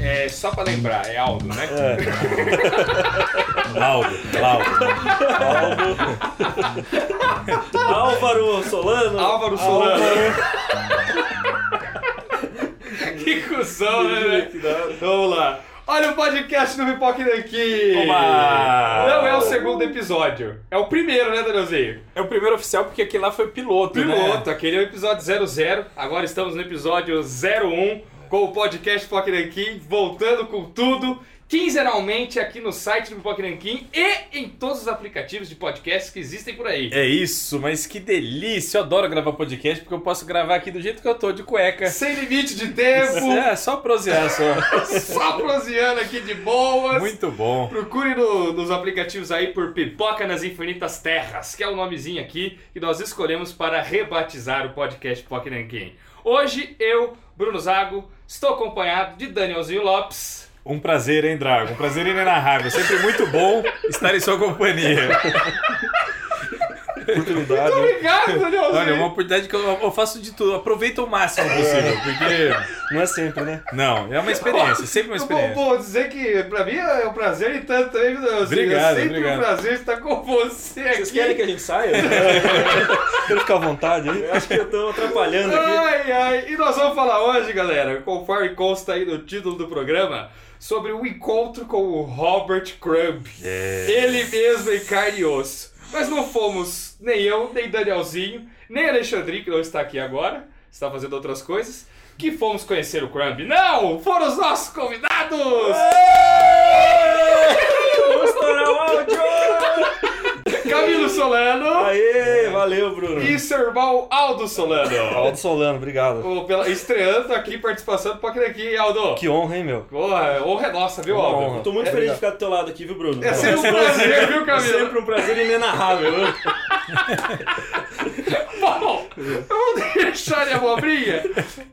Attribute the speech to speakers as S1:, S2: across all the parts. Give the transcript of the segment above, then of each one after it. S1: É, só pra lembrar, é Aldo, né?
S2: Laudo, Laudo. Álvaro Solano.
S1: Álvaro Solano. Que cuzão, né? velho? Vamos lá. Olha o podcast do Pipoca aqui.
S2: Oba!
S1: Não é o segundo episódio. É o primeiro, né, Danielzinho?
S3: É o primeiro oficial porque aquele lá foi piloto, né?
S1: Piloto, aquele é o episódio 00. Agora estamos no episódio 01 com o podcast Pipoca Nanquim, voltando com tudo, quinzenalmente aqui no site do Pipoca Nanquim e em todos os aplicativos de podcast que existem por aí.
S2: É isso, mas que delícia. Eu adoro gravar podcast porque eu posso gravar aqui do jeito que eu tô, de cueca.
S1: Sem limite de tempo,
S2: É, só prosear só.
S1: só proseando aqui de boas.
S2: Muito bom.
S1: Procure no- nos aplicativos aí por Pipoca nas Infinitas Terras, que é o nomezinho aqui que nós escolhemos para rebatizar o podcast Pipoca Nanquim. Hoje eu, Bruno Zago, estou acompanhado de Danielzinho Lopes.
S2: Um prazer, hein, Drago? Um prazer inenarrável. Sempre muito bom estar em sua companhia.
S4: Oportunidade.
S1: Obrigado, Danielzinho!
S2: Olha, é uma oportunidade que eu, eu faço de tudo. Aproveita o máximo possível, porque...
S4: Não é sempre, né?
S2: Não, é uma experiência. Sempre uma
S1: Eu vou,
S2: experiência.
S1: vou dizer que pra mim é um prazer e tanto também, viu, Danielzinho?
S2: Obrigado,
S1: é sempre
S2: obrigado.
S1: um prazer estar com você aqui.
S3: Vocês querem que a gente saia?
S4: Quero ficar à vontade aí.
S3: Eu acho que eu tô atrapalhando aqui.
S1: Ai, ai. E nós vamos falar hoje, galera, conforme consta aí no título do programa, sobre o encontro com o Robert Crumb. Ele mesmo em carne e osso. Mas não fomos nem eu, nem Danielzinho, nem Alexandrinho, que não está aqui agora, está fazendo outras coisas, que fomos conhecer o Crumb. Não! Foram os nossos convidados!
S3: Vamos estourar o áudio!
S1: Camilo Solano
S3: Aê, valeu, Bruno.
S1: e seu irmão Aldo Solano.
S4: Aldo Solano, tá obrigado.
S1: Ô, pela, estreando aqui, participando do aqui, hein, Aldo?
S4: Que honra, hein, meu?
S1: Porra, honra é nossa, viu,
S4: Uma
S1: Aldo?
S4: honra. É
S3: Tô muito feliz de ficar do teu lado aqui, viu, Bruno?
S1: É sempre um prazer, viu,
S3: É
S1: Camilo?
S3: sempre um prazer inenarrável. né?
S1: Bom, vamos deixar de abobrinha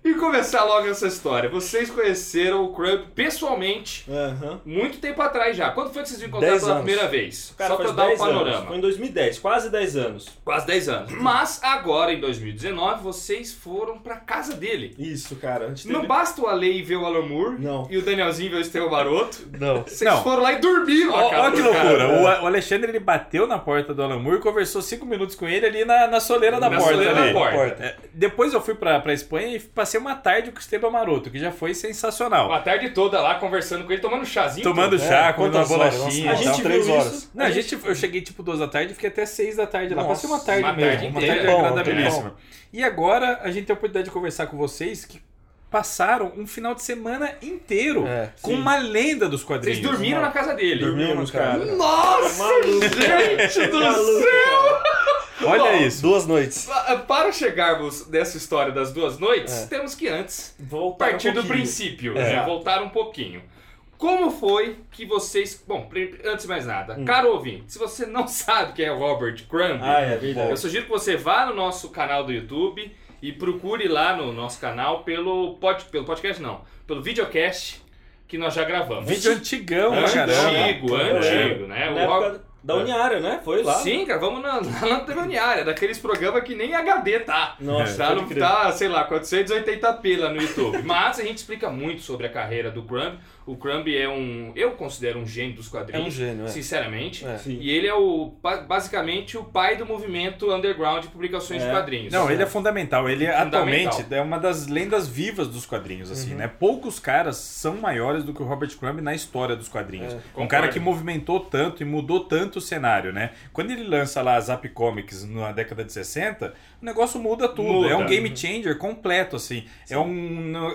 S1: e começar logo essa história. Vocês conheceram o Crumb pessoalmente
S3: Aham.
S1: muito tempo atrás já. Quando foi que vocês se encontraram
S4: Dez
S1: pela
S4: anos.
S1: primeira vez?
S3: Cara,
S1: Só pra
S3: faz
S1: eu dar um
S3: 10 anos.
S1: panorama.
S3: Foi em 2010, quase 10 anos.
S1: Quase 10 anos. Mas agora, em 2019, vocês foram pra casa dele.
S3: Isso, cara. A gente
S1: Não basta o Ale ver o Alan Moore
S3: Não.
S1: e o Danielzinho ver o Estevam Baroto.
S4: Não.
S1: Vocês
S2: Não.
S1: foram lá e dormiram na casa
S2: Olha que
S1: do cara.
S2: loucura. O,
S3: É.
S2: o Alexandre ele bateu na porta do Alan Moore, conversou cinco minutos com ele ali na, na soleira da
S1: Na
S2: porta.
S1: soleira da
S2: ali.
S1: porta.
S2: É, Depois eu fui pra, pra Espanha e passei uma tarde com o Esteban Maroto, que já foi sensacional.
S1: A tarde toda lá conversando com ele, tomando chazinho.
S2: Tomando
S4: É,
S2: chá, comendo uma
S4: quantas horas?
S2: bolachinha.
S3: A
S4: Nossa,
S3: gente
S4: dá três
S3: viu
S4: horas.
S3: isso.
S2: Não, a gente, eu cheguei tipo duas da tarde e fiquei até seis da tarde lá.
S4: Nossa,
S2: Passei uma tarde
S1: uma
S2: mesmo,
S1: tarde
S2: uma
S1: inteira.
S2: tarde
S4: Bom,
S2: agradabilíssima. E agora a gente tem a oportunidade de conversar com vocês que passaram um final de semana inteiro
S4: É,
S2: com uma lenda dos quadrinhos.
S1: Vocês dormiram na casa dele.
S3: Dormimos, cara. Tá
S1: Nossa,
S3: Maluco, Tá
S1: gente do
S3: Maluco,
S1: céu!
S3: cara.
S2: Olha isso.
S4: Duas noites.
S1: Pa- Para chegarmos nessa história das duas noites,
S4: É.
S1: temos que antes
S3: Voltar um
S1: partir do
S3: pouquinho.
S1: princípio,
S4: É.
S1: né? voltar um pouquinho. Como foi que vocês. Bom, pri- antes de mais nada, caro ouvinte, se você não sabe quem é o Robert Crumb,
S3: Ah, é verdade.
S1: eu sugiro que você vá no nosso canal do YouTube e procure lá no nosso canal pelo, pod, pelo podcast, não, pelo videocast que nós já gravamos.
S2: Vídeo antigão, pra
S3: Antigo.
S2: caramba.
S1: antigo,
S3: É.
S1: antigo, né?
S3: Na
S1: O Rob-
S3: época da Uniária, né? Foi lá.
S1: Sim, cara, vamos na, na lanterniária, daqueles programas que nem HD tá.
S3: Nossa,
S1: tá,
S3: pode
S1: no,
S3: crer.
S1: tá, sei lá, 480p lá no YouTube. Mas a gente explica muito sobre a carreira do Crumb. O Crumb é um, eu considero um gênio dos
S4: É um
S1: quadrinhos,
S4: gênio, é.
S1: sinceramente.
S4: É.
S3: Sim.
S1: E ele é o ba- basicamente o pai do movimento underground de publicações
S3: É.
S1: de quadrinhos. assim, né?
S2: Não, ele é fundamental. Ele
S1: Fundamental. Uhum.
S2: atualmente é uma das lendas vivas dos quadrinhos, assim, né? Poucos caras são maiores do que o Robert Crumb na história dos quadrinhos.
S4: É.
S2: Um
S1: Concordo.
S2: cara que movimentou tanto e mudou tanto o cenário, né? Quando ele lança lá a Zap Comics na década de 60, o negócio muda tudo.
S1: Muda. Uhum.
S2: É um game changer completo, assim. É um,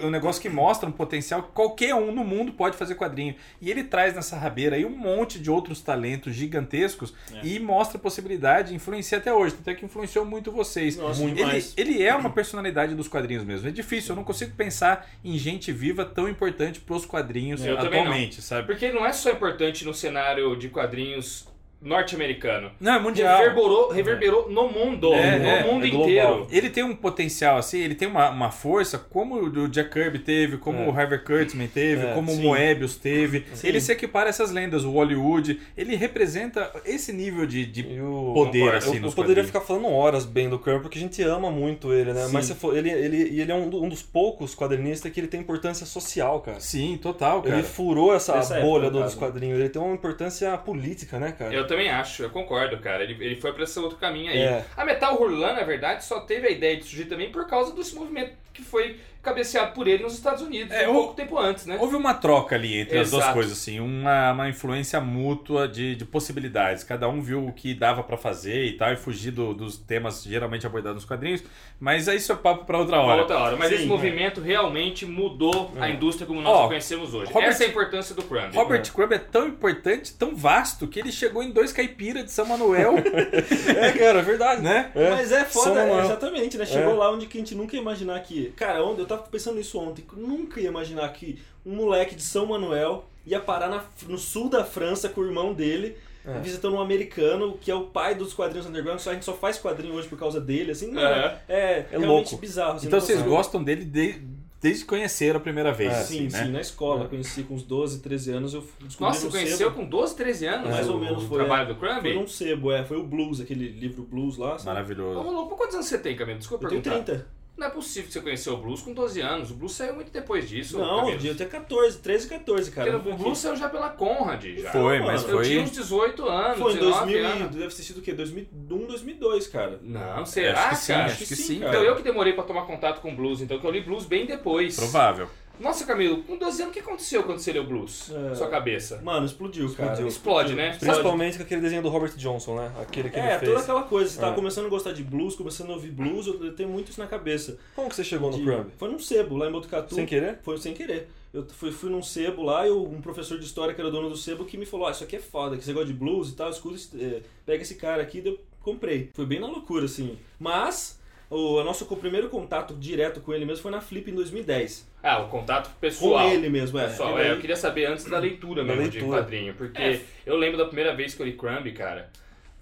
S2: um negócio que mostra um potencial que qualquer um no mundo pode fazer quadrinho. E ele traz nessa rabeira aí um monte de outros talentos gigantescos e mostra a possibilidade, influencia até hoje, até que influenciou muito vocês.
S3: Nossa,
S2: Ele-
S3: demais.
S2: Ele, é uma personalidade dos quadrinhos mesmo. É difícil, eu não consigo pensar em gente viva tão importante pros quadrinhos
S1: Eu também
S2: atualmente, sabe?
S1: Porque não é só importante no cenário de quadrinhos norte-americano.
S2: Não, é mundial.
S1: Reverberou, reverberou no mundo,
S2: É,
S1: no
S2: é,
S1: mundo
S4: é global.
S1: inteiro.
S2: Ele tem um potencial, assim, ele tem uma, uma força, como o Jack Kirby teve, como o Harvey Kurtzman teve,
S4: É,
S2: como
S4: sim.
S2: o Moebius teve. Ele se equipara a essas lendas, o Hollywood. Ele representa esse nível de, de
S4: E o-
S2: poder,
S4: eu-
S2: assim,
S4: eu,
S2: nos
S4: poderia
S2: quadrinhos.
S4: ficar falando horas bem do Kirby, porque a gente ama muito ele, né?
S2: Sim.
S4: Mas se for, ele, ele, e ele é um, do- um dos poucos quadrinistas que ele tem importância social, cara.
S2: Sim, total, cara.
S4: Ele furou essa
S3: Dessa época,
S4: bolha
S3: no
S4: do-
S3: caso.
S4: dos quadrinhos. Ele tem uma importância política, né,
S1: Eu
S4: cara?
S1: também acho, eu concordo, cara. Ele, ele foi pra esse outro caminho aí.
S4: É.
S1: A Metal Hurlan, na verdade, só teve a ideia de surgir também por causa desse movimento que foi cabeceado por ele nos Estados Unidos
S2: É,
S1: um
S2: o-
S1: pouco tempo antes, né?
S2: Houve uma troca ali entre as duas
S1: Exato.
S2: coisas, assim, uma, uma influência mútua de, de possibilidades. Cada um viu o que dava pra fazer e tal, e fugir do- dos temas geralmente abordados nos quadrinhos. Mas aí isso é papo pra outra
S1: Uma
S2: hora.
S1: outra hora. Mas
S4: Sim,
S1: esse
S4: é.
S1: movimento realmente mudou
S3: Hum.
S1: a indústria como nós
S2: Ó,
S1: a conhecemos hoje.
S2: Robert-
S1: Essa é a importância do Crumb.
S2: Robert Crumb é tão importante, tão vasto, que ele chegou em dois caipira de São Manuel,
S4: É, cara, é verdade.
S2: né?
S4: É.
S3: Mas é
S4: São
S3: foda,
S4: Manuel.
S3: exatamente, né? Chegou lá onde que a gente nunca ia imaginar que. Cara, onde eu tava pensando isso ontem, que eu nunca ia imaginar que um moleque de São Manuel ia parar na- no sul da França com o irmão dele,
S4: É.
S3: visitando um americano que é o pai dos quadrinhos underground, só a gente só faz quadrinho hoje por causa dele, assim, não é.
S1: Aham.
S3: É, realmente
S4: louco.
S3: bizarro. assim, você
S2: Então
S3: não
S2: vocês
S3: consegue-
S2: gostam dele de- desde que conheceram a primeira vez,
S4: É,
S2: assim,
S3: Sim,
S2: né?
S3: sim, na escola.
S4: É.
S3: Conheci com uns 12, 13 anos, eu descobri
S1: Nossa, você
S3: no
S1: conheceu
S3: sebo.
S1: com 12, 13 anos
S3: Mais
S1: o,
S3: ou menos,
S1: o
S3: foi, é.
S1: trabalho do
S3: Foi
S1: Crumb?
S3: num sebo, é. Foi o Blues, aquele livro Blues lá. sabe?
S1: Ô,
S2: Maravilhoso.
S1: Maluco, quantos anos você tem, Camilo? Desculpa
S3: Eu tenho
S1: perguntar.
S3: 30.
S1: Não é possível que você conheceu o Blues com 12 anos. O Blues saiu muito depois disso.
S3: Não, eu
S1: Camilo.
S3: devia ter 14, 13, 14, cara.
S1: é um Porque
S3: Não foi
S1: o Blues saiu já pela Conrad. Já.
S2: Foi,
S3: mano,
S2: mas
S1: Eu tinha um
S2: foi...
S1: uns 18 anos,
S3: Foi em
S1: 19
S3: 2000 e...
S1: anos.
S3: Deve ter sido o quê? 2001, 2002, cara.
S1: Não, será,
S2: é, acho que sim,
S1: Ah, cara?
S2: acho que sim,
S1: Então eu que demorei pra tomar contato com blues, então que eu li blues bem depois.
S2: Provável.
S1: Nossa, Camilo, com 12 anos o que aconteceu quando você leu blues?
S3: É.
S1: Sua cabeça.
S3: Mano, explodiu, cara.
S4: Explodiu.
S1: Explode, né?
S4: Principalmente com aquele desenho do Robert Johnson, né? Aquele que
S3: É,
S4: ele
S3: toda
S4: fez.
S3: aquela coisa. Você tava
S4: É.
S3: começando a gostar de blues, começando a ouvir blues, eu tenho muito isso na cabeça.
S4: Como que você chegou no
S3: De-
S4: Crumb?
S3: Foi num sebo, lá em Botucatu.
S4: Sem querer?
S3: Foi sem querer. Eu fui, fui num sebo lá e um professor de história que era dono do sebo que me falou: Ó, isso aqui é foda, que você gosta de blues e tal, escuta, esse- é, pega esse cara aqui, daí eu comprei. Foi bem na loucura, assim. Mas, o, o nosso primeiro contato direto com ele mesmo foi na Flip em 2010.
S1: Ah, o contato
S3: Com
S1: pessoal.
S3: ele mesmo, é.
S1: Pessoal,
S3: Porque
S1: é,
S3: daí-
S1: eu queria saber antes da leitura
S4: né? Da
S1: mesmo de
S4: leitura.
S1: quadrinho, porque eu lembro da primeira vez que eu li Crumb, cara,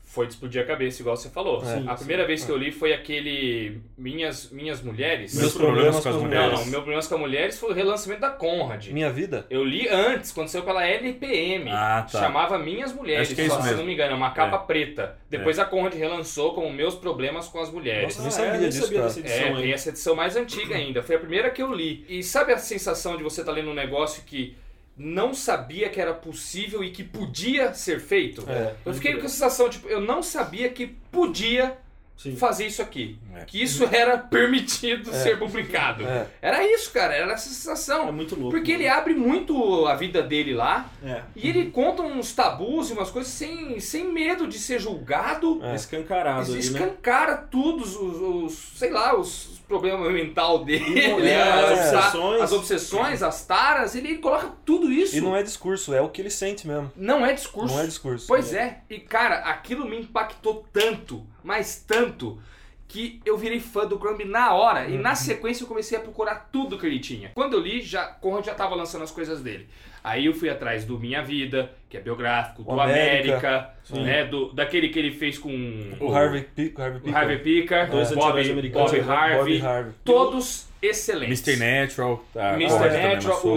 S1: foi de explodir a cabeça, igual você falou.
S4: É.
S1: a
S3: Sim,
S1: primeira vez que eu li foi aquele Minhas, Minhas Mulheres.
S4: Meus problemas com as
S1: Não,
S4: mulheres.
S1: não, meu problema com a Mulheres foi o relançamento da Conrad.
S4: Minha vida?
S1: Eu li antes, quando saiu pela LPM.
S2: Ah, tá.
S1: Chamava Minhas Mulheres,
S2: Acho que é
S1: só,
S2: isso
S1: se
S2: mesmo.
S1: não me engano, é uma capa preta. Depois a Conrad relançou como Meus Problemas com as Mulheres.
S4: Nossa, nem
S3: Ah,
S4: sabia
S3: é,
S4: disso,
S3: sabia
S4: cara.
S3: dessa
S1: É,
S3: edição
S1: tem
S3: aí.
S1: essa edição mais antiga ainda. Foi a primeira que eu li. E sabe a sensação de você estar lendo um negócio que não sabia que era possível e que podia ser feito?
S4: É.
S1: Eu fiquei com a sensação, tipo, eu não sabia que podia
S3: Sim.
S1: fazer isso aqui.
S2: É.
S1: Que isso era permitido ser publicado.
S4: É.
S1: Era isso, cara, era essa
S3: É
S1: sensação.
S3: muito louco.
S1: Porque ele abre muito a vida dele lá.
S3: É.
S1: E ele conta uns tabus e umas coisas sem, sem medo de ser julgado.
S4: É.
S3: Escancarado ali, né?
S1: Escancara todos os, os- sei lá, os problemas mental dele,
S3: É,
S1: as,
S4: as
S3: obsessões.
S1: as obsessões, as taras, ele coloca tudo isso.
S4: E não é discurso, é o que ele sente mesmo.
S1: Não é discurso.
S4: Não é discurso.
S1: Pois é. E cara, aquilo me impactou tanto, mas tanto, que eu virei fã do Crumb na hora. E na sequência eu comecei a procurar tudo que ele tinha. Quando eu li, já, Conrad já tava lançando as coisas dele. Aí eu fui atrás do Minha Vida, que é biográfico, do
S4: O América.
S1: América, né? Do, daquele que ele fez com
S4: O Harvey Pi- Harvey
S1: o
S4: Picker.
S1: Harvey Picker,
S3: Dois anti-heróis
S1: Bob,
S3: americanos.
S1: Bob Harvey,
S4: Bob Harvey. um-
S1: todos excelentes.
S2: Mr. Natural. Tá,
S1: Mr.
S2: correto, também
S1: é. Natural,
S2: lançou.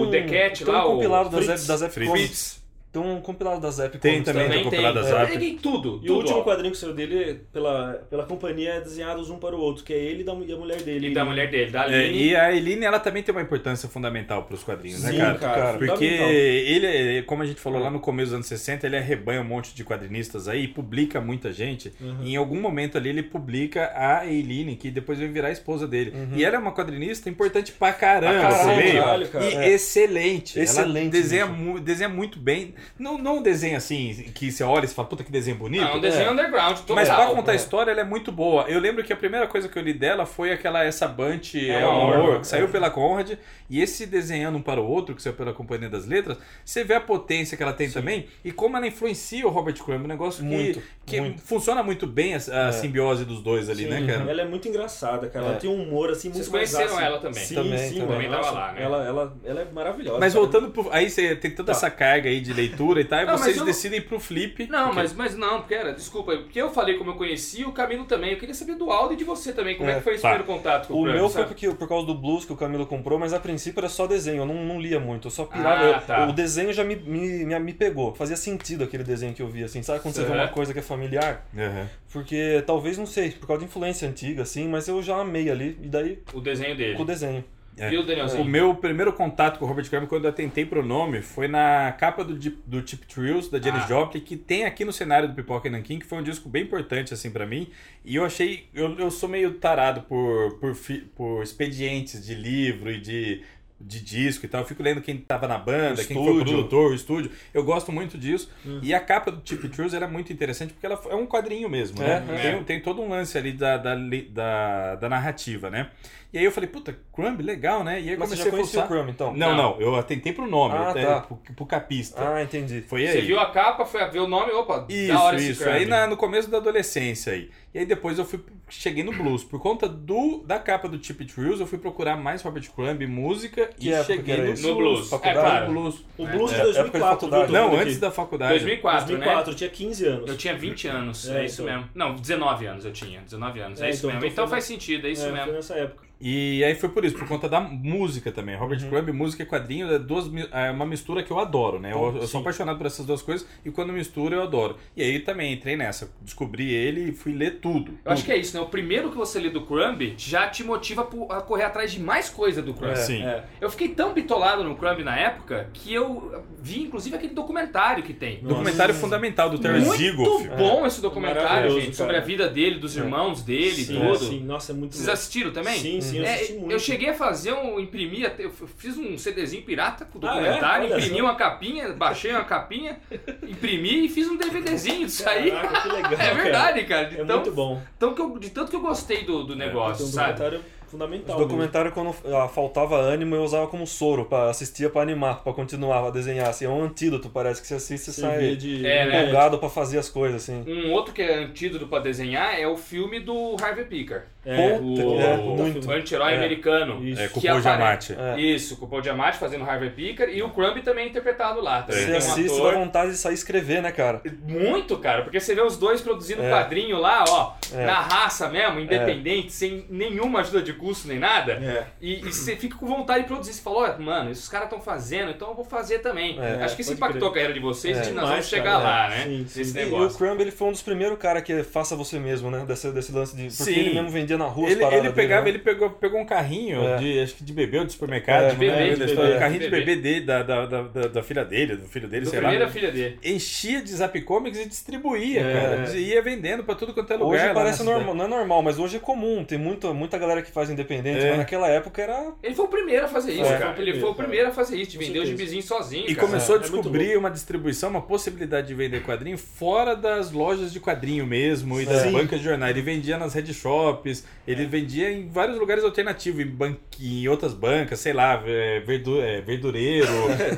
S1: o- o The Cat
S4: tem
S1: lá,
S4: um
S1: o
S4: compilado das
S3: Fritz.
S4: Ep- das Ep
S2: Fritz.
S4: Comics. Tem um compilado das Ep
S2: Tem
S4: Comics
S2: também,
S1: Também
S2: Tô
S1: tem.
S2: compilado a
S1: Eu
S2: Zap.
S1: peguei tudo.
S3: E
S1: tudo,
S3: o último
S1: ó.
S3: quadrinho que saiu dele, pela, pela companhia, é desenhados um para o outro, que é ele e da mu- e a mulher dele.
S1: E da mulher dele, da
S2: É,
S1: Aline.
S2: e a Eline, ela também tem uma importância fundamental para os quadrinhos,
S3: Sim,
S2: né, cara?
S4: cara,
S3: tá
S2: Porque
S3: fundamental.
S2: ele, é- como a gente falou lá no começo dos anos 60, ele arrebanha um monte de quadrinistas aí, publica muita gente.
S3: Uhum.
S2: E em algum momento ali ele publica a Eileen, que depois vai virar a esposa dele. E ela é uma quadrinista importante pra caramba,
S1: Pra
S2: você
S1: caralho,
S2: veio?
S3: caralho, cara.
S2: E
S4: É.
S2: excelente. Ela
S4: Excelente
S2: desenha,
S4: mesmo.
S2: mu- desenha muito bem. Não, não um desenho assim, que você olha e você fala, puta que desenho bonito.
S1: Ah, um desenho
S4: É.
S1: underground, total. né?
S2: Mas pra contar a história, ela é muito boa. Eu lembro que a primeira coisa que eu li dela foi aquela Essa Bante é,
S1: É
S2: o
S1: Amor,
S2: Amor, que saiu pela Conrad, e esse desenhando um para o outro, que saiu pela Companhia das Letras, você vê a potência que ela tem também e como ela influencia o Robert Crumb, um negócio
S4: Muito,
S2: que, que
S4: muito.
S2: funciona muito bem a, a
S1: É.
S2: simbiose dos dois ali,
S3: Sim,
S2: né, cara?
S1: Uhum.
S3: Ela é muito engraçada, cara. Ela
S4: É.
S3: tem um humor assim muito
S1: Vocês
S3: mais
S1: conheceram
S3: ácido.
S1: ela também.
S3: Sim,
S4: Também,
S3: sim,
S4: também.
S3: mano.
S1: Também tava
S3: Nossa,
S1: lá, né?
S3: Ela, ela, ela é maravilhosa.
S2: Mas
S3: cara.
S2: voltando pro. Aí você tem toda
S3: Tá.
S2: essa carga aí de leitura e tal, e
S1: Não, mas
S2: vocês
S1: eu-
S2: decidem pro flip.
S1: Não,
S2: porque-
S1: mas, mas não, pera, desculpa. Porque eu falei como eu conheci, o Camilo também. Eu queria saber do Aldo e de você também. Como é,
S4: É,
S1: que foi esse
S2: tá.
S1: primeiro contato com o,
S4: O
S1: Crumb,
S4: meu foi
S1: sabe?
S4: porque, por causa do blues que o Camilo comprou, mas a princípio era só desenho, eu não, não lia muito, eu só pirava.
S1: Ah,
S4: eu-
S1: tá.
S4: O desenho já me, me, me, me pegou, fazia sentido aquele desenho que eu via, assim, sabe quando você vê uma
S1: Certo.
S4: coisa que é familiar?
S2: Aham.
S4: Porque talvez, não sei, por causa de influência antiga, assim, mas eu já amei ali, e daí
S1: o desenho dele.
S4: com o desenho.
S2: É.
S1: Viu,
S2: O
S1: Danielzinho?
S2: meu primeiro contato com o Robert Crumb, quando eu atentei pro nome, foi na capa do, Dip- do Tip Trills, da Janis
S1: Ah.
S2: Joplin, que tem aqui no cenário do Pipoca e Nankin, que foi um disco bem importante, assim, pra mim. E eu achei... Eu, eu sou meio tarado por, por, fi- por expedientes de livro e de, de disco e tal. Eu fico lendo quem tava na banda,
S4: O
S2: quem foi o
S4: estúdio. Hum.
S2: produtor, o estúdio. Eu gosto muito disso. E a capa do Tip Trills, ela é muito interessante, porque ela é um quadrinho mesmo, né?
S4: É, é.
S2: Tem, tem todo um lance ali da, da, li- da, da narrativa, né? E aí eu falei, puta, Crumb, legal, né? E aí eu
S4: Mas você
S2: comecei a
S4: já conhecia
S2: fuçar.
S4: o Crumb, então?
S2: Não, não, eu atentei pro nome,
S4: Ah,
S2: até
S4: tá.
S2: pro, pro capista.
S4: Ah, entendi.
S2: Foi
S1: Você
S2: aí.
S1: viu a capa, foi ver o nome, opa, da hora
S2: Isso,
S1: esse
S2: isso.
S1: Crumb.
S2: Aí na- no começo da adolescência aí. E aí depois eu fui cheguei no blues por conta do da capa do Chip Trills, eu fui procurar mais Robert Crumb música
S4: Que
S2: e
S4: época que
S2: cheguei
S4: era
S2: no
S4: isso?
S1: No blues.
S4: Faculdade?
S1: É claro.
S2: blues.
S3: O Blues de
S4: É, época de
S3: 2004, viu?
S4: faculdade.
S3: Dudu?
S2: Não,
S4: aqui.
S2: antes da faculdade.
S1: 2004,
S3: 2004,
S1: né?
S3: eu tinha 15 anos.
S1: Eu tinha 20 anos, é,
S3: É,
S1: isso
S3: então.
S1: mesmo. Não, 19 anos eu tinha, 19 anos, é,
S3: É,
S1: isso
S3: então,
S1: mesmo.
S3: então
S1: Então
S3: foi
S1: faz sentido, é isso
S3: é,
S1: mesmo.
S3: Foi nessa época.
S2: E aí foi por isso, por conta da música também.
S1: Uhum.
S2: Robert Crumb, música e quadrinho, é, duas, mi- é uma mistura que eu adoro, né? Eu, eu sou apaixonado por essas duas coisas e quando mistura eu adoro. E aí também entrei nessa, descobri ele e fui ler tudo.
S1: Eu acho que é isso, né? O primeiro que você lê do Crumb já te motiva pro- a correr atrás de mais coisa do Crumb.
S2: É, sim.
S3: É.
S1: Eu fiquei tão bitolado no Crumb na época que eu vi inclusive aquele documentário que tem.
S3: Nossa.
S2: Documentário fundamental do Terry
S1: Muito
S2: Ziegel.
S1: bom esse documentário,
S3: É. Maravilhoso,
S1: gente, sobre a
S3: cara.
S1: vida dele, dos irmãos dele,
S3: sim,
S1: tudo.
S3: sim, nossa, é muito
S1: Vocês
S3: louco.
S1: assistiram também?
S3: Sim, sim, eu
S1: É,
S3: assisti muito.
S1: eu cheguei a fazer um, imprimir, até- eu fiz um CDzinho pirata com o
S3: Ah, é?
S1: documentário,
S3: Olha
S1: imprimi
S3: só.
S1: uma capinha, baixei uma capinha, imprimi e fiz um DVDzinho disso aí.
S3: Caraca, que legal,
S1: É verdade, cara.
S3: cara.
S1: De,
S3: É
S1: tão-
S3: muito bom.
S1: tão que eu- de tanto que eu gostei do, do negócio,
S3: Tem um
S1: sabe?
S3: documentário
S4: Os
S3: fundamental.
S4: documentários, quando ah, faltava ânimo, eu usava como soro, pra, assistia pra animar, pra continuar a desenhar, assim, é um antídoto, parece que você assiste e
S3: mesmo.
S4: sai
S3: Servia de...
S1: É, né?
S4: empolgado pra fazer as coisas, assim.
S1: Um outro que é antídoto pra desenhar é o filme do Harvey Picker.
S3: É,
S4: Puta
S1: o,
S4: que é,
S1: o
S4: muito.
S1: anti-herói
S4: É.
S1: americano.
S3: Isso.
S2: É, com o
S1: Que
S2: Paul
S1: apare-
S2: Giamatti.
S4: É.
S1: Isso, com o Paul Giamatti fazendo Harvey Picker e o Crumb também é interpretado lá. Também
S4: Você
S1: tem um
S4: assiste,
S1: ator.
S4: dá vontade de sair e escrever, né, cara?
S1: Muito, cara, porque você vê os dois produzindo
S4: É.
S1: quadrinho lá, ó,
S4: É.
S1: na raça mesmo, independente, sem nenhuma ajuda de custo nem nada.
S3: É.
S1: E, e você fica com vontade de produzir. Você fala, ó, mano, esses caras estão fazendo, então eu vou fazer também.
S4: É,
S1: Acho que isso
S3: pode
S1: impactou a carreira de vocês
S4: É.
S1: e nós vamos
S3: Demais,
S1: chegar
S3: cara,
S1: lá,
S3: é.
S1: né?
S3: Sim, sim.
S1: Esse
S4: E, e o
S1: negócio.
S4: Crumb, ele foi um dos primeiros caras que é faça você mesmo, né? Desse, desse lance de... Porque
S2: Sim.
S4: ele mesmo vendia na rua as
S2: Ele, ele
S4: paradas dele,
S2: pegava,
S4: né?
S2: ele pegou, pegou um carrinho
S4: É.
S2: de, acho que de bebê ou de supermercado,
S4: É,
S2: de
S4: de
S1: bebê,
S2: bebê,
S1: de
S2: da
S1: bebê,
S2: história, Um
S1: de
S2: carrinho de
S1: bebê.
S2: bebê dele, da, da, da, da- da filha dele, do filho dele,
S1: Do
S2: sei
S1: primeiro
S2: lá.
S1: à filha dele.
S2: Enchia de zapicomics e distribuía,
S4: É.
S2: cara. Ia vendendo pra tudo quanto é lugar.
S4: Hoje
S2: lá
S4: parece
S2: na cidade.
S4: normal, não é normal, mas hoje é comum. Tem muita, muita galera que faz independente,
S2: É.
S4: mas naquela época era.
S1: Ele foi o primeiro a fazer isso,
S4: É,
S1: cara.
S3: foi o
S1: Ele foi o
S3: primeiro,
S1: primeiro a fazer isso, de
S3: Com
S1: vender o
S3: certeza.
S1: gibizinho sozinho.
S2: E
S1: cara.
S2: começou a
S3: É, é muito
S2: descobrir uma distribuição, uma possibilidade de vender quadrinho fora das lojas de quadrinho mesmo e
S4: Sim.
S2: das
S4: Sim. É.
S2: bancas de jornal. Ele vendia nas head shops, ele vendia em vários lugares alternativos, em, ban- em outras bancas, sei lá, é, verdu- é, verdureiro,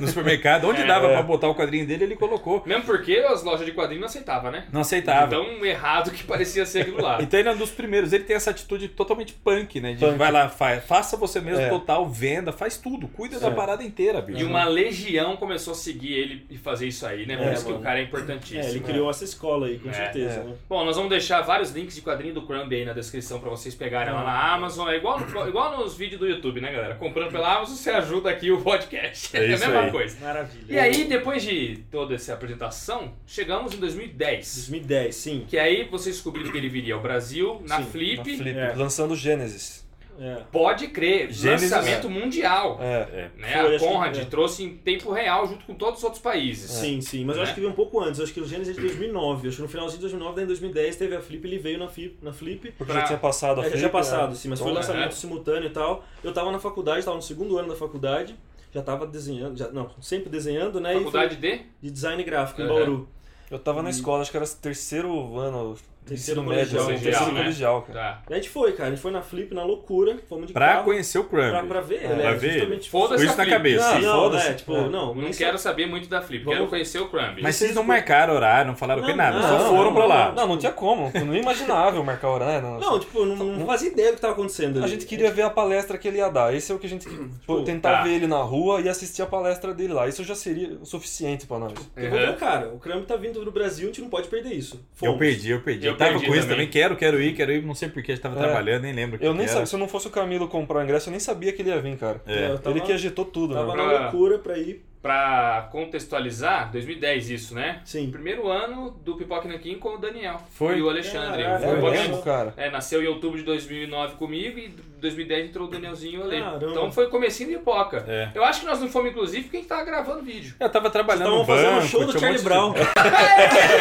S2: no supermercado.
S4: É.
S2: Onde dava pra botar o quadrinho dele, ele colocou.
S1: Mesmo porque as lojas de quadrinho não aceitavam, né?
S2: Não aceitava. Então...
S1: Tão errado que parecia ser aquilo lá.
S2: ele é um dos primeiros. Ele tem essa atitude totalmente punk, né? De
S4: Punk.
S2: vai lá, fa- faça você mesmo,
S4: É.
S2: total, venda, faz tudo, cuida da
S4: É.
S2: parada inteira, bicho.
S1: E uma legião começou a seguir ele e fazer isso aí, né? Por
S3: É,
S1: isso que
S3: mano.
S1: o cara é
S3: É, ele
S1: importantíssimo.
S3: criou essa escola aí, com
S1: É,
S3: certeza,
S4: é.
S3: né?
S1: Bom, nós vamos deixar vários links de quadrinho do Crumb aí na descrição pra vocês pegarem lá na Amazon. É igual, igual nos vídeos do YouTube, né, galera? Comprando pela Amazon, você ajuda aqui o podcast.
S2: É
S1: É, a
S2: isso
S1: mesma
S2: aí.
S1: coisa.
S3: Maravilha.
S1: E aí, depois de toda essa apresentação, chegamos em 2010.
S3: 2010, sim.
S1: Que aí vocês descobriram que ele viria ao Brasil, na
S3: Sim,
S1: Flip.
S4: Na Flip,
S3: É.
S4: lançando Gênesis.
S3: É.
S1: Pode crer,
S2: Gênesis,
S1: lançamento mundial.
S4: É.
S1: Né?
S3: Foi,
S1: a
S3: acho que-
S1: Conrad
S3: é.
S1: trouxe em tempo real junto com todos os outros países.
S3: Sim, sim, mas eu
S1: Né?
S3: acho que veio um pouco antes, eu acho que o Gênesis é de 2009, acho que no finalzinho de 2009, daí em 2010 teve a Flip, ele veio na Flip, na Flip
S4: Porque
S1: Pra-
S4: já tinha passado a
S3: É, já
S4: Flip.
S3: tinha passado,
S4: né?
S3: sim, mas foi um
S4: Então,
S3: lançamento
S1: é.
S3: simultâneo e tal. Eu tava na faculdade, tava no segundo ano da faculdade, já tava desenhando, já, não, sempre desenhando, né? e foi
S1: Faculdade de
S3: de design gráfico em
S1: É.
S3: Bauru.
S4: Eu tava na escola, acho que era terceiro ano,
S3: Terceiro
S4: ensino médio,
S3: colegial,
S4: assim,
S1: colegial,
S4: terceiro
S1: né?
S4: colegial, cara.
S1: Tá.
S3: E a gente foi, cara. A gente foi na Flip, na loucura. Fomos de
S2: Pra
S3: carro.
S2: conhecer o Crumb.
S3: Pra, pra ver,
S4: Pra
S3: né?
S2: ver.
S3: Justamente,
S2: Com
S1: Foda-se
S2: isso
S1: a
S2: na
S1: Flip.
S2: cabeça.
S3: Não, não,
S4: foda-se.
S3: né? Tipo,
S4: É.
S3: não.
S1: Não
S3: nem
S1: quero saber muito da Flip, quero
S3: Vamos-
S1: conhecer o Crumb.
S2: Mas vocês não marcaram horário, não falaram o que
S3: Não,
S2: nada,
S3: não,
S2: só foram pra lá.
S4: Não, não tinha como. Não é imaginável marcar hora, né? Não,
S3: Não, tipo, não, não fazia ideia do que tava acontecendo ali. É tipo,
S4: A gente queria ver a palestra que ele ia dar. Esse é o que a gente tipo, tentar
S1: tá.
S4: ver ele na rua e assistir a palestra dele lá. Isso já seria o suficiente pra nós.
S2: Tipo,
S3: Eu vou
S1: Uhum.
S3: falar, cara, o Kramp tá vindo do Brasil, a gente não pode perder isso.
S2: Eu
S3: Fomos.
S2: perdi, eu perdi. Eu,
S1: Eu
S2: tava
S1: perdi
S2: com isso
S1: também.
S2: também. Quero, quero ir, quero ir. Não sei porquê, a gente tava
S4: É.
S2: trabalhando, nem lembro. o que
S4: Eu nem
S2: que
S4: sabia,
S2: era.
S4: se eu não fosse o Camilo comprar o ingresso, eu nem sabia que ele ia vir, cara.
S2: É.
S3: Eu tava-
S4: ele que agitou tudo,
S3: Tava
S4: né?
S3: na
S1: Pra-
S3: loucura pra ir.
S1: Pra contextualizar, 2010 isso, né?
S3: Sim.
S1: Primeiro ano do Pipoca Nanquim com o Daniel
S2: Foi.
S1: e o Alexandre.
S3: Caralho,
S1: O
S4: É
S1: Pipoca-
S4: mesmo, cara.
S1: É, nasceu em outubro de 2009 comigo e em 2010 entrou o Danielzinho e o Ale.
S3: Caramba.
S1: Então foi comecinho de Pipoca.
S2: É.
S1: Eu acho que nós não fomos, inclusive, porque a gente tava gravando vídeo.
S3: É.
S2: Eu tava trabalhando
S3: Estavam
S2: no banco.
S3: fazendo o show do
S2: tinha um monte
S3: Charlie Brown.
S2: De...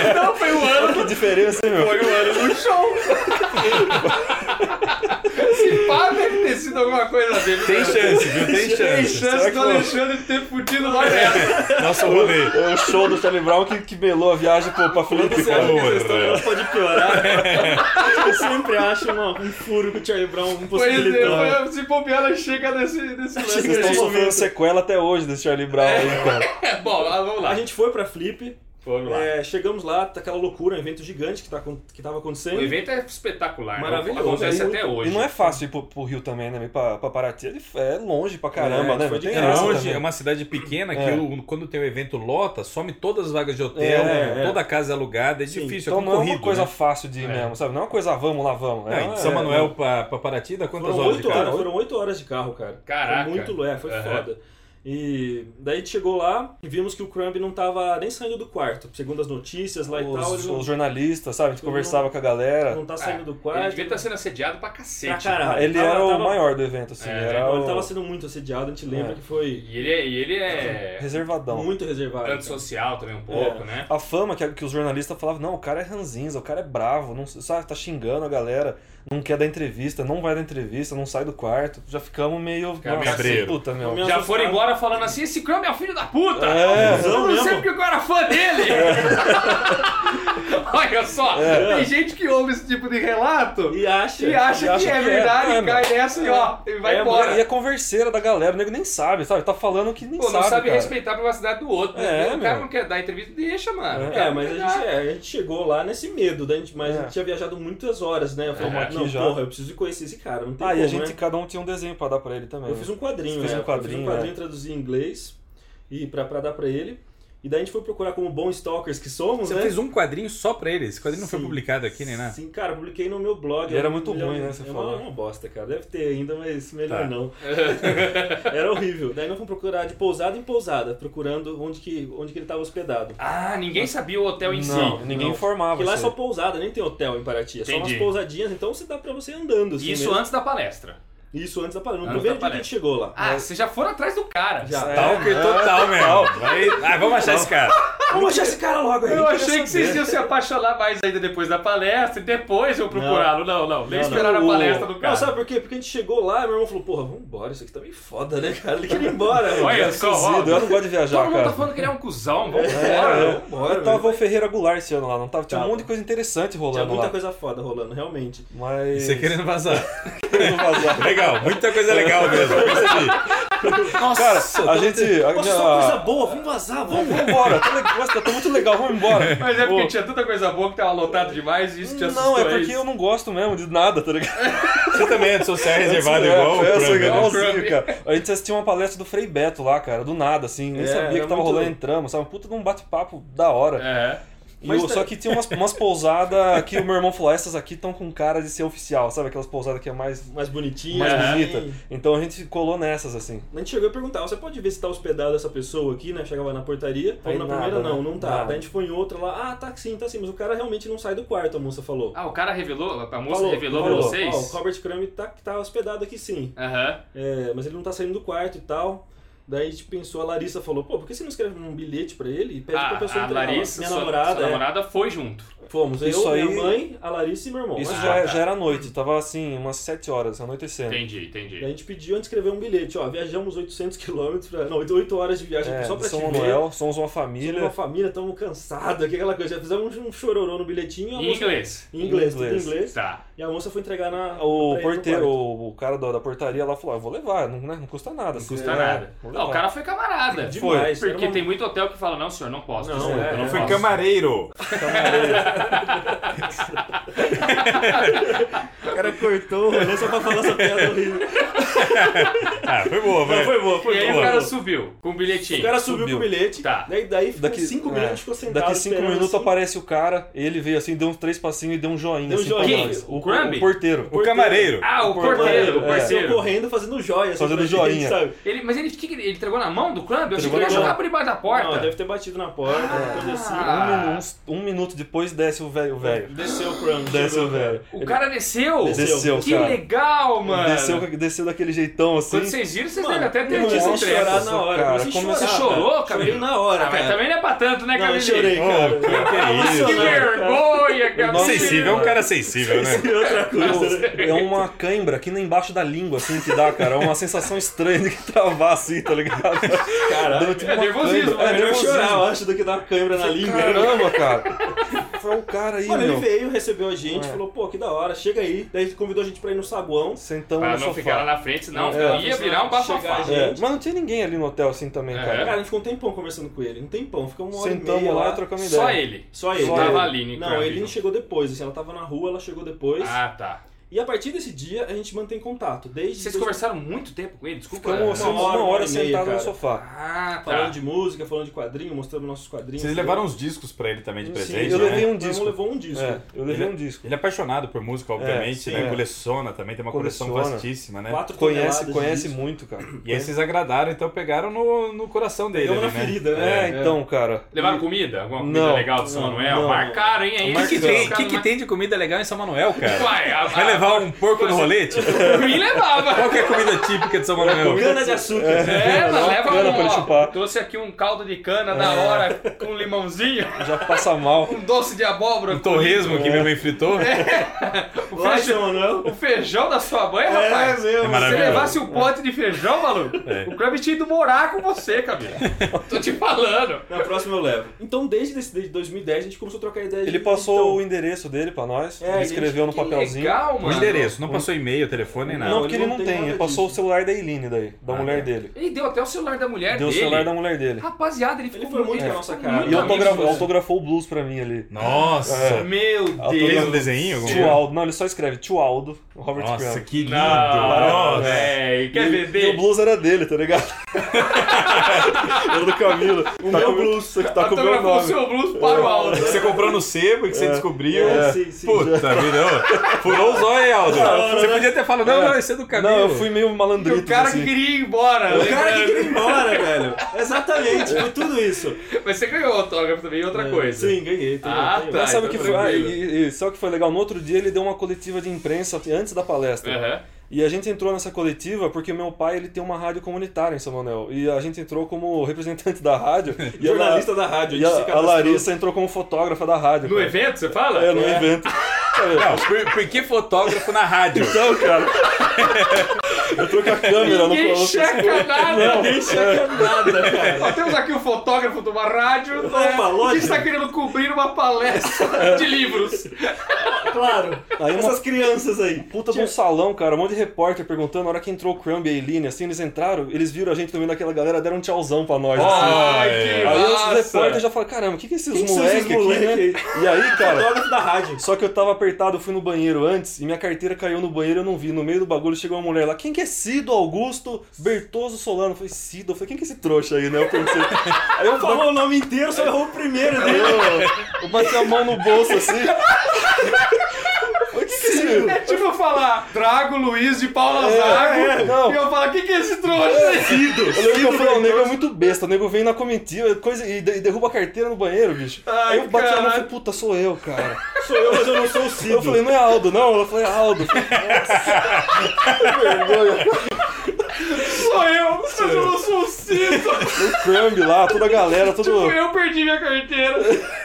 S1: Não, Então foi o ano
S4: Que diferença, hein, meu?
S1: Foi o ano do show. Se pá, assim, deve ter sido alguma coisa dele.
S2: Tem chance, viu? Tem
S1: Tem
S2: chance.
S1: chance do Alexandre ter fudido lá dentro.
S2: Nossa, eu rolei.
S4: É o show do Charlie Brown que, que melou a viagem pro, pra Felipe.
S3: Você acha que
S2: Porra.
S3: essa história pode piorar? Eu sempre acho uma- um furo que o Charlie Brown um
S1: Pois é,
S3: impossibilitou.
S1: foi- se bobear, ela chega nesse, nesse lance.
S4: Vocês estão
S1: aí.
S4: sofrendo sequela até hoje desse Charlie Brown aí, cara.
S1: É, bom, ah, vamos lá.
S3: A gente foi pra Flip,
S1: Vamos lá.
S3: é, chegamos lá, tá aquela loucura, um evento gigante que, tá, acon- que tava
S1: O
S3: acontecendo.
S1: evento é espetacular. né?
S3: Maravilhoso,
S1: Acontece
S3: é muito-
S1: até hoje.
S4: E não é fácil ir pro, pro Rio também, né? Ir pra, pra Paraty é- é longe pra caramba,
S3: É,
S4: né?
S3: foi de
S4: Tem
S2: É
S3: graça
S4: essa
S2: longe,
S4: também.
S2: é uma cidade pequena que
S4: É.
S2: o- quando tem o evento lota, some todas as vagas de hotel,
S4: É,
S3: é.
S2: toda a casa é alugada, é
S3: Sim,
S2: difícil,
S4: Então
S2: é
S4: não é uma
S2: concorrido.
S4: coisa
S2: né?
S4: fácil de ir
S1: É.
S4: mesmo, sabe? Não é uma coisa, ah, vamos lá, vamos.
S2: É,
S4: Ah,
S2: de São
S4: é,
S2: Manuel pra, pra Paraty dá quantas
S3: Foram
S2: horas de
S3: oito horas,
S2: carro?
S3: foram oito horas de carro, cara.
S1: Caraca.
S3: Foi muito, é, foi
S1: Aham.
S3: foda. E daí a gente chegou lá e vimos que o Crumb não tava nem saindo do quarto. Segundo as notícias lá e tal,
S4: Os,
S3: ele não,
S4: os jornalistas, sabe? A gente
S3: Ele não-
S4: conversava com a galera.
S3: não tá saindo do
S1: Ele
S3: quarto.
S1: devia estar sendo assediado pra
S3: Pra
S1: cacete.
S3: caralho.
S4: Ele
S3: Tava-
S4: era o
S3: tava-
S4: maior do evento, assim.
S1: É,
S4: era
S3: Não,
S4: o
S3: Então, ele tava sendo muito assediado, a gente lembra
S4: É. Então.
S3: que foi
S1: E ele é, e ele é
S4: reservadão.
S3: muito reservado. então. cara.
S1: antissocial também um pouco, né?
S4: A fama que, que os jornalistas falavam, não, o cara é ranzinza, o cara é bravo, não, sabe, tá xingando a galera, não quer dar entrevista, não vai dar entrevista, não sai do quarto. Já ficamos meio...
S1: Fica meio
S4: nossa,
S2: cabreiro.
S4: puta, meu.
S3: Comeu-
S1: Já foram embora falando assim, esse Crumb é o filho da puta!
S4: É,
S1: eu não
S3: mesmo.
S1: sei porque eu era fã dele! Olha só, tem gente que ouve esse tipo de relato
S3: E acha.
S1: e acha,
S4: e acha
S1: que, é
S4: que é,
S1: verdade,
S4: é,
S1: e cai nessa e ó, e vai
S4: É,
S1: embora.
S4: E a converseira da galera, o nego nem sabe, sabe? Tá falando que nem
S1: Pô, não
S4: sabe,
S1: sabe,
S4: cara.
S1: respeitar a privacidade do outro. né?
S4: É,
S1: o cara
S4: meu.
S1: não quer dar entrevista, deixa, mano.
S3: É, mas a gente, é, a gente chegou lá nesse medo, da gente, mas
S4: É.
S3: a gente tinha viajado muitas horas, né? Eu falei,
S1: É.
S3: não,
S4: Aqui já.
S3: porra, eu preciso conhecer esse cara, não tem
S4: Ah,
S3: como,
S4: e a gente,
S3: né?
S4: cada um tinha um desenho pra dar pra ele também.
S3: Eu fiz um quadrinho,
S4: Fez
S3: né?
S4: um
S3: eu fiz
S4: quadrinho,
S3: um quadrinho traduzi em inglês e pra, pra dar pra ele. E daí a gente foi procurar como bons stalkers que somos,
S2: Você
S3: né?
S2: fez um quadrinho só pra ele, esse quadrinho não foi
S3: Sim.
S2: publicado aqui nem né? nada.
S3: Sim, cara, eu publiquei no meu blog.
S4: E era
S3: Eu-
S4: muito
S3: eu-
S4: ruim, né, você
S3: é
S4: falou.
S3: Uma, uma bosta, cara. Deve ter ainda, mas melhor
S2: Tá.
S3: não. era horrível. Daí nós fomos procurar de pousada em pousada, procurando onde que, onde que ele tava hospedado.
S1: Ah, ninguém sabia o hotel em
S4: Não,
S1: si.
S4: ninguém
S3: não.
S4: informava.
S3: Porque lá é
S4: isso
S3: só
S4: aí.
S3: pousada, nem tem hotel em Paraty. É só umas
S1: Entendi.
S3: pousadinhas, então você dá pra você ir andando. Assim,
S1: Isso
S3: mesmo.
S1: antes da palestra.
S3: Isso antes da parada. No
S1: Antes
S3: primeiro
S1: da
S3: dia que
S1: palestra.
S3: a gente chegou lá.
S1: Ah, vocês já foram atrás do cara.
S3: Já.
S4: É,
S2: Talker
S4: né?
S2: total mesmo. Vai- Ah, vamos achar esse cara.
S3: Vamos achar esse cara logo aí.
S1: Eu
S4: quero
S1: achei que vocês
S4: saber.
S1: iam se apaixonar mais ainda depois da palestra e depois eu procurá-lo. Não, não. Nem esperaram a
S4: O-
S1: palestra do
S3: Não,
S1: cara.
S3: sabe por quê? Porque a gente chegou lá e meu irmão falou, porra, vambora, isso aqui tá meio foda, né, cara? Ele queria ir embora. mano.
S1: Olha só, ó,
S4: Cozido, Eu não gosto de viajar,
S1: Todo mundo
S4: cara.
S1: tá falando que ele é um cuzão, vamos
S4: É,
S1: embora.
S3: Vambora,
S4: Eu tava o Ferreira Goulart esse ano lá, não tava? Tinha um
S3: Tava.
S4: monte de coisa interessante
S3: Tinha
S4: rolando
S3: muita
S4: lá.
S3: coisa foda rolando, realmente.
S4: Mas.
S2: Você querendo vazar.
S4: querendo vazar.
S2: Legal, muita coisa legal mesmo.
S1: Nossa,
S4: Cara, a gente. A,
S3: Nossa,
S4: minha,
S3: só coisa boa, vamos vazar, vamos.
S4: Vamos embora, tá, le- nossa, tá muito legal, vamos embora.
S1: Mas é porque
S4: Ô,
S1: tinha tanta coisa boa que tava lotado demais e isso te assustou.
S4: Não, é
S1: aí.
S4: porque eu não gosto mesmo de nada, tá ligado?
S2: Você também é social reservado
S4: É,
S2: igual o
S4: eu sou
S2: Crumb, né?
S4: igualzinho,
S1: O Crumb.
S4: cara. A gente assistiu uma palestra do Frei Beto lá, cara, do nada, assim. Nem
S3: É,
S4: sabia
S3: era
S4: que tava
S3: muito-
S4: rolando, entramos, sabe? Puta de um bate-papo da hora.
S1: É.
S4: E
S3: Mas
S4: o-
S3: tá-
S4: Só que tinha umas, umas pousadas que o meu irmão falou: "Ah, essas aqui estão com cara de ser oficial, sabe? Aquelas pousadas que é mais,
S3: Mais bonitinho.
S4: mais
S1: É.
S4: bonita. Então a gente colou nessas, assim.
S3: A gente chegou e perguntava, você pode ver se tá hospedado essa pessoa aqui, né? Chegava na portaria. Aí
S4: Aí
S3: na
S4: nada,
S3: primeira,
S4: né?
S3: não, não tá.
S4: Nada.
S3: Daí a gente foi em outra lá, ah, tá sim, tá sim. Mas o cara realmente não sai do quarto, a moça falou.
S1: Ah, o cara revelou, a moça
S3: Falou,
S1: revelou pra
S3: falou,
S1: vocês?
S3: Ó, o Robert Crumb tá, tá hospedado aqui sim.
S1: Aham.
S3: É, mas ele não tá saindo do quarto e tal. Daí a gente pensou, a Larissa falou, pô, por que você não escreve um bilhete pra ele e pede pra
S1: Ah,
S3: pessoa
S1: a
S3: entregar?
S1: Larissa,
S3: minha
S1: sua,
S3: namorada,
S1: sua
S3: é.
S1: namorada foi junto.
S3: Fomos, eu,
S4: Isso aí-
S3: minha mãe, a Larissa e meu irmão.
S4: Isso
S3: Ah,
S4: já,
S1: tá.
S4: já era noite, tava assim, umas 7 horas, anoitecendo.
S1: Entendi,
S3: Daí a
S1: entendi.
S3: gente pediu antes de escrever um bilhete, ó, viajamos 800 quilômetros, pra- não, 8 horas de viagem
S4: É,
S3: só pra
S4: São
S3: te ver.
S4: Manuel, somos uma
S3: Somos
S4: família.
S3: uma família, estamos cansados, aqui, aquela coisa. Já fizemos um chororô no bilhetinho. a
S1: Em
S3: moça-
S1: inglês.
S3: Em inglês, tudo em
S4: Inglês.
S3: inglês.
S1: Tá.
S3: E a moça foi entregar na.
S4: O
S3: pra ele no
S4: porteiro,
S3: quarto.
S4: o, o cara da, da portaria lá falou: ah, eu vou levar, não, né, não custa nada.
S1: Não
S4: assim,
S1: custa
S4: é,
S1: nada.
S4: vou
S1: Não, o
S4: levar.
S1: cara foi camarada.
S3: É Demais,
S1: Foi, Porque
S3: era uma-
S1: tem muito hotel que fala, não, senhor, não posso.
S3: Não,
S1: desculpa,
S3: é,
S1: eu
S3: é.
S1: não
S5: Foi
S1: posso.
S5: camareiro.
S3: O cara cortou o rolê só pra falar essa piada horrível.
S2: Ah, foi boa,
S3: Não,
S2: velho.
S3: foi boa, foi
S1: E aí
S3: boa.
S1: o cara subiu com um bilhetinho.
S3: O cara subiu,
S4: subiu.
S3: com o bilhete.
S1: Tá.
S3: Daí, daí ficou
S4: Daqui
S3: 5
S4: é,
S3: minutos, ficou sentado.
S4: Daqui 5
S3: esperando,
S4: minutos
S3: assim.
S4: aparece o cara, ele veio assim, deu uns três passinhos e deu um joinha.
S3: Deu um
S4: assim,
S3: joinha.
S4: pra nós.
S1: O
S4: O,
S1: Crumb?
S4: o porteiro.
S2: O camareiro.
S1: Ah, o
S4: O porteiro,
S1: porteiro, o
S4: é.
S3: Saiu
S1: parceiro.
S3: correndo fazendo joia. assim,
S4: Fazendo
S3: pra gente,
S4: joinha.
S3: sabe?
S1: Ele, mas ele, que que ele, ele entregou na mão do clube? Eu achei que
S4: Entregou
S1: ele ia
S4: na
S1: jogar
S4: mão.
S1: por debaixo da
S3: Não,
S1: porta.
S3: deve ter batido na porta, alguma coisa assim.
S1: Ah.
S4: Um, uns- um minuto depois desce o velho. o velho.
S3: Desceu o Crumb.
S4: Desce
S3: chegou.
S4: o velho.
S1: O cara desceu.
S3: Desceu,
S4: Desceu,
S1: Que
S4: cara.
S1: legal, mano.
S4: Desceu, desceu daquele jeitão assim.
S1: Quando vocês viram, vocês
S3: Mano,
S1: devem até ter
S3: eu
S1: dito
S4: comecei
S1: um
S4: a
S1: treco.
S3: chorar na hora.
S4: cara.
S3: comecei a
S4: Como
S1: Você
S4: você
S3: chorar,
S1: chorou,
S3: cara. Chorei
S1: Camilo?
S3: na hora,
S1: Ah, mas
S3: cara.
S1: também não é pra tanto, né,
S3: Não, eu
S1: Camilo?
S3: chorei, cara.
S1: Que
S3: Emocionante, cara.
S1: vergonha, Camilo.
S4: Nossa,
S2: Sensível, é um cara sensível, né?
S3: E outra coisa, né?
S4: É uma cãibra aqui embaixo da língua, assim, que dá, cara. É uma sensação estranha de que travar assim, tá ligado?
S3: Caralho. né?
S4: Dando tipo
S1: É
S4: uma
S1: nervosismo,
S4: cãibra.
S1: é
S4: É,
S3: Melhor
S4: nervosismo. é
S3: chorar, eu acho, do que dar uma câimbra na língua.
S4: Caramba, cara. Foi um cara aí,
S3: Mano, ele
S4: meu.
S3: veio, recebeu a gente,
S4: É.
S3: falou, pô, que da hora, chega aí. Daí ele convidou a gente pra ir no saguão.
S2: Então
S4: Sentamos
S1: Pra
S4: no
S1: não
S4: sofá.
S1: ficar lá na frente, senão
S4: É.
S1: ia virar um bafafá.
S3: Chegar,
S4: É,
S3: gente.
S4: mas não tinha ninguém ali no hotel assim também,
S1: É.
S4: cara.
S3: Cara, a gente ficou um tempão conversando com ele, um tempão, ficamos uma hora e
S4: Sentamos
S3: meia
S4: lá e trocamos ideia.
S1: Só ele.
S3: Só ele.
S4: Só
S1: Tava
S4: ele.
S1: ali, né,
S3: Não,
S1: cara?
S3: ele chegou depois, assim, ela tava na rua, ela chegou depois.
S1: Ah, tá.
S3: E a partir desse dia, a gente mantém contato. Desde
S1: Vocês
S3: desde-
S1: conversaram muito tempo com ele? Desculpa.
S4: Ficamos assim, uma hora,
S3: né? uma hora e meia,
S4: sentado
S3: cara.
S4: no sofá.
S1: Ah, tá.
S3: Falando de música, falando de quadrinho, mostrando nossos quadrinhos.
S2: Vocês levaram uns discos pra ele também de
S3: Sim,
S2: presente,
S4: eu
S2: né?
S4: levei
S3: Todo
S4: um
S3: mundo
S4: disco.
S3: levou um disco.
S4: É, eu levei um disco.
S2: Ele é apaixonado por música, obviamente,
S4: sim,
S2: né?
S4: é.
S2: Coleciona também, tem uma coleção
S4: Coleciona.
S2: vastíssima, né?
S3: Quatro
S4: Conhece,
S3: toneladas
S4: conhece
S3: de disco.
S4: muito, cara.
S2: E aí vocês agradaram, então pegaram no, no coração dele,
S3: Deu
S2: ali,
S3: uma
S2: né?
S3: ferida, né?
S4: É, então, cara.
S1: Levaram comida? Alguma comida
S4: Não,
S1: legal do São
S4: não,
S1: Manuel?
S4: não.
S1: Marcaram, hein? É
S2: O
S1: isso
S2: que, que, tem,
S1: os
S2: que, que
S1: caras
S2: tem de comida legal em São Manuel,
S1: mar-
S2: cara?
S1: Ué, a-
S2: Vai levar um porco no rolete?
S1: a- Por mim levava.
S2: Qual que é a comida típica de São Manuel?
S3: Cana de açúcar.
S1: É, ela
S4: Leva uma
S1: leva
S4: cana
S1: um,
S4: pra ele
S1: ó,
S4: chupar.
S1: Trouxe aqui um caldo de cana na
S2: É.
S1: hora com um limãozinho,
S4: Já passa mal.
S1: um doce de abóbora,
S2: O torresmo que minha mãe fritou?
S4: É,
S1: o,
S3: Lá em
S1: feijão,
S3: São Manuel.
S1: o feijão da sua mãe, rapaz.
S3: meu.
S2: É
S1: Se você
S2: maravilhoso. É.
S1: levasse um pote de feijão, maluco, o Clube tinha ido morar com você, Camila. Tô te falando.
S3: Na próxima eu levo. Então, desde, esse- desde 2010, a gente começou a trocar ideia.
S4: Ele passou o endereço dele pra nós.
S3: Então. É,
S4: ele
S3: gente,
S4: escreveu no
S1: Que
S4: papelzinho.
S1: legal,
S2: O
S1: mano.
S2: endereço, não passou e-mail, telefone, nem
S4: Não,
S2: nada.
S4: porque
S3: né? ele
S4: ele
S3: não
S4: não
S3: tem
S4: tem.
S3: nada
S4: Ele passou o
S3: disso. é.
S4: celular da Eline daí, da
S2: Ah,
S4: mulher
S2: tá.
S4: dele.
S1: Ele deu até o celular da mulher
S4: Deu o
S1: dele.
S4: celular da mulher dele.
S1: Rapaziada, ele ficou
S3: foi muito
S1: ele
S3: na nossa
S1: ficou
S3: cara.
S1: muito
S4: E
S3: É Ah,
S4: autografou,
S1: amigo.
S4: autografou o blues pra mim ali.
S2: Nossa!
S1: Meu
S2: Fez um
S1: Deus.
S2: desenho? alguma
S4: É. Tio
S2: coisa?
S4: Aldo. Não, ele só escreve Tio Aldo, Robert
S2: Nossa,
S4: Crumb.
S2: que lindo!
S1: Não,
S2: Nossa.
S1: velho. Quer
S4: E o
S1: beber?
S4: blues era dele, tá ligado? era do Camilo. O tá
S3: meu
S4: com-
S3: blues.
S4: Tá, tá com o meu
S1: Autografou o
S4: nome.
S1: seu blues para o alto.
S2: Que você comprou no sebo e que você descobriu.
S3: É, sim, sim,
S2: Puta vida, ô. furou o zóio, hein, Aldo. você podia ter falado, não, não, esse é do cabelo.
S4: Não, eu fui meio malandrito.
S1: O cara
S4: assim.
S1: que queria ir embora.
S3: O cara que
S1: lembrando.
S3: queria ir embora, velho. Exatamente, foi tudo isso.
S1: Mas você ganhou autógrafo também, e outra coisa.
S3: É, Sim, ganhei. tem-
S1: Ah,
S3: tem-
S1: tá.
S4: Mas sabe o
S1: então
S4: que foi? Ah,
S1: tranquilo.
S4: e, e sabe o que foi legal? No outro dia ele deu uma coletiva de imprensa antes da palestra.
S1: Aham.
S4: E a gente entrou nessa coletiva porque meu pai ele tem uma rádio comunitária em São Manuel. E a gente entrou como representante da rádio. e a La-
S3: Jornalista da rádio.
S4: E
S3: gente se
S4: a, a
S3: cadastrou.
S4: Larissa entrou como fotógrafa da rádio.
S1: No
S4: cara.
S1: evento, você fala?
S4: É, no evento.
S2: Não, por, por que fotógrafo na rádio?
S4: Então, cara. Eu tô com a câmera assim. no
S1: Ninguém
S4: colo.
S1: checa nada.
S3: Ninguém chega nada, cara.
S1: Ó, temos aqui o fotógrafo de uma rádio né,
S3: Opa, lógico.
S1: que está querendo cobrir uma palestra de livros.
S3: Claro.
S4: Aí uma
S3: Essas crianças aí.
S4: puta de um salão, cara. Um monte de repórter perguntando. Na hora que entrou o Crumb e a Eileen, assim, eles entraram, eles viram a gente também daquela galera, deram um tchauzão pra nós. assim.
S1: Ai,
S2: é.
S1: que
S4: Aí os
S1: massa.
S4: repórteres já falaram, caramba, o que, que esses
S3: Quem Ah, que são
S4: moleques
S3: esses
S4: aqui,
S3: moleque
S4: né?
S3: aí?
S4: E aí, cara,
S3: Fotógrafo da rádio.
S4: só que eu tava apertado, eu fui no banheiro antes e minha carteira caiu no banheiro, eu não vi. No meio do bagulho chegou uma mulher lá, quem que é Cido Augusto Bertoso Solano? Eu falei, Cido, eu falei, quem que é esse trouxa aí, né? Eu pensei. Aí eu,
S3: Falou o nome inteiro, só errou o primeiro dele.
S4: eu, eu bati a mão no bolso assim. Falei, "Que que é esse-
S1: É tipo eu falar Drago Luiz de Paula Zago
S4: é, não.
S1: e eu falo, o que, que é esse trouxa?
S4: Eu lembro que eu falei, o nego é muito besta, o nego vem na comitiva coisa, e de- e derruba a carteira no banheiro, bicho.
S1: Ai,
S4: Aí eu bati a mão e
S1: caralho.
S4: falei, puta, sou eu, cara.
S3: Sou eu, mas eu não sou o Cido.
S4: Eu falei, não é Aldo, não. Ela falou, é Aldo. Eu falei, Nossa, que vergonha. É.
S1: Sou eu, mas eu não sou o Cid.
S4: o Crumb lá, toda a galera, todo.
S1: Tipo, eu perdi minha carteira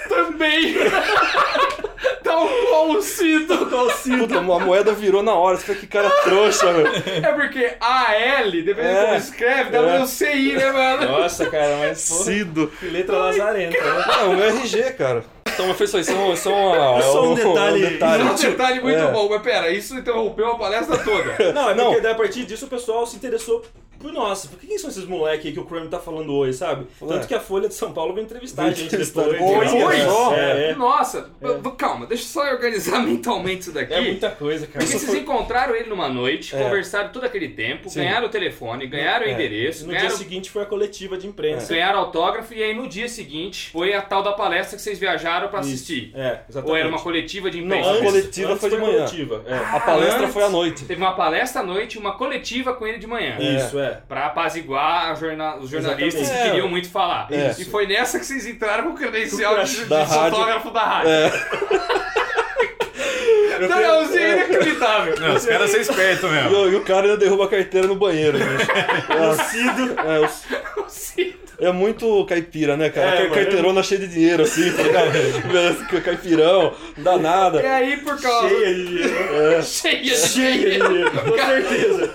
S1: também. Dá um colcido.
S4: Puta, a moeda virou na hora. Você fala, que cara trouxa, meu.
S1: É porque AL, dependendo
S4: É.
S1: de como escreve, dá
S4: É.
S1: pra um CI, né, mano?
S3: Nossa, cara, mas porra,
S4: Cido.
S3: que letra lazarenta, né?
S4: Não, é o RG, cara. Então, mas foi só isso. É só uma-
S3: Só um
S1: Isso
S3: detalhe.
S1: é um
S4: detalhe.
S1: detalhe muito
S4: É.
S1: bom, mas pera, isso interrompeu a palestra toda.
S3: Não, é
S4: Não.
S3: porque daí a partir disso o pessoal se interessou por nós. Por que são esses moleque aí que o Crumb tá falando hoje, sabe? Tanto que a Folha de São Paulo vai entrevistar
S4: Vai
S3: a gente
S4: entrevistar.
S3: depois.
S4: Oi,
S3: né?
S1: oi,
S4: ó.
S3: É, é.
S1: Nossa, calma, deixa eu só organizar mentalmente isso daqui.
S3: É muita coisa, cara.
S1: Porque vocês encontraram ele numa noite,
S4: É.
S1: conversaram todo aquele tempo,
S4: Sim.
S1: ganharam o telefone, ganharam o
S4: É.
S1: endereço,
S3: No dia
S1: ganharam,
S3: seguinte foi a coletiva de imprensa.
S1: ganharam autógrafo e aí no dia seguinte foi a tal da palestra que vocês viajaram pra
S3: Isso.
S1: assistir.
S3: É, exatamente. é
S1: Ou era uma coletiva de
S4: a
S1: imprensa?
S4: Não, coletiva foi de
S3: a
S4: manhã.
S3: coletiva, é.
S4: A palestra
S1: Antes.
S4: foi à noite.
S1: Teve uma palestra à noite e uma coletiva com ele de manhã.
S3: Isso, é.
S1: Pra apaziguar a jorna- os jornalistas
S4: Exatamente.
S1: que
S4: É.
S1: queriam muito falar.
S4: É.
S1: E foi nessa que vocês entraram com o credencial de,
S4: Da
S1: de
S4: rádio.
S1: fotógrafo da rádio.
S4: Eu
S1: Não,
S4: tenho-
S1: é um zinho inacreditável.
S2: Não, os caras são espertos
S4: E,
S2: mesmo.
S4: o- e o cara ainda derruba a carteira no banheiro, bicho. É, é, os-
S1: Sim.
S4: É muito caipira, né, cara?
S3: É,
S4: Car-
S3: mano.
S4: Carteirona cheia de dinheiro, assim, tá ligado? Caipirão, não dá
S1: E
S3: É.
S4: nada.
S1: aí, por causa.
S3: Cheia de dinheiro.
S1: Cheia.
S3: Cheia de dinheiro, com certeza.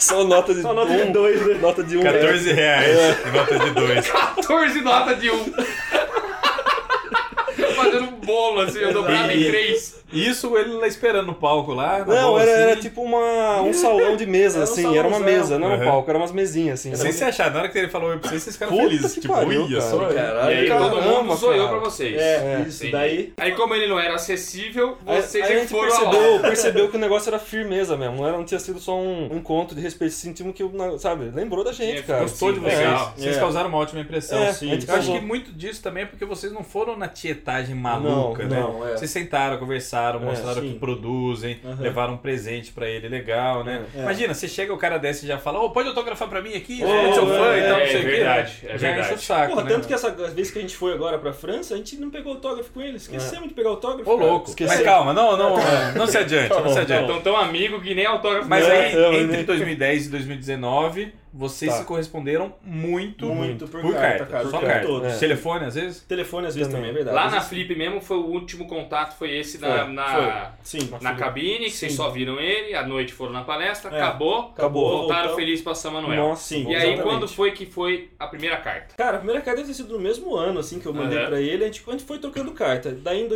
S4: Só nota de
S3: Só nota de
S4: um,
S3: dois, né?
S4: nota de um.
S2: 14 reais
S4: É.
S2: e nota de 2.
S1: 14 notas de um. Fazendo um bolo assim, eu dobrava em
S2: E-
S1: três.
S2: Isso ele lá esperando no palco lá. na
S4: Não,
S2: boa,
S4: era, era
S2: assim.
S4: tipo uma, um salão de mesa,
S3: Era um
S4: assim. Era uma
S3: salãozão.
S4: mesa, não era um
S2: Uhum.
S4: palco, era umas mesinhas, assim.
S2: Sem se achar, na hora que ele falou oi pra vocês, vocês ficaram
S4: Puta
S2: felizes.
S4: que
S2: Tipo,
S4: pariu,
S2: oi,
S4: cara.
S2: só.
S1: E aí
S4: Caramba,
S1: todo mundo zoiou
S4: cara.
S1: pra vocês.
S3: É,
S4: É,
S3: isso.
S1: sim.
S3: Daí
S1: Aí como ele não era acessível,
S4: Aí,
S1: vocês
S4: aí a
S1: é que
S4: gente
S1: foram ao
S4: percebeu,
S1: alto.
S4: percebeu que o negócio era firmeza mesmo, não, era, não tinha sido só um encontro de respeito íntimo que, na- sabe, lembrou da gente,
S1: É,
S4: cara.
S2: Gostou de
S1: Sim,
S2: vocês.
S1: legal.
S2: Vocês
S3: É.
S2: causaram uma ótima impressão.
S4: É,
S3: sim.
S4: a gente
S2: Eu acho
S4: causou.
S2: que muito disso também é porque vocês não foram na tietagem maluca,
S4: Não,
S2: né?
S3: não, é.
S2: Vocês sentaram, conversaram, mostraram o
S3: sim.
S2: que produzem,
S3: Aham.
S2: levaram um presente pra ele legal, né?
S3: É.
S2: Imagina, você chega, o cara desce e já fala, ô, pode autografar pra mim aqui?
S3: Ô,
S2: Sou seu fã
S3: é,
S2: e tal, não
S1: é
S2: sei o quê.
S1: verdade, é
S2: já
S1: verdade.
S2: enche o saco,
S3: Porra,
S2: né?
S3: tanto que essa vez que a gente foi agora pra França, a gente não pegou autógrafo com ele. Esquecemos
S1: É.
S3: de pegar autógrafo.
S2: Ô,
S3: cara.
S2: louco.
S4: Esqueceu.
S2: Mas calma, não, não, não, se adiante, não se adiante.
S1: Então tão amigo que nem autógrafo.
S2: Mas
S3: É,
S2: é
S1: deu.
S2: aí,
S4: eu
S2: entre
S4: nem-
S2: 2010 e 2019, vocês
S4: Tá.
S2: se corresponderam muito,
S3: Muito por
S2: por
S3: carta,
S2: carta.
S3: cara,
S2: só
S3: por
S2: carta.
S3: todos.
S2: É. Telefone, às vezes?
S3: Telefone às vezes também,
S4: Também.
S3: é verdade.
S1: Lá
S3: Às
S1: na
S3: vezes-
S1: Flip mesmo foi o último contato, foi esse na,
S4: Foi,
S1: na,
S3: Sim.
S1: na cabine, que vocês
S3: Sim.
S1: só viram ele, à noite foram na palestra,
S3: É.
S1: acabou,
S3: Acabou,
S1: voltaram
S3: voltamos.
S1: felizes pra São Manuel.
S4: Nossa,
S3: Sim,
S1: e aí,
S3: exatamente.
S1: quando foi que foi a primeira carta?
S3: Cara, a primeira carta deve ter sido no mesmo ano, assim, que eu mandei
S1: Aham.
S3: pra ele. A gente, a gente foi trocando carta. Daí, em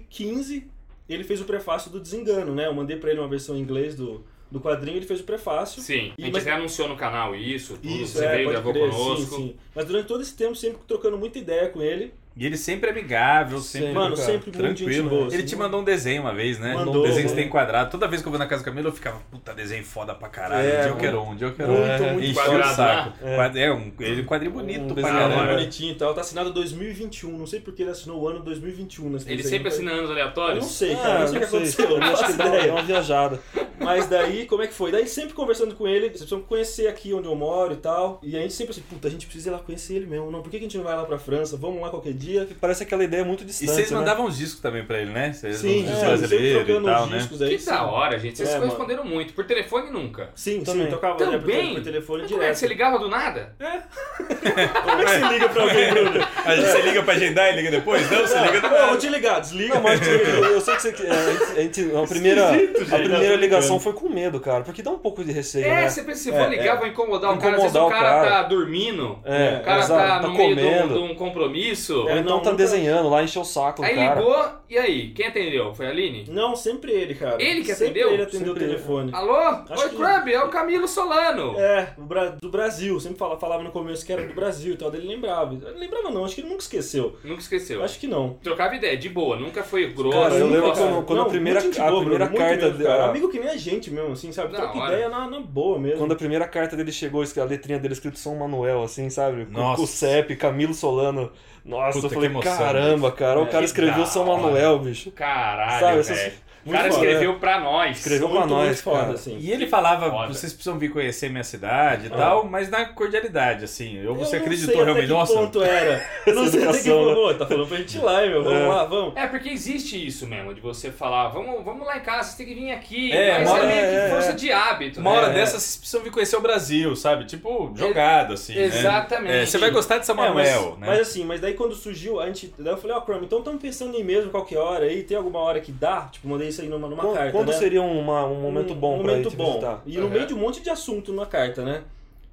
S3: 2015, ele fez o prefácio do Desengano, né? Eu mandei pra ele uma versão em inglês do, do quadrinho, ele fez o prefácio.
S1: Sim, a
S3: E-
S1: gente
S3: mas-
S1: até anunciou no canal isso, tudo,
S3: Isso,
S1: você
S3: é,
S1: veio,
S3: pode
S1: gravou
S3: crer,
S1: conosco.
S3: sim, sim. Mas durante todo esse tempo, sempre trocando muita ideia com ele.
S2: E ele sempre é amigável, sempre.
S4: Sempre,
S3: Mano,
S4: cara.
S3: sempre muito gente
S2: Tranquilo.
S3: boa.
S2: ele
S3: assim.
S2: te mandou um desenho uma vez, né?
S3: Mandou,
S2: um desenho que você
S3: né?
S2: tem quadrado. Toda vez que eu vou na casa da Camila, eu ficava, puta, desenho foda pra caralho.
S4: É,
S2: um dia eu quero um, um dia eu quero um.
S4: Muito,
S2: É,
S4: muito
S2: Encheu
S1: quadrado,
S2: o
S3: né?
S2: saco. Quadro- É, um, ele é um quadrinho bonito
S4: Um
S2: pra
S4: desenho,
S3: Ah,
S2: caralho.
S3: mano,
S4: né?
S3: bonitinho e tal. Tá assinado 2021. Não sei porque ele assinou o ano 2021. nessa
S1: Ele
S3: coisa aí,
S1: sempre
S3: um, né, não
S1: assina
S3: foi-
S1: anos
S3: Eu
S1: aleatórios?
S3: não sei, cara.
S4: Ah,
S3: não sei o que aconteceu. Eu não
S4: acho que
S3: faço
S4: dá uma, dá
S3: ideia.
S4: uma viajada.
S3: Mas daí, como é que foi? Daí sempre conversando com ele, vocês precisam conhecer aqui onde eu moro e tal. E a gente sempre assim, puta, a gente precisa ir lá conhecer ele mesmo. Não, por que que a gente não vai lá pra França? Vamos lá qualquer dia.
S4: Parece aquela ideia muito
S2: E
S4: distante,
S2: vocês
S4: né?
S2: mandavam os discos também pra ele, né? Vocês mandavam os
S3: Sim, é,
S2: discos
S3: sempre
S2: brasileiros e
S3: trocando
S2: tal,
S3: os
S2: né?
S3: discos aí.
S1: Que da hora, gente. Vocês
S3: É,
S1: se
S3: mano.
S1: corresponderam muito. Por telefone, nunca.
S3: Sim, sim,
S4: Também.
S3: tocava né, por
S1: Também?
S3: telefone- por telefone
S1: Como é que
S3: direto.
S1: você ligava do nada?
S3: Como é que você liga pra alguém, Bruno?
S2: A gente, você liga pra agendar e liga depois? Não, você liga
S3: Não, vou te ligar, desliga.
S4: Não, mas eu, eu sei que você. que- é, A, gente- a gente- a primeira,
S2: tá
S4: a primeira ligação foi com medo, cara, porque dá um pouco de receio,
S1: É,
S4: né?
S1: você pensa, se for ligar, vou incomodar o cara. Às vezes
S4: Incomodar
S1: o
S4: o
S1: cara,
S4: cara.
S1: tá dormindo,
S4: É,
S1: o cara
S4: exato,
S1: tá
S4: tá
S1: no meio de um- de
S4: comendo.
S1: um, compromisso.
S4: Ou
S3: É,
S4: então
S3: não,
S4: tá
S3: nunca-
S4: desenhando lá, encheu o saco do
S1: Aí
S4: cara.
S1: ligou, e aí? Quem atendeu? Foi a Aline?
S3: Não, sempre ele, cara.
S1: Ele que
S3: sempre
S1: atendeu?
S3: ele atendeu
S4: Sempre
S3: o
S4: ele.
S3: telefone.
S1: Alô?
S3: Hum. Acho
S1: Oi,
S3: que-
S1: Crumb, é o Camilo Solano.
S3: É, do Bra- do Brasil. Sempre fala- falava no começo que era do Brasil e tal. daí Ele lembrava. Ele lembrava não, acho que ele nunca esqueceu.
S1: Nunca esqueceu.
S3: Eu acho que não.
S1: Trocava ideia, de boa. Nunca foi grosso.
S4: Cara, eu
S1: nunca-
S4: lembro
S3: Cara,
S4: quando- quando a primeira-
S3: muito gente
S4: a
S3: boa,
S4: primeira
S3: Bruno, muito
S4: carta
S3: mesmo,
S4: de-
S3: cara.
S4: a-
S3: Amigo que nem a gente mesmo, assim, sabe?
S1: Da
S3: Troca
S1: hora.
S3: ideia na, na boa mesmo.
S4: Quando a primeira carta dele chegou, a letrinha dele escrito São Manuel, assim, sabe? Com-
S2: Nossa.
S4: Com o CEP, Camilo Solano. Nossa,
S2: Puta,
S4: eu falei,
S2: que emoção,
S4: caramba, cara, o
S3: É,
S4: cara
S1: que
S4: escreveu
S1: da
S4: São
S1: hora.
S4: Manuel, bicho.
S1: Caralho,
S4: Sabe,
S1: velho.
S4: essas-
S1: O cara
S4: foda.
S1: escreveu pra nós.
S4: Escreveu pra
S3: Muito, muito
S4: nós,
S3: foda,
S4: cara.
S3: assim.
S2: E ele falava,
S1: Foda.
S2: vocês precisam vir conhecer minha cidade e tal, mas na cordialidade, assim. Ou você
S3: Ah. Eu não
S2: acreditou
S3: sei
S2: realmente,
S3: até que
S2: nossa,
S3: ponto era. Eu não sei até que
S4: Educação, né?
S3: ponto. Ô, Tá falando pra gente ir lá, hein, meu. Vamos
S4: É.
S3: lá, vamos.
S1: É, porque existe isso mesmo, de você falar, vamos, vamos lá em casa, você tem que vir aqui.
S2: É,
S1: mas
S2: uma
S1: é
S2: hora-
S1: meio
S4: é,
S1: que força
S4: é.
S1: de hábito,
S2: uma
S1: né?
S2: hora
S1: É.
S2: dessa vocês precisam vir conhecer o Brasil, sabe? Tipo, jogado, assim. né?
S1: Exatamente.
S2: É, você vai gostar de São
S1: um
S3: É, mas,
S2: Manuel, né?
S3: mas assim, mas daí quando surgiu, a gente. Daí eu falei, ó, Chrome, então estamos pensando em ir mesmo qualquer hora aí, tem alguma hora que dá? Tipo, mandei isso aí numa, numa
S4: Quando,
S3: carta.
S4: quando
S3: né?
S4: seria uma- um momento
S3: Um
S4: bom pra
S3: momento
S4: gente
S3: bom.
S4: visitar?
S3: E no
S1: Aham.
S3: meio de um monte de assunto na carta, né?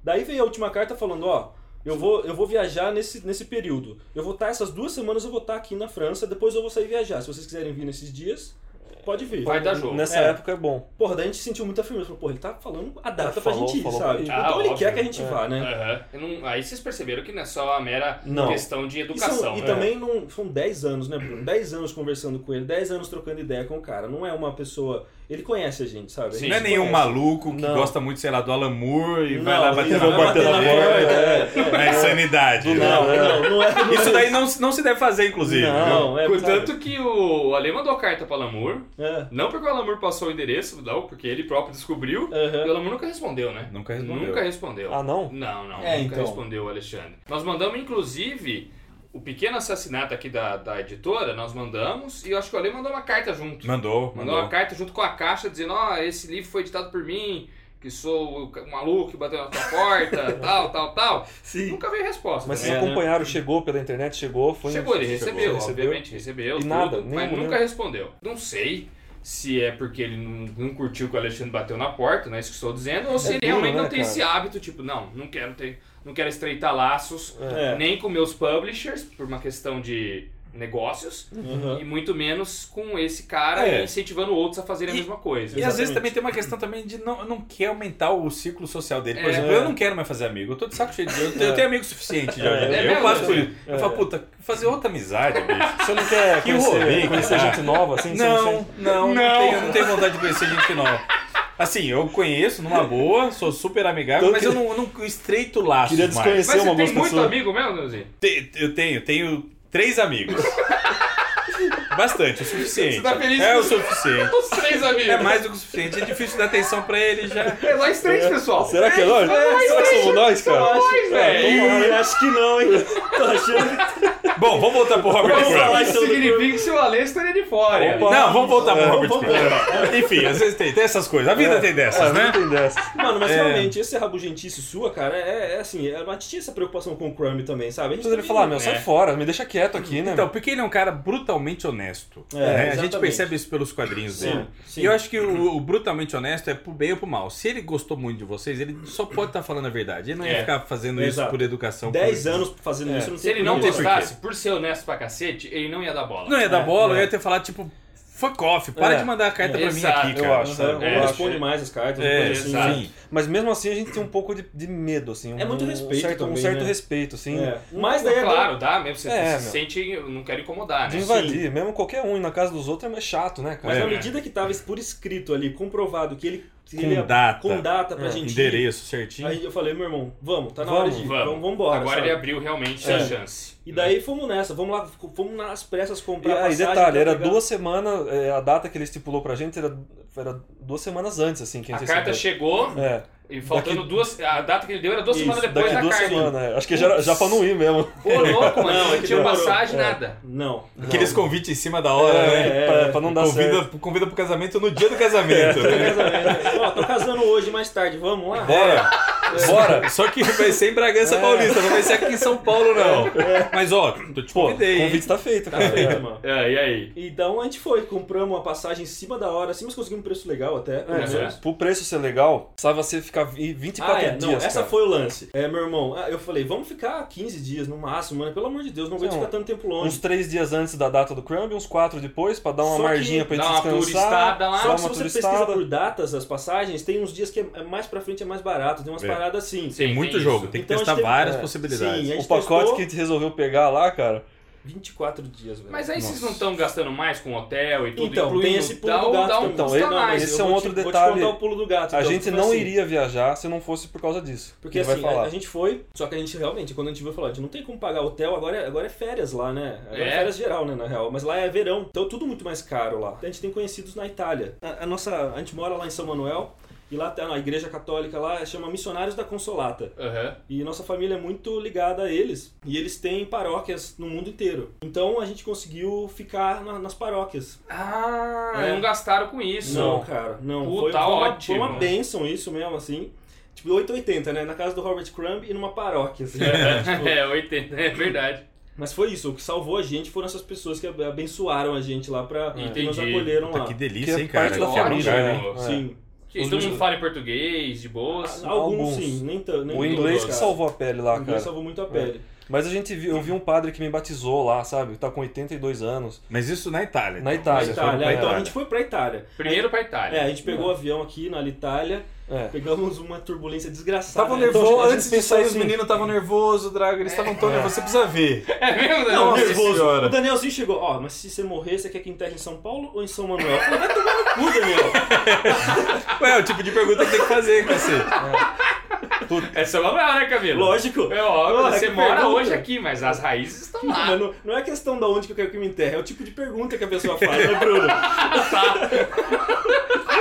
S3: Daí veio a última carta falando, ó, eu vou, eu vou viajar nesse, nesse período. Eu vou estar essas duas semanas, eu vou estar aqui na França, depois eu vou sair viajar. Se vocês quiserem vir nesses dias, pode vir.
S1: Vai dar jogo.
S4: Nessa
S3: É.
S4: época é bom.
S3: Porra, daí a gente sentiu muita firmeza. Falou, porra, ele tá falando a data
S4: Falou,
S3: pra gente ir,
S4: falou pra
S3: sabe?
S4: gente.
S3: Tipo,
S1: Ah,
S3: então ele
S1: óbvio.
S3: quer que a gente
S4: É.
S3: vá, né?
S1: Aham. Eu não- aí vocês perceberam que não é só a mera
S4: Não.
S1: questão de
S3: E, são-
S1: educação.
S3: e
S1: né?
S3: também não, são 10 anos, né, Bruno? 10 anos conversando com ele, 10 anos trocando ideia com o cara. Não é uma pessoa. Ele conhece a gente, sabe? A
S1: Sim.
S3: gente
S2: Não é
S3: se
S2: nenhum
S3: conhece.
S2: maluco que
S4: Não.
S2: gosta muito, sei lá, do Alan Moore e vai
S3: tipo, Não,
S2: lá bater
S3: ele
S2: na
S3: vai
S2: porta.
S3: bater na porta, é, é.
S2: Na insanidade.
S4: Do
S2: né?
S4: nada.
S3: Não, não, não é. não é
S2: Isso daí não, não se deve fazer, inclusive.
S4: Não.
S3: Não, é. sabe?
S1: Contanto que o Ale mandou carta pra Lamour,
S3: É.
S1: não porque o Lamour passou o endereço, não, porque ele próprio descobriu, e
S3: Aham.
S1: o Lamour nunca respondeu, né?
S2: Nunca respondeu.
S1: Nunca respondeu.
S4: Ah, não?
S1: Não, não,
S3: É,
S1: nunca
S3: então.
S1: respondeu o Alexandre. Nós mandamos, inclusive, o pequeno assassinato aqui da, da editora, nós mandamos, e eu acho que o Ale mandou uma carta junto.
S2: Mandou,
S1: Mandou
S2: mandou.
S1: uma carta junto com a caixa dizendo, ó, esse livro foi editado por mim, que sou o ca- maluco que bateu na tua porta, tal, tal, tal.
S4: Sim.
S1: Nunca veio resposta.
S4: Mas
S1: né?
S4: vocês
S3: É, né?
S4: acompanharam, chegou pela internet, chegou, foi...
S1: Chegou, ele recebeu,
S4: Chegou,
S1: obviamente, recebeu.
S4: E
S1: tudo,
S4: nada,
S1: mas
S4: nenhum,
S1: nunca
S4: né?
S1: respondeu. Não sei se é porque ele não, não curtiu que o Alexandre bateu na porta, não é isso que estou dizendo, ou se ele
S4: duro,
S1: realmente
S4: né,
S1: não tem
S4: cara?
S1: esse hábito, tipo, não, não quero ter, não quero estreitar laços
S3: É.
S1: nem com meus publishers por uma questão de negócios
S3: Aham.
S1: e muito menos com esse cara
S2: É.
S1: incentivando outros a fazerem
S2: E-
S1: a mesma coisa.
S2: E às vezes
S3: Exatamente.
S2: também tem uma questão também de não, não quer aumentar o ciclo social dele.
S1: É.
S2: Por exemplo, eu não quero mais fazer amigo. Eu tô de saco cheio de... Eu, tenho- eu tenho amigo suficiente já.
S4: É.
S2: hoje em dia.
S1: É
S2: eu
S1: mesmo,
S2: passo por
S1: né?
S2: isso. Eu falo, puta, fazer outra amizade, bicho.
S4: Você não quer
S2: Que
S4: conhecer,
S2: rolê,
S4: conhecer
S2: cara.
S4: gente nova, assim? você
S2: Não,
S4: sente-
S2: não, não,
S1: Não.
S2: tenho, não tenho vontade de conhecer gente que não. Assim, eu conheço numa boa, sou super amigável,
S4: Então,
S2: mas eu não, eu não estreito laço.
S4: Queria
S1: Mas
S4: desconhecer
S1: você tem
S4: algumas
S1: muito
S4: pessoas.
S1: amigo mesmo, Neuzinho?
S2: eu tenho, tenho três amigos. Bastante, o suficiente.
S1: Você tá feliz
S2: é
S1: com
S2: o suficiente.
S1: Os três amigos.
S2: É mais do que o suficiente. É difícil dar atenção pra ele já.
S1: É nós três, pessoal.
S4: Será que é nós? Será que somos nós, cara?
S1: Nós, velho.
S3: Ih, acho que não, hein? Tô achando
S2: Bom, vamos voltar pro Robert
S3: Vamos falar
S2: Crumb.
S3: isso.
S1: Isso significa que seu Alê estaria de fora.
S4: Opa.
S2: Não, vamos voltar pro
S4: É,
S2: Robert
S3: vamos É.
S2: Crumb. Enfim, às vezes tem, tem essas coisas. A vida tem
S4: Ah,
S2: dessas,
S4: não
S2: né?
S4: tem dessas.
S3: que. Mano, mas
S2: É.
S3: realmente, esse rabugentice sua, cara, é, é assim, é, mas tinha essa preocupação com o Crumb também, sabe? A gente
S4: Precisa ele
S3: também-
S4: falar, meu,
S2: É.
S4: sai fora, me deixa quieto aqui, né?
S2: Então, porque ele é um cara brutalmente honesto.
S3: É,
S2: né? A gente
S3: exatamente.
S2: percebe isso pelos quadrinhos
S3: Sim,
S2: dele.
S3: sim.
S2: E eu acho que o, o brutalmente honesto é pro bem ou pro mal. Se ele gostou muito de vocês, ele só pode estar falando a verdade. Ele não ia
S1: É.
S2: ficar fazendo isso
S3: Exato.
S2: por educação.
S3: 10
S2: por...
S3: anos fazendo
S2: É.
S3: isso, não tem
S1: Se ele não
S3: porquê.
S2: tem porquê.
S1: gostasse, por ser honesto pra cacete, ele não ia dar bola.
S2: Não ia dar
S3: É,
S2: bola,
S3: é.
S2: eu ia ter falado, tipo, fuck off, para
S4: É.
S2: de mandar a carta pra mim
S1: Exato,
S2: aqui,
S4: eu
S2: cara.
S4: acho.
S3: Aham,
S4: É,
S3: não
S4: eu
S3: responde
S1: acho-
S3: mais as cartas, uma
S2: É,
S3: coisa assim.
S1: exato.
S2: enfim.
S4: Mas mesmo assim a gente tem um pouco de, de medo, assim. Um,
S3: É muito respeito
S4: Um certo, um
S3: também,
S4: certo
S3: né?
S4: respeito, assim.
S3: É.
S1: Mas
S3: Mas daí
S1: claro, dá mesmo. Você
S4: É,
S1: se
S4: meu.
S1: sente. eu Não quero incomodar,
S4: De
S1: né?
S4: invadir. Mesmo qualquer um ir na casa dos outros é mais chato, né,
S3: Mas
S4: cara?
S2: É.
S3: na medida que tava por escrito ali, comprovado que ele. que
S2: Com
S3: ele é
S2: data.
S3: Com data pra
S4: É.
S3: gente. ir,
S2: Endereço certinho.
S3: Aí eu falei, meu irmão, vamos, tá na hora
S4: Vamos,
S3: de ir.
S1: Vamos.
S3: Vamos, vambora.
S1: Agora
S3: sabe?
S1: ele abriu realmente
S3: É.
S1: a chance.
S3: E daí fomos nessa, vamos lá, fomos nas pressas
S4: E
S3: comprar
S4: aí,
S3: passagem tá
S4: detalhe,
S3: pra
S4: era
S3: pegar-
S4: duas semanas, é, a data que ele estipulou pra gente era, era duas semanas antes, assim, que a
S1: A
S4: gente
S1: carta
S4: recebeu.
S1: chegou
S4: É,
S1: e faltando duas. A data que ele deu era duas
S3: Isso,
S1: semanas depois
S4: daqui
S1: da
S4: duas
S1: carta.
S4: semanas. é. Acho que já, era- já pra não ir mesmo.
S1: Ô, louco, mano.
S3: Não,
S1: Não,
S3: é que
S1: tinha
S3: demorou.
S1: passagem, nada.
S3: Não.
S2: Aqueles convites em cima da hora,
S4: É,
S2: né?
S3: é,
S4: pra, pra não dar certo.
S2: Convida, convida pro casamento no dia do casamento,
S3: É.
S2: né?
S3: Casamento. Ó, tô casando hoje, mais tarde, vamos lá?
S2: Bora!
S4: É, Bora!
S2: Só que vai ser em Bragança Paulista, não vai ser aqui em São Paulo, não. Mas ó, tô te
S4: Pô,
S2: convidei. hein?
S4: convite tá feito,
S3: Tá
S4: cara.
S3: feito,
S4: É.
S3: mano.
S1: É, e aí?
S3: E da onde a gente foi, compramos uma passagem em cima da hora, assim, mas conseguimos um preço legal até. pelo
S1: É.
S3: menos.
S4: Pro preço ser legal, precisava você ficar vi- 24
S3: Ah, é,
S4: dias.
S3: não, essa
S4: cara.
S3: foi o lance. É, meu irmão, ah, eu falei, vamos ficar 15 dias no máximo, mano, pelo amor de Deus, não aguento
S4: Não,
S3: ficar tanto tempo
S4: Uns
S3: longe.
S4: três dias antes da data do Crumb, uns quatro depois, pra dar uma
S3: Só que
S4: marginha pra gente
S1: dá uma
S4: descansar.
S1: turistada lá,
S4: dá
S3: Só que Ah, se
S4: uma
S3: você pesquisa
S4: turistada.
S3: por datas as passagens, tem uns dias que é é mais pra frente é mais barato, tem umas
S2: É.
S3: paradas assim.
S1: Sim,
S2: Muito
S1: tem
S2: jogo,
S1: isso.
S2: tem que
S3: Então, a
S2: testar
S3: gente teve-
S2: várias
S4: é,
S2: possibilidades.
S3: sim, a gente
S4: O pacote
S3: testou.
S4: que a gente resolveu pegar lá, cara,
S3: 24 dias, velho.
S1: Mas aí vocês não estão gastando mais com hotel e tudo,
S3: Então, tem
S1: incluindo
S3: esse pulo
S1: dá,
S3: do gato
S1: dá um
S3: também.
S4: Então,
S1: custa
S4: ele- não,
S1: mais.
S4: esse
S3: eu
S4: é um
S3: vou
S4: outro
S3: te- vou te
S4: detalhe.
S3: contar o pulo do gato.
S4: A
S3: então,
S4: gente
S3: tipo
S4: não
S3: assim.
S4: iria viajar se não fosse por causa disso.
S3: Porque
S4: Ele
S3: assim,
S4: vai falar.
S3: a gente foi, só que a gente realmente, quando a gente veio falar, a gente não tem como pagar hotel, agora é, agora é férias lá, né? Agora é.
S1: É.
S3: férias geral, né, na real. Mas lá é verão, então tudo muito mais caro lá. A gente tem conhecidos na Itália. A, a nossa, a gente mora lá em São Manuel, e lá tem a igreja católica lá, chama Missionários da Consolata.
S1: Aham.
S3: E nossa família é muito ligada a eles. E eles têm paróquias no mundo inteiro. Então a gente conseguiu ficar na- nas paróquias.
S1: Ah,
S3: É.
S1: não gastaram com isso.
S3: Não, cara, não.
S1: Puta,
S3: foi, foi uma, foi
S1: ótimo.
S3: uma benção isso mesmo, assim. Tipo, 880, né? Na casa do Robert Crumb e numa paróquia, assim. Tipo,
S1: É, 80, é verdade.
S3: Mas foi isso, o que salvou a gente foram essas pessoas que abençoaram a gente lá pra.
S1: Entendi.
S3: que nos acolheram
S2: Puta,
S3: lá.
S2: que
S4: Que
S2: delícia,
S4: é
S2: hein, cara?
S4: parte da
S2: Que
S1: família,
S2: lugar,
S1: né?
S2: hein?
S4: É.
S3: Sim.
S1: Que todo mundo fala em português, de boas.
S3: Alguns,
S4: Alguns.
S3: sim, nem tanto.
S4: O inglês que
S1: cara.
S4: salvou a pele
S3: O
S4: lá,
S3: inglês
S4: cara.
S3: salvou muito a pele.
S4: Mas a gente viu, eu vi um padre que me batizou lá, sabe? Tá com 82 anos.
S2: Mas isso na Itália.
S4: Na
S3: Na
S4: Itália.
S3: Itália.
S4: foi pra
S3: Então a
S4: Itália.
S3: gente foi pra Itália.
S1: Primeiro pra
S3: É,
S1: Itália.
S3: a gente pegou o avião aqui na Itália,
S4: É.
S3: pegamos uma turbulência desgraçada. Né?
S2: Estavam
S4: nervoso,
S2: nervosos,
S4: Então, a gente
S2: antes de
S4: pensou
S2: sair os
S4: assim-
S2: meninos estavam nervosos, Drago, eles estavam tão nervosos, você precisa ver.
S1: É, mesmo, né?
S2: Nossa
S3: O
S2: senhora.
S3: Danielzinho chegou, ó, mas se você morrer, você quer que enterre em São Paulo ou em São Manuel? Eu falei, vai tomar no cu, Daniel.
S2: Ué, é o tipo de pergunta que tem que fazer, cacete.
S1: É São Manuel, né, Camilo?
S3: Lógico.
S1: É óbvio,
S3: Porra,
S1: você
S3: que
S1: mora
S3: pergunta.
S1: hoje aqui, mas as raízes estão lá.
S3: Mas não, não é questão da onde que eu quero que me enterre, é o tipo de pergunta que a pessoa faz, né, Bruno?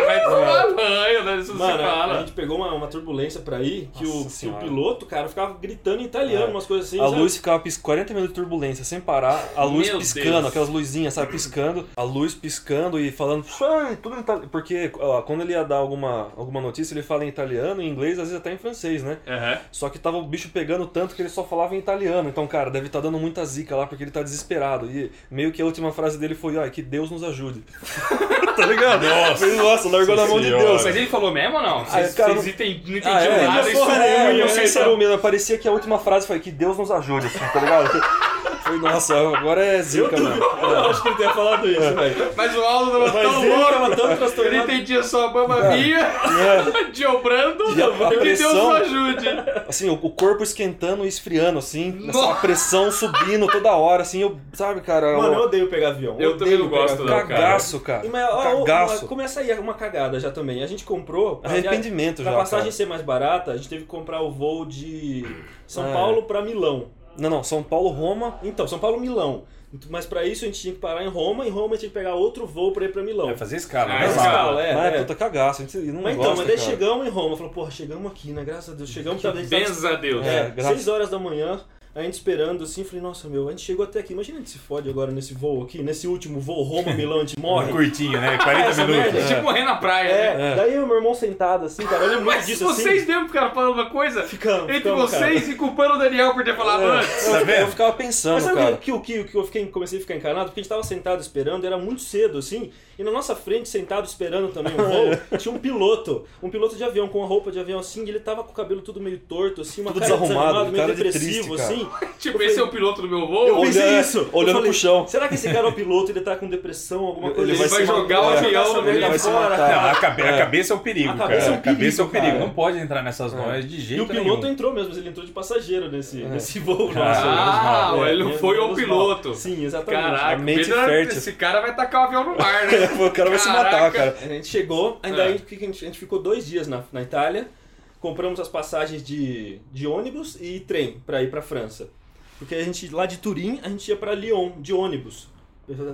S1: Vai tomar banho, né? Isso se
S3: Mano, a
S1: fala.
S3: gente pegou uma, uma turbulência pra ir que o,
S4: Nossa
S3: que o
S4: Senhora.
S3: piloto, cara, ficava gritando em italiano,
S4: É.
S3: umas coisas assim.
S4: A
S3: sabe?
S4: luz ficava pis- 40 minutos de turbulência, sem parar, a luz
S1: Meu
S4: piscando,
S1: Deus.
S4: aquelas luzinhas, sabe, piscando, a luz piscando e falando, "Ai, tudo em italiano. Porque ó, quando ele ia dar alguma, alguma notícia, ele fala em italiano, em inglês, às vezes até em francês, né?
S1: Aham.
S4: Só que tava o bicho pegando tanto que ele só falava em italiano. Então, cara, deve estar dando muita zica lá porque ele tá desesperado. E meio que a última frase dele foi, ai, que Deus nos ajude. tá ligado? Nossa, Nossa largou na mão de
S2: Senhora.
S4: Deus.
S1: Mas ele falou mesmo ou não? Vocês,
S4: cara,
S1: vocês enten- não entendiam
S4: Ah, é,
S1: nada,
S4: é,
S1: isso
S4: porra,
S1: é
S4: é,
S1: ruim,
S4: eu
S1: né?
S4: sei se era o mesmo. Parecia que a última frase foi que Deus nos ajude, assim, tá ligado? Foi, nossa, agora é zica, mano.
S3: Eu acho que ele tenha falado isso,
S4: É.
S3: velho.
S1: Mas o Aldo tava
S3: Mas
S1: tão
S3: ele tava
S1: louco.
S3: tão
S1: Ele
S3: transtornado.
S1: entendia só a Mamma Mia,
S4: É,
S1: Joe Brando,
S4: E a- a
S1: e que Deus
S4: pressão-
S1: nos ajude.
S4: Assim, o, o corpo esquentando e esfriando, assim, essa
S1: Nossa.
S4: pressão subindo toda hora, assim, eu, sabe, cara,
S3: Mano, eu
S4: eu,
S3: odeio pegar avião.
S1: Eu também não
S3: odeio pegar
S1: gosto,
S3: avião.
S1: não, cara.
S4: cagaço, cara.
S3: E, mas, ó, ó,
S4: cagaço.
S3: uma- começa aí uma cagada já também. A gente comprou. pra via-
S4: Arrependimento
S3: Pra
S4: já. tá.
S3: passagem
S4: cara.
S3: ser mais barata, a gente teve que comprar o voo de São
S4: Ah, é.
S3: Paulo pra Milão.
S4: Não, não, São Paulo, Roma.
S3: Então, São Paulo Milão. Mas pra isso a gente tinha que parar em Roma, em Roma a gente tinha que pegar outro voo pra ir pra Milão.
S4: É,
S2: Vai fazer escala,
S1: Ah,
S2: né?
S3: Mas,
S1: escala.
S2: Vai.
S3: cara, é,
S4: mas,
S3: é.
S4: puta, cagaço, a gente não
S3: Mas então,
S4: gosta,
S3: mas daí
S4: cara.
S3: chegamos em Roma, falou, porra, chegamos aqui, né? Graças a Deus, chegamos pra ver.
S1: Benza a Deus.
S4: É.
S3: É,
S4: graças-
S3: 6 horas da manhã, a gente esperando assim, falei, nossa meu, a gente chegou até aqui. Imagina a gente se fode agora nesse voo aqui, nesse último voo Roma-Milão, a gente
S2: Um
S3: morre.
S2: curtinho, né? 40
S3: Essa merda.
S2: minutos.
S1: Tipo morrer na praia, né?
S3: É, daí eu e meu irmão sentado assim, cara, olhando muito
S1: Mas
S3: disso assim. Então,
S1: vocês mesmo ficaram falando uma coisa
S3: Ficamos,
S1: entre
S3: ficamos,
S1: vocês e culpando o Daniel por ter falado "Ah, antes.
S4: É, eu,
S2: Tá
S4: fica- eu
S2: vendo?
S4: ficava
S3: Mas
S4: pensando,
S3: sabe
S4: cara.
S3: o que, o que, o que eu fiquei, comecei a ficar encanado? Porque a gente tava sentado esperando, era muito cedo, assim, e na nossa frente, sentado esperando também o voo, tinha um piloto, um piloto de avião, com uma roupa de avião assim, e ele tava com o cabelo tudo meio torto, assim, uma
S4: Tudo
S3: cara
S4: desarrumado,
S3: meio
S4: cara de
S3: depressivo,
S4: triste,
S3: assim.
S1: Tipo, esse é o piloto do meu voo.
S3: Eu pensei
S4: Olhando-
S3: isso! Eu
S4: olhando
S3: falei,
S4: pro chão.
S3: Será que esse cara é o piloto, ele tá com depressão, alguma
S4: Ele
S3: coisa? assim?"
S4: vai se
S1: jogar o
S3: vai jogar
S1: avião
S3: essa
S1: no meio
S3: merda
S1: da
S3: fora,
S4: mata.
S3: cara.
S2: Não, a, cabe- a cabeça é o perigo,
S3: A
S2: cara.
S3: cabeça é um
S2: a cabeça é o
S3: perigo,
S2: perigo.
S3: cara.
S2: Não pode entrar nessas noias de
S3: E
S2: jeito
S3: o piloto é
S2: nenhum.
S3: entrou mesmo, mas ele entrou de passageiro nesse,
S4: É.
S3: nesse voo. nosso.
S1: Ah,
S3: É,
S1: ele não
S3: menos
S1: foi o
S3: mal.
S1: piloto.
S3: Sim, exatamente.
S1: Caraca,
S4: A mente
S1: Pedro era-
S4: fértil.
S1: esse cara vai tacar o avião no mar, né?
S4: O cara vai se matar,
S1: Caraca.
S4: cara.
S3: A gente chegou, ainda
S1: É.
S3: aí, o que que a, gente, a gente ficou dois dias na, na Itália, compramos as passagens de, de ônibus e trem pra ir pra França. Porque a gente, lá de Turim, a gente ia pra Lyon de ônibus.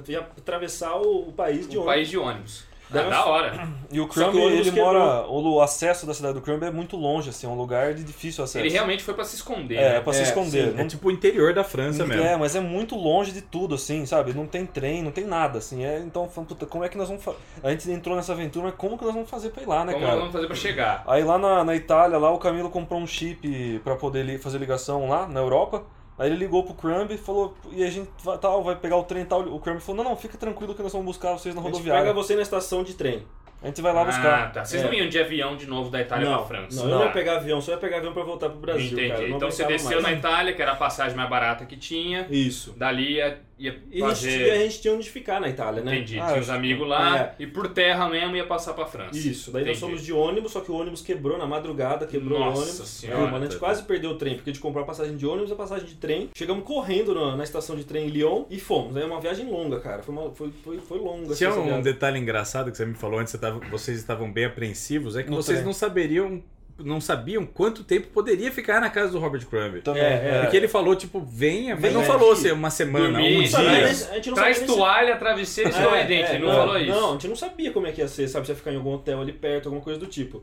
S3: Ia atravessar o, o país de
S1: Um
S3: ônibus.
S1: país de ônibus.
S3: Dá
S1: Ah, da hora.
S4: E o
S3: Só que
S4: Crumb,
S3: o ônibus
S4: ele
S3: quebrou.
S4: mora. O acesso da cidade do Crumb é muito longe, assim, é um lugar de difícil acesso.
S1: Ele realmente foi pra se esconder.
S4: É, é
S1: né?
S4: pra se
S2: É,
S4: esconder.
S2: sim,
S4: não-
S2: É tipo o interior da França mesmo.
S4: É, mas é muito longe de tudo, assim, sabe? Não tem trem, não tem nada, assim. É, então, falando, puta, como é que nós vamos fa... A gente entrou nessa aventura, mas como que nós vamos fazer pra ir lá, né,
S1: Como nós
S4: cara?
S1: vamos fazer pra chegar?
S4: Aí lá na, na Itália, lá o Camilo comprou um chip pra poder li- fazer ligação lá na Europa. Aí ele ligou pro Crumb e falou, e a gente vai, tal, vai pegar o trem e tal. O Crumb falou, não, não, fica tranquilo que nós vamos buscar vocês na
S3: A gente pega
S4: rodoviária.
S3: você na estação de trem.
S4: A gente vai lá
S1: Ah,
S4: buscar.
S1: tá. Vocês
S3: É.
S1: não iam de avião de novo da Itália Tá, é pra França?
S3: não, eu
S4: Não.
S3: não ia pegar avião, só ia pegar avião pra voltar pro Brasil,
S1: Entendi.
S3: cara. Eu não
S1: então você
S3: aguentava
S1: desceu na
S3: mais.
S1: Itália, que era a passagem mais barata que tinha.
S3: Isso.
S1: Dali ia, ia
S3: E a gente, tinha- a
S1: fazer.
S3: gente tinha onde ficar na Itália, né?
S1: Entendi.
S4: Ah,
S1: tinha
S4: eu
S1: os
S4: acho-
S1: amigos lá
S3: É.
S1: e por terra mesmo ia passar pra França.
S3: Isso, daí
S1: Entendi.
S3: nós fomos de ônibus, só que o ônibus quebrou na madrugada, quebrou
S1: Nossa
S3: o ônibus.
S1: Senhora.
S3: Mas a gente quase perdeu o trem, porque de comprar passagem de ônibus a passagem de trem. Chegamos correndo na, na estação de trem em Lyon e fomos. É uma viagem longa, cara. Foi, uma- foi, foi, foi longa.
S2: Tinha
S3: essa
S2: um
S3: viagem.
S2: detalhe engraçado que você me falou antes, você tava- vocês estavam bem apreensivos, é que
S4: No
S2: vocês
S4: trem.
S2: não saberiam, não sabiam quanto tempo poderia ficar na casa do Robert Crumb.
S4: Também.
S3: É, é.
S2: Porque ele falou, tipo, venha, mas
S4: Vem
S2: não
S4: aqui.
S2: falou se é uma semana,
S1: Dormir.
S2: um
S1: Sabe,
S2: dia.
S3: a gente não
S1: Traz
S3: sabia nem se-
S1: toalha, travesseiro e escova
S3: É,
S1: de dente.
S3: é,
S1: ele não, falou isso.
S3: Não, a gente não sabia como é que ia ser, sabe? Se ia ficar em algum hotel ali perto, alguma coisa do tipo.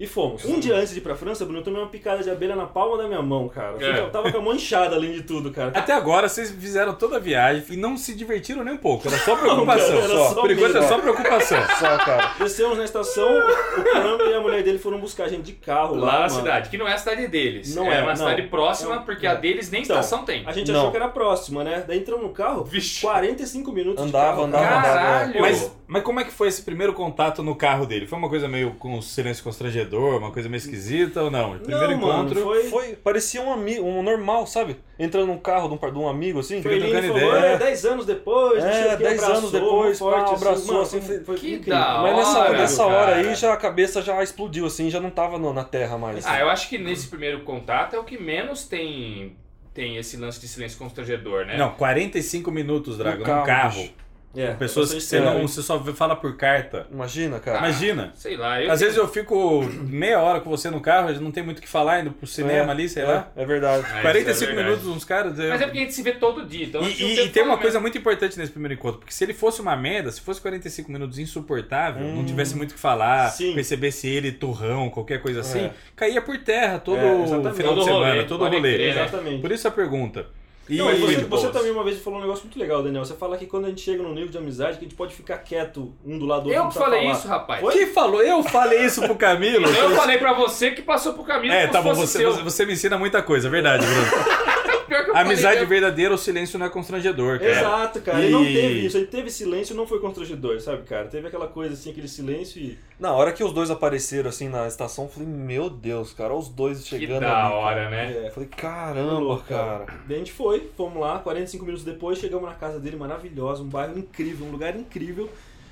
S3: E fomos. Um dia antes de ir pra França, Bruno, eu tomei uma picada de abelha na palma da minha mão, cara.
S1: É.
S3: Eu tava com a mão inchada, além de tudo, cara.
S2: Até agora vocês fizeram toda a viagem e não se divertiram nem um pouco, era só preocupação.
S3: Não, cara, era
S2: só.
S3: só
S2: Por enquanto é
S3: medo.
S2: só preocupação.
S4: Só, cara.
S3: Descemos na estação, o Trump e a mulher dele foram buscar a gente de carro lá.
S1: Lá na
S3: mano.
S1: cidade, que não é a cidade deles.
S3: Não
S1: é,
S3: é,
S1: uma
S3: não.
S1: cidade próxima,
S3: Não,
S1: porque
S3: é.
S1: a deles nem
S3: Então,
S1: estação tem. Ah,
S3: A gente
S4: Não.
S3: achou que era próxima, né? Daí entramos no carro,
S1: Vixe.
S3: 45 minutos
S4: Andava,
S3: de carro.
S4: andava,
S3: cara.
S4: andava.
S1: Caralho!
S2: Mas, mas como é que foi esse primeiro contato no carro dele? Foi uma coisa meio com silêncio constrangedor, uma coisa meio esquisita ou não? O primeiro
S3: não,
S2: encontro.
S3: mano, foi...
S4: Foi, parecia um amigo, um normal, sabe? Entrando num carro de um, par- de um amigo, assim.
S3: Foi
S2: Fica
S3: lindo,
S2: trocando
S3: falou,
S2: ideia.
S3: "É, 10 anos depois, não
S4: É,
S3: sei o que,
S4: 10 anos
S3: abraçou,
S4: depois,
S3: forte,
S4: pá, abraçou,
S3: mano,
S4: assim,
S3: foi, foi
S1: que
S3: incrível.
S1: da
S4: Mas nessa, é
S1: hora,
S4: nessa
S1: cara.
S4: hora aí já a cabeça já explodiu, assim, já não tava no- na terra mais. assim.
S1: Ah, eu acho que nesse primeiro contato é o que menos tem tem esse lance de silêncio constrangedor, né?
S2: Não, 45 minutos, Drago,
S4: No
S2: no
S4: carro,
S2: carro.
S4: bicho.
S3: É,
S2: Pessoas que um você,
S4: estranho.
S2: não, você só vê- fala por carta.
S4: Imagina, cara.
S2: Imagina.
S1: Sei lá, eu
S2: Às vezes eu fico meia hora com você no carro, não tem muito o que falar, indo pro cinema ali, sei lá.
S4: É, é verdade.
S1: Mas
S2: 45
S1: é verdade.
S2: minutos uns caras. eu-
S1: Mas é porque a gente se vê todo dia, então... a
S2: E,
S1: gente não
S2: e- e
S1: tempo
S2: tem uma
S1: pra-
S2: coisa muito importante nesse primeiro encontro, porque se ele fosse uma merda, se fosse 45 minutos insuportável, não tivesse muito o que falar,
S3: Hum. Sim.
S2: percebesse ele turrão, qualquer coisa assim,
S4: É.
S2: caía por terra todo
S3: É, exatamente.
S2: final
S1: Todo
S2: de semana,
S1: rolê,
S2: todo
S1: pode
S2: rolê.
S1: crer, né?
S3: exatamente.
S2: Por isso a pergunta. E,
S3: Não, e
S1: foi
S3: você,
S1: de
S3: você
S1: boas.
S3: também uma vez falou um negócio muito legal, Daniel. Você fala que quando a gente chega num nível de amizade, que a gente pode ficar quieto um do lado do outro.
S1: Eu
S3: não
S1: que
S3: precisa
S1: falei
S3: falar.
S1: isso, rapaz. Então
S2: Quem falou? Eu falei isso pro Camilo.
S1: Eu falei pra você que passou pro caminho
S2: É,
S1: como
S2: tá
S1: se
S2: bom,
S1: fosse
S2: você,
S1: seu.
S2: você- você me ensina muita coisa, é verdade, Bruno.
S1: Pior que eu
S2: A amizade
S1: falei, né?
S2: verdadeira, o silêncio não é constrangedor, cara.
S3: Exato, cara. E... não
S2: E-
S3: teve isso. Ele teve silêncio e não foi constrangedor, sabe, cara? Teve aquela coisa assim, aquele silêncio e.
S4: Na hora que os dois apareceram, assim, na estação, eu falei, meu Deus, cara, olha os dois
S1: Que
S4: chegando
S1: da
S4: ali,
S1: hora,
S4: cara.
S1: né?
S4: Eu falei, caramba, cara.
S3: Daí a gente foi, fomos lá, 45 minutos depois, chegamos na casa dele, maravilhosa, um bairro incrível, um lugar incrível.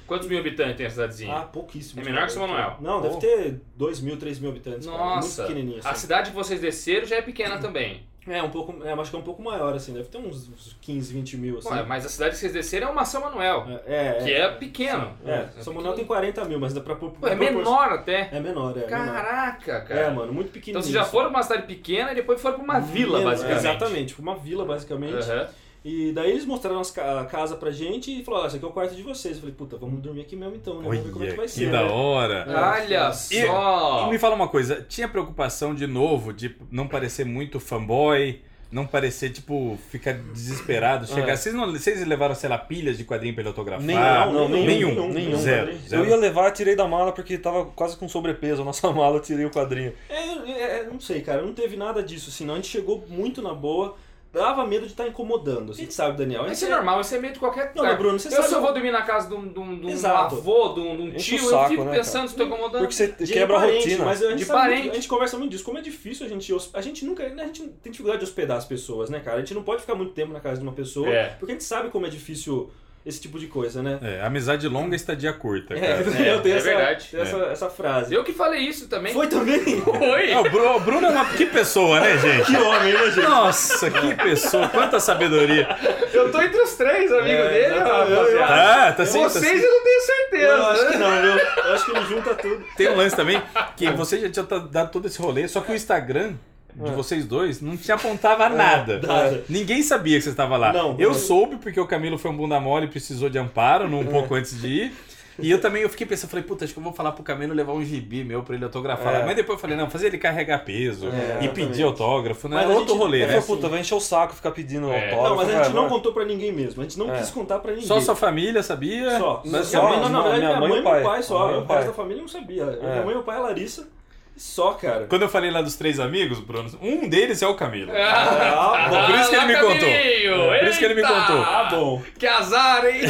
S1: Quantos mil habitantes tem a cidadezinha?
S3: Ah, pouquíssimo.
S1: É menor que São Manuel.
S3: Não, deve
S4: Pô.
S3: ter 2 mil, 3 mil habitantes. cara.
S1: Nossa,
S3: assim. Muito pequenininho.
S1: a
S3: assim.
S1: cidade que vocês desceram já é pequena também.
S3: É, um pouco. É, acho que é um pouco maior, assim. Deve ter uns uns 15, 20 mil, assim.
S1: Ué, mas a cidade que vocês desceram é uma São Manuel,
S3: É,
S1: que é pequeno.
S3: É, São Manuel tem 40 mil, mas dá pra pôr.
S1: Pô, é menor até.
S3: É menor, é. menor.
S1: Caraca, cara.
S3: É, mano, muito pequenininho. assim.
S1: Então vocês já foram pra uma cidade pequena e depois foram pra uma vila,
S3: Menor,
S1: basicamente.
S3: Exatamente, tipo, uma vila, basicamente.
S1: Aham.
S3: E daí eles mostraram as ca- a casa pra gente e falaram: ah, esse aqui é o quarto de vocês. Eu falei: puta, vamos dormir aqui mesmo então, né? Vamos ver como é que
S2: Olha,
S3: vai
S2: que
S3: ser.
S2: da
S3: né?
S2: hora.
S1: Olha só!
S2: E me fala uma coisa, tinha preocupação de novo de não parecer muito fanboy, não parecer, tipo, ficar desesperado, chegar.
S4: É.
S2: Vocês, não, vocês levaram, sei lá, pilhas de quadrinho pra ele autografar?
S4: Nenhum, não,
S2: Ah, nenhum,
S4: nenhum, nenhum.
S2: zero,
S3: Eu
S2: zero.
S4: Eu ia levar, tirei da mala, porque tava quase com sobrepeso a nossa mala, eu tirei o quadrinho.
S3: É, eu- é, não sei, cara, não teve nada disso, assim, não. A gente chegou muito na boa, dava medo de estar incomodando, assim, sabe, Daniel? A gente
S1: Isso é normal, isso é meio de qualquer
S3: Não,
S1: lugar.
S3: mas, Bruno, você
S1: eu
S3: sabe- é
S1: só vou dormir na casa de um, de um- de um
S3: Exato.
S1: avô, de um, de um
S4: Enche
S1: tio,
S4: o saco,
S1: eu fico
S4: né,
S1: pensando se estou incomodando.
S4: Porque você
S3: de
S4: quebra a
S3: parente,
S4: rotina.
S3: Mas a gente,
S1: De
S3: sabe muito-
S1: parente.
S3: a gente conversa muito disso. Como é difícil a gente. hos- A gente nunca. né, A gente tem dificuldade de hospedar as pessoas, né, cara? A gente não pode ficar muito tempo na casa de uma pessoa.
S1: É.
S3: Porque a gente sabe como é difícil esse tipo de coisa, né?
S2: É, amizade longa, estadia curta,
S3: É,
S2: cara.
S1: É,
S3: eu tenho
S1: é
S3: essa,
S1: verdade.
S3: tenho Essa, essa frase.
S1: Eu que falei isso também.
S3: Foi também?
S1: Foi.
S2: É, o Bru- o Bruno é uma... Que pessoa, né, gente?
S3: homem, né, gente?
S2: Nossa, que pessoa, quanta sabedoria.
S6: Eu tô entre os três, amigo
S3: É,
S6: dele,
S3: exatamente.
S6: rapaziada.
S2: Tá,
S1: É
S2: tá sim, tá sim.
S6: Vocês eu não tenho certeza.
S3: Eu acho
S6: né?
S3: que não, viu? Eu acho que ele junta tudo.
S2: Tem um lance também que você já tinha ta- dado todo esse rolê, só que o Instagram de vocês dois não te apontava nada.
S3: É. nada.
S2: Ninguém sabia que você estava lá.
S3: Não,
S2: eu
S3: não. É.
S2: soube porque o Camilo foi um bunda mole e precisou de amparo num pouco antes de ir. E eu também eu fiquei pensando, falei, puta, acho que eu vou falar pro Camilo levar um gibi meu pra ele autografar.
S4: É.
S2: lá. Mas depois eu falei, não, fazer ele carregar peso e
S3: É, exatamente.
S2: pedir autógrafo, não é
S3: Mas a
S2: outro
S3: gente-
S2: rolê,
S4: Eu
S2: né?
S4: falei, puta, vai encher o saco ficar pedindo
S1: É.
S4: autógrafo.
S3: Não, mas a
S4: cara,
S3: gente não
S4: vai.
S3: contou pra ninguém mesmo. A gente não
S4: né? É.
S3: quis contar pra ninguém.
S2: Só é sua família sabia?
S3: Só.
S4: Mas
S3: Minha
S4: só,
S3: mãe, não, na
S4: minha
S3: verdade, minha,
S4: mãe e
S3: mãe e meu pai,
S4: pai
S3: só.
S4: Minha
S3: O
S4: mãe e pai.
S3: resto da família não sabia.
S4: É.
S3: Minha mãe, meu pai, a Larissa. Só, cara.
S2: Quando eu falei lá dos três amigos, Bruno, um deles é o Camilo.
S3: Ah, bom.
S2: Por isso que ele me contou.
S5: Camilinho,
S2: Por isso que ele me
S5: eita!
S2: contou.
S1: Tá
S3: Ah, bom.
S1: Que azar, hein?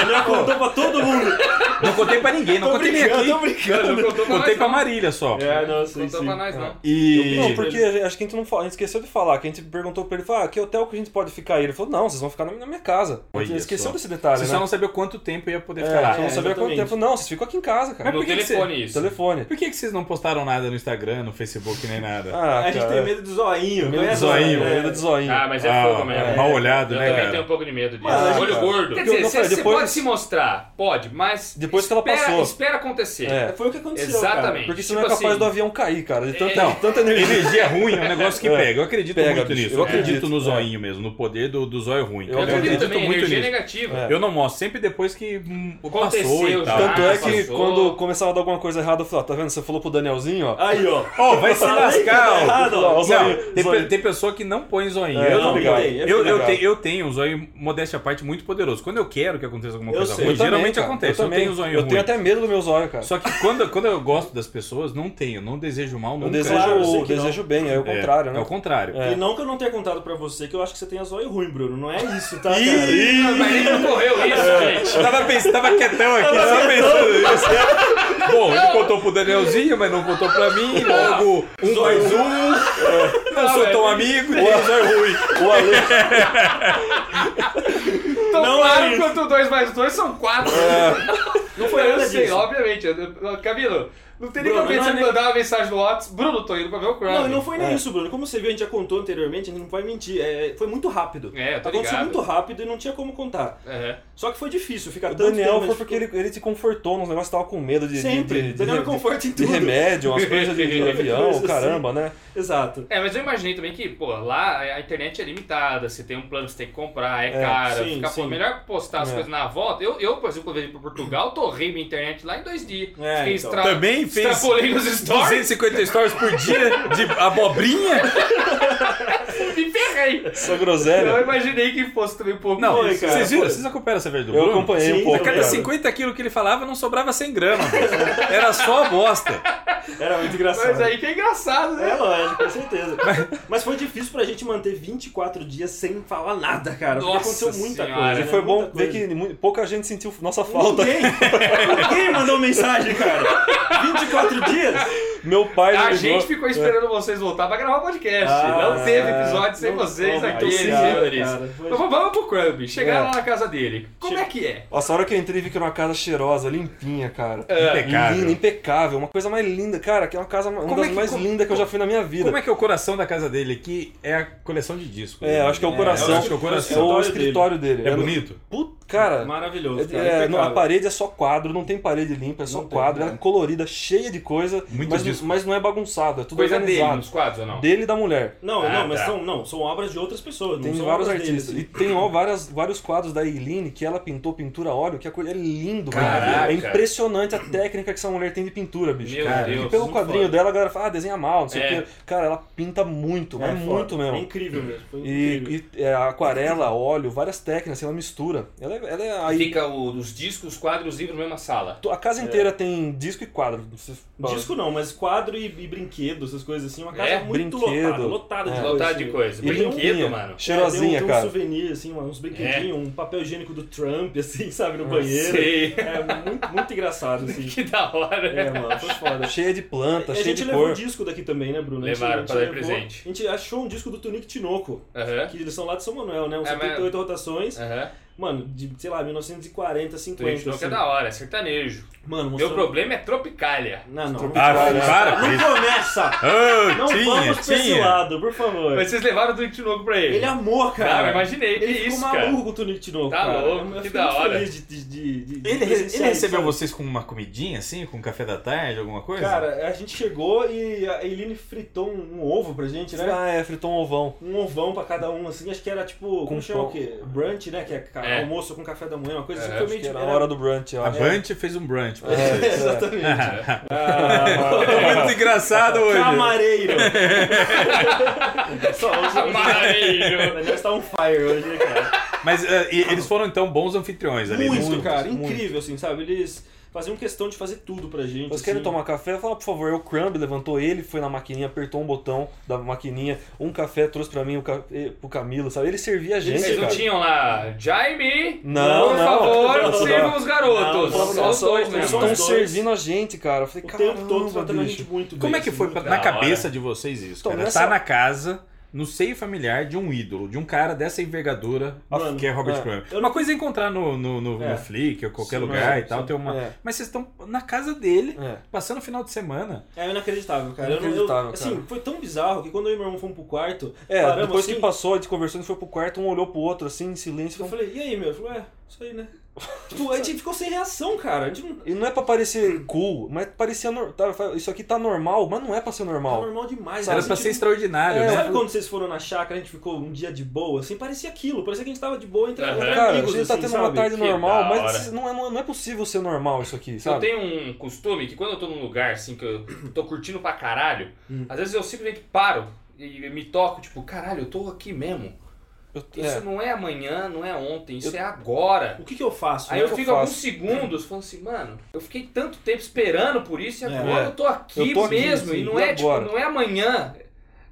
S3: Ele já contou pra todo mundo.
S2: Não contei pra ninguém, não
S3: Tô
S2: contei nem aqui.
S3: brincando, tô brincando.
S1: Não contou pra
S2: Contei
S1: nós,
S2: pra
S1: não.
S2: Marília só.
S3: É, não, sim,
S1: Contou
S3: sim.
S1: pra nós, não.
S2: E.
S4: Não, porque a gente- acho que a gente não fala, a gente esqueceu de falar, que a gente perguntou pra ele, falou, ah, que hotel que a gente pode ficar aí? Ele falou, não, vocês vão ficar na na minha casa. A gente
S2: Olha
S4: esqueceu
S2: só.
S4: desse detalhe,
S2: Você
S4: né?
S2: só não sabia quanto tempo eu ia poder
S4: É,
S2: ficar lá.
S4: você não sabia quanto
S3: exatamente.
S4: tempo. Não, vocês ficam aqui em casa, cara.
S5: No
S2: por que que
S5: telefone, isso.
S4: Telefone.
S2: Por que, que vocês não postaram nada no Instagram, no Facebook, nem nada?
S4: Ah,
S3: A gente
S4: cara,
S3: tem medo do zoinho.
S2: Medo do
S3: né?
S2: zoinho,
S3: É.
S4: medo de zoinho.
S5: Ah, mas é fogo mesmo.
S2: mal olhado,
S5: Eu
S2: né,
S5: também
S2: cara?
S5: tenho um pouco de medo disso.
S3: Mas,
S5: Olho
S4: cara,
S5: gordo.
S1: Quer
S4: Eu
S1: dizer,
S4: não
S1: você
S4: falei,
S1: você
S4: depois-
S1: pode se mostrar, pode, mas.
S4: Depois que ela
S1: espera-
S4: passou.
S1: Espera acontecer.
S4: É.
S3: Foi o que aconteceu,
S5: Exatamente.
S4: Porque
S5: tipo
S4: senão é capaz
S5: assim,
S4: do avião cair, cara. De tanta,
S5: É.
S4: de tanta energia.
S2: Energia ruim é um negócio que
S4: É.
S2: pega. Eu acredito
S4: Pega,
S2: muito
S4: bicho,
S2: nisso.
S4: eu
S2: Eu acredito,
S4: acredito,
S2: no
S4: é.
S2: zoinho mesmo, no poder do, do zóio ruim.
S4: Eu
S5: Eu
S4: acredito
S5: acredito também,
S2: muito
S5: energia
S2: nisso.
S5: negativa.
S4: É.
S2: Eu não mostro, sempre depois que hum,
S5: Aconteceu
S2: passou e
S5: já.
S2: tal.
S4: Tanto
S5: Ah,
S4: é que
S5: passou.
S4: quando começava a dar alguma coisa errada, eu falei, ó, tá vendo? Você falou pro Danielzinho, ó.
S3: cara. Aí, ó.
S2: Ó, vai se
S3: Falei que
S2: lascar,
S3: tá
S2: ó.
S3: errado, ó.
S4: Ó,
S2: Não,
S4: o zoinho,
S2: tem,
S4: zoinho.
S2: pe- tem pessoa que não põe zoinho.
S4: É,
S2: eu
S4: não
S2: não
S4: ligado.
S2: põe.
S3: tem,
S2: Eu,
S3: eu
S2: eu,
S3: tô ligado.
S2: tenho- eu tenho um zoinho, modéstia à parte, muito poderoso. Quando eu quero que aconteça alguma
S3: Eu
S2: coisa
S3: sei.
S2: ruim,
S4: Eu também,
S2: geralmente
S4: cara,
S2: acontece. Eu,
S4: também.
S2: tenho um zoinho
S4: Eu
S2: ruim.
S4: tenho até medo do meu zóio, cara.
S2: Só que quando, quando eu gosto das pessoas, não tenho. Não desejo mal,
S4: Eu
S2: nunca.
S4: desejo,
S3: Claro, eu sei que não.
S4: desejo bem, é o
S2: É,
S4: contrário,
S2: É
S4: né?
S2: o contrário.
S4: É.
S3: E não que eu não tenha contado pra você que eu acho que você tem a zóio ruim, Bruno. Não é isso, tá, cara?
S4: Ih,
S5: Não, Mas ele não correu
S3: É.
S5: isso, gente.
S2: Eu tava, pensando, tava quietão aqui, só pensando nisso. Bom, ele contou pro Danielzinho, mas não contou pra mim. Logo, um mais um.
S4: É.
S2: Não sou tão amigo, tem zóio ruim.
S4: o Ale...
S1: Então,
S3: Não
S1: claro,
S3: é isso.
S1: quanto 2 mais 2 são 4.
S3: Não foi
S1: Eu
S3: nada
S1: sei,
S3: disso.
S1: obviamente. Eu- eu- Camilo, não teria
S3: Bruno,
S1: como você
S3: não é
S1: me
S3: nem-
S1: mandar uma mensagem no WhatsApp. Bruno, tô indo pra ver o Crumb.
S3: Não, e não foi
S4: É.
S3: nem isso, Bruno. Como você viu, a gente já contou anteriormente, a gente não vai mentir. É, foi muito rápido.
S5: É, eu tô
S3: Aconteceu
S5: ligado.
S3: muito rápido e não tinha como contar.
S5: Aham.
S3: Só que foi difícil ficar
S4: O
S3: tanto tempo,
S4: Daniel
S3: mas
S4: foi porque ele, ele te confortou nos negócios, tava com medo de. de-
S3: Sempre.
S4: de- de-
S3: Daniel me
S4: de-
S3: conforta em
S4: de
S3: tudo.
S4: remédio, umas coisas de, de avião,
S3: Coisa assim.
S4: caramba, né?
S3: Exato.
S5: É, mas eu imaginei também que, pô, lá a internet é limitada, você tem um plano que você tem que comprar, é, caro,
S3: sim,
S5: fica, pô,
S3: sim.
S5: melhor postar as
S4: É.
S5: coisas na volta. Eu, eu, por exemplo, quando eu vim pra Portugal, torrei minha internet lá em dois dias.
S3: É,
S5: Fiquei
S3: então.
S5: extra-
S2: Também fez
S5: extrapolei nos stories
S2: 250 stories por dia de abobrinha.
S5: e me ferrei.
S4: Só
S1: Eu
S4: groselha.
S1: imaginei que fosse também um pouco
S2: Não,
S1: disso.
S3: Foi, cara,
S2: vocês viram?
S3: foi.
S2: Vocês acompanharam essa vez do
S4: Eu
S2: Bruno?
S4: acompanhei
S3: Sim,
S4: um
S2: A
S4: pouco.
S2: cada
S4: cara.
S2: 50 quilos que ele falava, não sobrava 100 gramas. pô. Era só bosta.
S3: Era muito engraçado.
S1: Mas aí que é engraçado, né?
S3: É lógico, com certeza. Mas foi difícil pra gente manter 24 dias sem falar nada, cara. Porque
S5: Nossa
S3: aconteceu muita
S5: senhora.
S3: coisa.
S4: E
S3: né?
S2: é
S4: foi bom
S3: Muita
S4: ver
S3: coisa.
S4: que mu- pouca gente sentiu nossa falta.
S3: Ninguém, ninguém mandou mensagem, cara. 24 dias?
S4: Meu pai
S3: É,
S1: A
S4: me
S1: gente
S4: ligou. É.
S1: ficou esperando vocês voltar pra gravar o podcast.
S3: Ah,
S1: não teve
S3: é.
S1: episódio sem
S3: Não-
S1: vocês
S3: não,
S1: aqui,
S3: aí, cara,
S1: senhores.
S3: cara, foi-
S1: Mas vamos pro Crumb. Chegaram
S4: É.
S1: lá na casa dele. Como é que é?
S4: Nossa, a hora que eu entrei vi que era uma casa cheirosa, limpinha, cara.
S2: Impecável.
S4: Linda, impecável, uma coisa mais linda, cara, que é uma casa uma
S2: É. Como
S4: das
S2: é que-
S4: mais
S2: como-
S4: lindas que eu já fui na minha vida.
S2: Como é que é o coração da casa dele aqui? É a coleção de discos.
S4: É, eu acho que é o coração.
S2: eu acho que é o
S4: É
S2: coração.
S4: o escritório dele.
S2: É
S4: Eu não-
S2: bonito.
S4: Put- cara,
S3: Maravilhoso, cara.
S4: É, não, a
S3: impecável.
S4: parede é só quadro, não tem parede limpa, é só
S3: Não tem,
S4: quadro,
S3: né?
S4: ela é colorida, cheia de coisa,
S2: Muito
S4: mas,
S2: disco.
S4: mas não é bagunçado, é tudo
S5: Coisa dele
S4: organizado.
S5: nos quadros ou não?
S4: Dele e da mulher.
S3: Não,
S5: Ah,
S3: não, mas
S5: tá.
S3: são, não, são obras de outras pessoas.
S4: Tem
S3: não são
S4: vários
S3: obras
S4: artistas.
S3: Deles.
S4: E tem ó, várias, vários quadros da Eileen que ela pintou pintura a óleo, que a coisa é lindo,
S5: Caraca.
S4: cara. É impressionante a técnica que essa mulher tem de pintura, bicho.
S5: Meu
S4: cara.
S5: Deus,
S4: e pelo
S3: muito
S4: quadrinho
S3: foda.
S4: dela, a galera fala, ah, desenha mal, não sei
S5: É.
S4: o quê. Cara, ela pinta muito, é,
S3: foda.
S4: muito
S3: É
S4: mesmo.
S3: incrível mesmo. Foi incrível.
S4: E, e, é, aquarela, óleo, várias técnicas, assim, ela mistura. Ela, é- ela é a
S5: Fica o- os discos, os quadros, os livros na mesma sala.
S4: A casa inteira tem disco e quadro. Você fala,
S3: É. Disco não, mas quadro e, e brinquedo, essas coisas assim. Uma casa
S5: É?
S3: muito
S4: Brinquedo.
S3: lotada, lotada de
S4: É.
S3: coisa. assim.
S5: Lotada de coisa.
S4: E
S5: Brinquedo,
S4: limpinha.
S5: mano.
S4: Cheirosinha,
S3: é, um tem um, tem um
S4: cara.
S3: souvenir, assim, uns brinquedinhos, um papel higiênico do Trump, assim, sabe, no banheiro.
S5: É. Ah, Sei.
S3: É muito, muito engraçado, assim.
S5: Que da hora.
S3: É, mano, foi foda.
S4: Cheia de planta,
S2: Tá
S3: A
S4: cheia
S3: gente
S4: de
S3: levou um
S4: cor.
S3: disco daqui também, né, Bruno? A gente-
S5: Levaram
S3: a gente
S5: pra dar
S3: levou-
S5: presente.
S3: A gente achou um disco do Tunico Tinoco,
S5: Aham.
S3: que eles são lá de São Manuel, né? Uns
S5: É, mas- É.
S3: 78 rotações.
S5: Aham.
S3: Mano, de, sei lá,
S5: Então, gente,
S3: 1940, 50.
S5: não que é
S3: Assim.
S5: da hora, é sertanejo.
S3: Mano,
S5: Meu
S3: mostrou...
S5: problema é Tropicália.
S3: Não, não.
S2: Ah, para com
S3: Não
S2: isso.
S3: começa!
S2: Ah,
S3: Não
S2: tinha,
S3: vamos pra esse
S2: tinha.
S3: lado, por favor.
S1: Mas vocês levaram o drink novo pra ele.
S3: É. Ele amou,
S5: Cara,
S3: cara.
S5: imaginei. Que
S3: Ele ficou
S5: isso, cara.
S3: maluco com o Tunico Tinoco,
S5: Tá
S3: cara.
S5: louco,
S3: Eu
S5: que
S3: fiquei
S5: da
S3: muito
S5: hora.
S3: feliz de- de- de- de-
S2: Ele,
S3: de
S2: ele
S3: presenciar isso,
S2: recebeu
S3: sabe?
S2: vocês com uma comidinha, assim? Com um café da tarde, alguma coisa?
S3: Cara, a gente chegou e a Eileen fritou um, um ovo pra gente, né?
S4: Ah, é, fritou um ovão.
S3: Um ovão pra cada um, assim. Acho que era tipo,
S4: Com
S3: como chama
S4: pão.
S3: o quê? Brunch, né? Que é, ca-
S5: É.
S3: almoço com café da manhã, uma coisa
S5: É,
S3: assim.
S5: acho
S3: Foi meio
S4: Que
S3: tipo,
S4: era a hora do brunch, eu
S2: a
S4: acho.
S2: Band fez um brunch pra
S4: É,
S2: vocês.
S3: É, exatamente.
S2: Muito engraçado hoje. né?
S3: Camareiro! Só hoje. é um
S5: Maravilha.
S3: Mas nós tá on fire hoje, né, cara?
S2: Mas eh, e- eles foram, então, bons anfitriões ali.
S3: Muito,
S2: né?
S3: cara.
S4: muito.
S3: Incrível, assim, sabe? Eles. faziam questão de fazer tudo pra gente.
S4: Eles querem
S3: assim.
S4: tomar café? Ela Fala, por favor, é o Crumb levantou ele, foi na maquininha, apertou um botão da maquininha, um café trouxe pra mim, um ca- eh, pro Camilo, sabe? Ele servia a gente,
S1: Vocês não
S4: cara.
S1: tinham lá, Jaime,
S4: Não,
S1: por
S4: não.
S3: Não,
S1: favor,
S3: não.
S1: sirvam os garotos.
S3: Não, não,
S1: Só os
S3: só
S1: dois
S3: os
S4: Eles
S1: mesmo.
S4: estão
S3: dois.
S4: servindo a gente, cara. Eu falei,
S3: O
S4: caramba,
S3: tempo todo tratando a gente
S4: bicho.
S3: muito bem.
S2: Como é que
S3: assim,
S2: foi
S3: muito
S2: na
S3: bem.
S2: cabeça de vocês isso,
S4: Então,
S2: cara?
S4: nessa-
S2: Tá na casa, no seio familiar de um ídolo, de um cara dessa envergadura,
S3: Mano,
S2: que é Robert
S4: é.
S2: Crumb.
S3: Eu
S2: Uma coisa é encontrar no, no, no,
S3: É.
S2: no Flick ou qualquer
S3: Sim,
S2: lugar
S3: mas-
S2: e tal,
S3: sim.
S2: tem uma...
S4: É.
S2: Mas vocês estão na casa dele,
S4: É.
S2: passando o final de semana.
S3: É inacreditável, cara. Eu não-
S4: Inacreditável,
S3: eu, assim,
S4: cara.
S3: foi tão bizarro que quando eu e meu irmão fomos pro quarto,
S4: É,
S3: paramos
S4: depois
S3: assim,
S4: que passou, a gente conversando, foi pro quarto, um olhou pro outro, assim, em silêncio.
S3: Eu
S4: falou,
S3: falei, e aí, meu? Ele falou, é, isso aí, né? tipo, a gente ficou sem reação, cara. A gente não...
S4: E não é pra parecer cool, mas parecia normal. Isso aqui tá normal, mas não é pra ser
S3: Tá
S4: normal.
S3: normal demais.
S2: Era
S3: né?
S2: pra
S3: A gente
S2: ser extraordinário,
S4: É,
S2: né?
S3: Sabe quando vocês foram na chácara, a gente ficou um dia de boa, assim, parecia aquilo, parecia que a gente tava de boa entre,
S1: Aham.
S3: entre
S4: Cara, a
S3: amigos,
S4: gente tá
S3: assim,
S4: tendo
S3: sabe?
S4: uma tarde
S1: Que
S4: normal,
S1: da hora.
S4: mas não é, não é possível ser normal isso aqui,
S1: Eu
S4: sabe?
S1: tenho um costume que quando eu tô num lugar assim que eu tô curtindo pra caralho,
S3: Hum.
S1: às vezes eu simplesmente paro e me toco, tipo, caralho, eu tô aqui mesmo.
S4: Eu-
S1: Isso
S4: é.
S1: não é amanhã, não é ontem, isso é agora.
S3: O que que eu faço?
S1: Aí
S3: né?
S1: eu
S4: eu
S1: fico alguns
S4: faço?
S1: segundos falando assim, mano, eu fiquei tanto tempo esperando por isso e
S3: É.
S1: agora eu tô aqui
S4: Eu tô aqui,
S1: mesmo.
S4: assim,
S1: e não
S4: e
S1: é, tipo,
S4: agora?
S1: não é amanhã.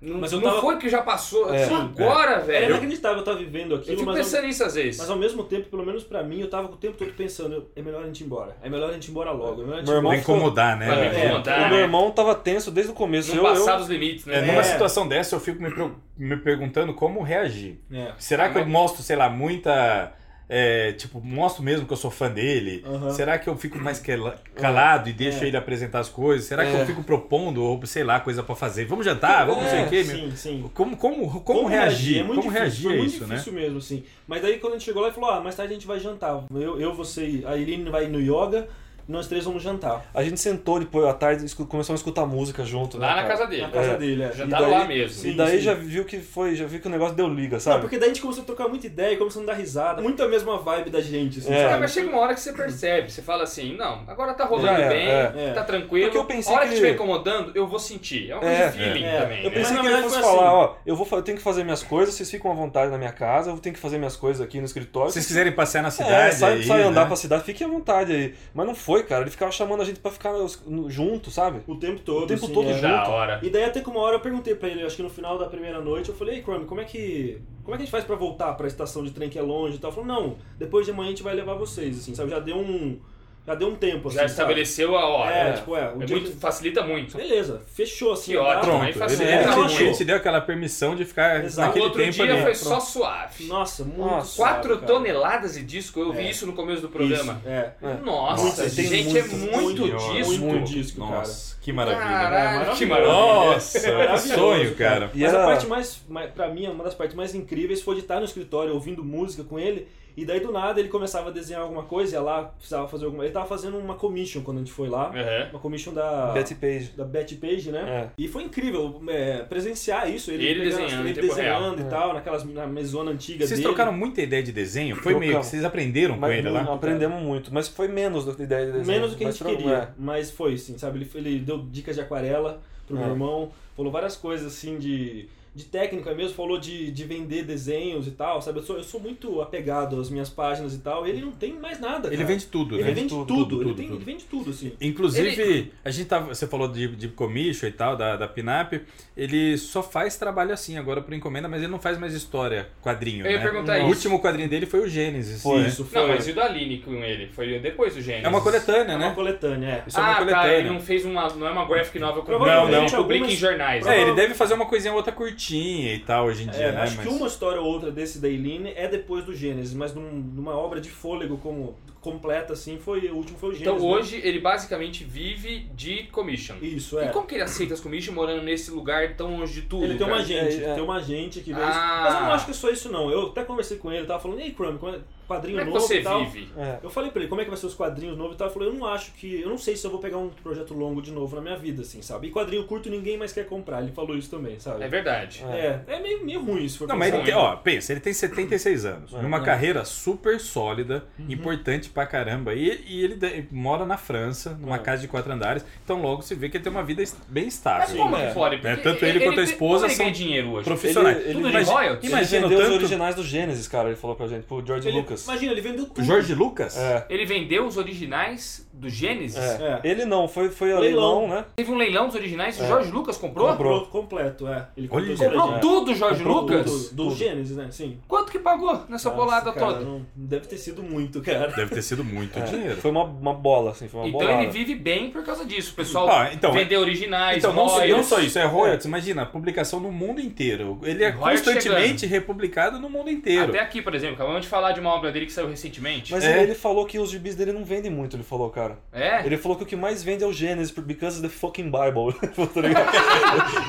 S1: Não,
S3: Mas eu
S1: não
S3: tava-
S1: foi que já passou.
S4: É.
S1: É. agora,
S3: Era
S1: velho.
S3: inacreditável eu tava vivendo
S1: Eu
S3: aquilo,
S1: fico
S3: mas, ao-
S1: pensando nisso às vezes.
S3: mas ao mesmo tempo, pelo menos pra mim, eu tava o tempo todo pensando, eu- é melhor a gente ir embora, é melhor a gente ir embora logo, é melhor a gente
S4: Meu
S3: ir
S4: irmão
S2: Pra
S3: embora.
S2: incomodar, né?
S1: Pra me
S2: velho?
S4: É,
S3: tá?
S1: incomodar,
S4: o meu
S1: né?
S4: irmão tava tenso desde o começo.
S1: Não
S4: Eu, eu,
S1: passar dos limites, né?
S2: É, numa
S3: É.
S2: situação dessa, eu fico me, pre- me perguntando como reagir.
S3: É.
S2: Será que eu mostro, sei lá, muita. é, tipo, mostro mesmo que eu sou fã dele?
S3: Aham.
S2: Será que eu fico mais quela- calado e deixo
S3: É.
S2: ele apresentar as coisas? Será que
S4: É.
S2: eu fico propondo, ou sei lá, coisa pra fazer? Vamos jantar? Ah, Vamos não sei o quê? meu?
S3: É, Sim, sim.
S2: Como, como, como, reagir?
S3: É muito
S2: como
S3: difícil,
S2: reagir
S3: foi
S2: a
S3: muito
S2: isso, né?
S3: difícil mesmo, assim. Mas daí quando a gente chegou lá, ele falou, ah, mais tarde a gente vai jantar. Eu, eu você e a Irine vai no yoga, nós três vamos jantar.
S4: a gente sentou depois à tarde e começamos a escutar música junto. né,
S1: Lá na
S4: cara?
S1: casa
S3: Na
S1: dele.
S3: casa
S4: É.
S3: dele, é.
S1: Já
S4: E
S1: tá
S4: daí-
S1: lá mesmo.
S4: E
S3: Sim,
S4: daí
S3: sim.
S4: já viu que foi, já viu que o negócio deu liga,
S3: Não,
S4: sabe?
S3: porque daí a gente começou a trocar muita ideia, começou a dar risada. Muito a mesma vibe da gente, assim,
S4: É.
S1: É,
S3: sabe?
S1: mas chega uma hora que você percebe, você fala assim, não, agora tá rolando
S4: É,
S1: bem,
S4: é,
S3: é.
S1: tá tranquilo.
S4: Porque eu pensei
S1: a hora que,
S4: que-
S1: estiver incomodando, eu vou sentir. É um
S4: É,
S1: feeling
S3: é.
S1: também, né?
S4: Eu pensei
S3: Mas, na
S4: que ele
S3: verdade,
S4: fosse
S3: foi assim.
S4: falar, ó, eu, vou, fa- eu tenho que fazer minhas coisas, vocês ficam à vontade na minha casa, eu tenho que fazer minhas coisas aqui no escritório.
S2: Se vocês quiserem passear na cidade.
S4: é, sai,
S2: aí,
S4: sai andar
S2: né?
S4: pra cidade, fiquem à vontade aí. Mas não foi, cara. Ele ficava chamando a gente pra ficar os- no- junto, sabe?
S3: O tempo todo,
S4: O tempo
S3: assim,
S4: todo
S3: é.
S1: Da hora.
S3: E daí até que uma hora eu perguntei pra ele, acho que no final da primeira noite, eu falei, Ei, Chrome, como é que. Como é que a gente faz pra voltar pra estação de trem que é longe e tal? Ele falou, não, depois de amanhã a gente vai levar vocês, assim, sabe? Já deu um. Já deu um tempo, assim.
S1: Já
S3: sabe?
S1: estabeleceu a hora.
S3: É,
S1: É,
S3: tipo, é, o dia
S1: muito, facilita muito.
S3: Beleza, fechou assim.
S1: Que
S3: a data.
S1: ótimo,
S2: Pronto.
S1: Aí
S2: Ele,
S1: facilita
S4: é,
S2: ele te-
S3: Então,
S1: muito.
S2: ele te deu aquela permissão de ficar
S3: Exato.
S1: O
S2: naquele
S1: outro
S2: tempo
S1: dia
S2: ali.
S1: foi
S2: Pronto.
S1: só suave.
S3: Nossa, muito
S4: Nossa.
S3: suave,
S1: 4
S3: cara.
S1: toneladas de disco, eu vi
S3: É.
S1: isso no começo do programa.
S3: Isso, é.
S4: É.
S1: Nossa,
S4: Nossa, tem
S1: gente, é
S4: muito,
S1: muito
S2: Senhora,
S1: disco.
S3: muito disco, cara.
S2: Nossa, que maravilha.
S4: né?
S1: Caralho,
S3: É
S1: que
S3: maravilhoso.
S1: maravilha.
S3: É
S2: Nossa, que sonho, cara.
S4: E
S3: Mas
S4: era-
S3: a parte mais, mais, pra mim, é uma das partes mais incríveis foi de estar no escritório ouvindo música com ele, e daí do nada ele começava a desenhar alguma coisa, ia lá, precisava fazer alguma Ele tava fazendo uma commission quando a gente foi lá,
S1: Uhum.
S3: uma commission da
S4: Betty Page.
S3: da Betty Page, né?
S4: É.
S3: E foi incrível é, presenciar isso, ele,
S1: Ele
S3: pegando as-
S1: desenhando em
S3: ele
S1: tempo real.
S3: desenhando e
S4: É.
S3: tal, naquelas, na mesona antiga
S2: Vocês
S3: dele.
S2: trocaram muita ideia de desenho? Foi meio que
S4: Trocamos.
S2: vocês aprenderam com
S4: Mas
S2: ele
S4: não-
S2: lá?
S4: não aprendemos muito, mas foi menos do que ideia de desenho.
S3: Menos do que a
S4: Mas
S3: gente
S4: foi-
S3: queria,
S4: é.
S3: mas foi, sim, sabe? Ele, ele deu dicas de aquarela pro
S4: É.
S3: meu irmão, falou várias coisas assim de, de técnica mesmo, falou de, de vender desenhos e tal, sabe? Eu sou, eu sou muito apegado às minhas páginas e tal, ele não tem mais nada.
S2: Ele
S3: cara.
S2: vende tudo,
S3: Ele
S2: né?
S3: vende tudo,
S2: tudo,
S3: ele,
S2: tudo,
S3: tem,
S2: tudo.
S3: ele vende tudo, assim.
S2: Inclusive, a gente tava, você falou de, de commission e tal, da, da Pinap. Ele só faz trabalho assim agora por encomenda, mas ele não faz mais história, quadrinho.
S1: Eu ia
S2: né?
S1: perguntar
S2: o
S1: isso.
S2: último quadrinho dele foi o Gênesis.
S4: Foi.
S2: né?
S3: Isso foi.
S1: Não, mas e o da Aline com ele? Foi depois do Gênesis.
S2: É uma coletânea,
S3: é uma
S2: né?
S3: coletânea, é.
S2: Isso é uma
S1: Ah, tá,
S2: coletânea.
S1: ele não fez uma. Não é uma graphic novel com
S3: Provavelmente
S1: ele
S3: algumas-
S1: publica em jornais.
S2: É,
S1: né?
S2: ele deve fazer uma coisinha ou outra curtinha e tal hoje em dia,
S3: É,
S2: né?
S3: acho
S2: Mas
S3: que uma história ou outra desse da Eileen é depois do Gênesis, mas num- numa obra de fôlego como, completa, assim, foi, o último foi o Gênesis.
S1: Então
S3: né?
S1: hoje ele basicamente vive de commission.
S3: Isso, é.
S1: E como que ele aceita as commission morando nesse lugar tão longe de tudo?
S3: Ele tem uma
S1: cara?
S3: agente,
S4: É, é.
S3: tem uma agente que vê
S1: Ah.
S3: isso. Mas eu não acho que é só isso, não. Eu até conversei com ele, tava falando, ei, Crumb, como é- quadrinho
S1: Como é que
S3: novo
S1: você
S3: e tal.
S1: vive?
S4: É.
S3: Eu falei pra ele, como é que vai ser os quadrinhos novos e tal. Ele falou, eu não acho que. Eu não sei se eu vou pegar um projeto longo de novo na minha vida, assim, sabe? E quadrinho curto ninguém mais quer comprar. Ele falou isso também, sabe?
S1: É verdade.
S4: É.
S3: É, é meio, meio ruim isso.
S2: Não, mas ele
S1: Sim.
S2: tem, ó, pensa, ele tem 76 anos,
S4: É, Uhum.
S2: numa
S3: é.
S2: carreira super sólida, importante pra caramba. E, e ele de- mora na França, numa
S4: É.
S2: casa de quatro andares, então logo se vê que ele tem uma vida est- bem
S1: Mas
S2: estável.
S1: como
S4: é.
S1: que pode?
S2: É, tanto ele quanto a esposa
S1: Como ele
S2: são
S1: ganha dinheiro hoje?
S2: Profissionais.
S4: Ele- ele-
S1: Tudo de
S2: Imagina-
S1: royalties?
S4: Ele
S2: Imagina o
S4: vendeu os
S2: tanto-
S4: originais do Gênesis, cara, ele falou pra gente, pro George
S3: Ele-
S4: Lucas. Lucas.
S3: Imagina, ele vendeu tudo.
S2: Jorge Lucas?
S4: É.
S1: Ele vendeu os originais do Gênesis?
S4: é.
S3: É.
S4: Ele não, foi, foi a
S3: Leilão.
S4: leilão, né?
S1: Teve um leilão dos originais, o Jorge Lucas comprou?
S3: É. Comprou completo, é. Ele
S2: Olha,
S3: os
S1: Comprou
S3: originais.
S1: tudo, Jorge
S4: Comprou
S1: Lucas?
S3: Do, do Gênesis, né? Sim.
S1: Quanto que pagou nessa
S3: Nossa,
S1: bolada
S3: cara,
S1: toda?
S3: Não, deve ter sido muito, cara.
S2: Deve ter sido muito
S4: É.
S2: dinheiro.
S4: Foi uma, uma bola, assim, foi uma
S1: Então
S4: bola.
S1: ele vive bem por causa disso. O pessoal
S2: Ah, então,
S1: vendeu originais,
S2: Então, não, só-
S1: royalties.
S2: não só isso, é royalties. Imagina, publicação no mundo inteiro. Ele é
S1: Royalties
S2: constantemente republicado no mundo inteiro.
S1: Até aqui, por exemplo, acabamos de falar de uma obra dele que saiu recentemente.
S4: Mas
S2: É.
S4: ele- ele falou que os gibis dele não vendem muito, ele falou, cara.
S1: É?
S4: Ele falou que o que mais vende é o Gênesis, por- because of the fucking Bible. Tá ligado?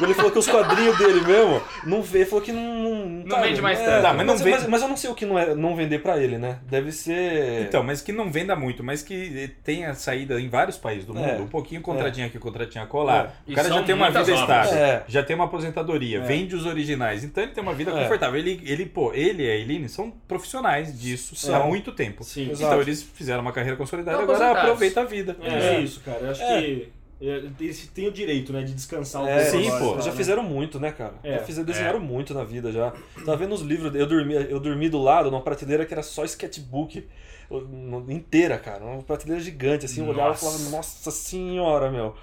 S4: ele falou que os quadrinhos dele mesmo, não vê, ele falou que não... Não, tá,
S1: vende mais
S4: é,
S1: tanto.
S2: Tá, mas não
S4: mas,
S2: vende-
S4: mas- mas eu não sei o que não, é, não vender pra ele, né? Deve ser...
S2: Então, mas que não venda muito, mas que eh, tenha saída em vários países do mundo.
S4: É.
S2: Um pouquinho contratinha aqui, contratinha acolá.
S1: É.
S2: O cara
S1: E
S2: já
S1: são
S2: tem uma vida
S1: muitas obras.
S2: estável,
S4: É.
S2: já tem uma aposentadoria, vende os originais. Então ele tem uma vida
S4: É.
S2: confortável. Ele, ele, pô, ele e a Eileen são profissionais disso há muito tempo.
S3: Sim.
S4: É. Exato.
S2: Então eles fizeram uma carreira consolidada,
S1: Não,
S2: agora
S1: aposentados.
S2: aproveita a vida.
S3: É, é isso, cara. Eu acho que é, eles têm o direito, né, de descansar um
S4: É,
S3: pouco.
S2: sim,
S3: agora,
S2: pô.
S3: tá,
S4: Já
S3: né?
S4: fizeram muito, né, cara?
S3: É.
S4: Já fizeram, desenharam muito na vida já. Tava vendo os livros, eu dormi, eu dormi do lado numa prateleira que era só sketchbook eu- no- inteira, cara. Uma prateleira gigante, assim, eu olhava e falava, nossa senhora, meu.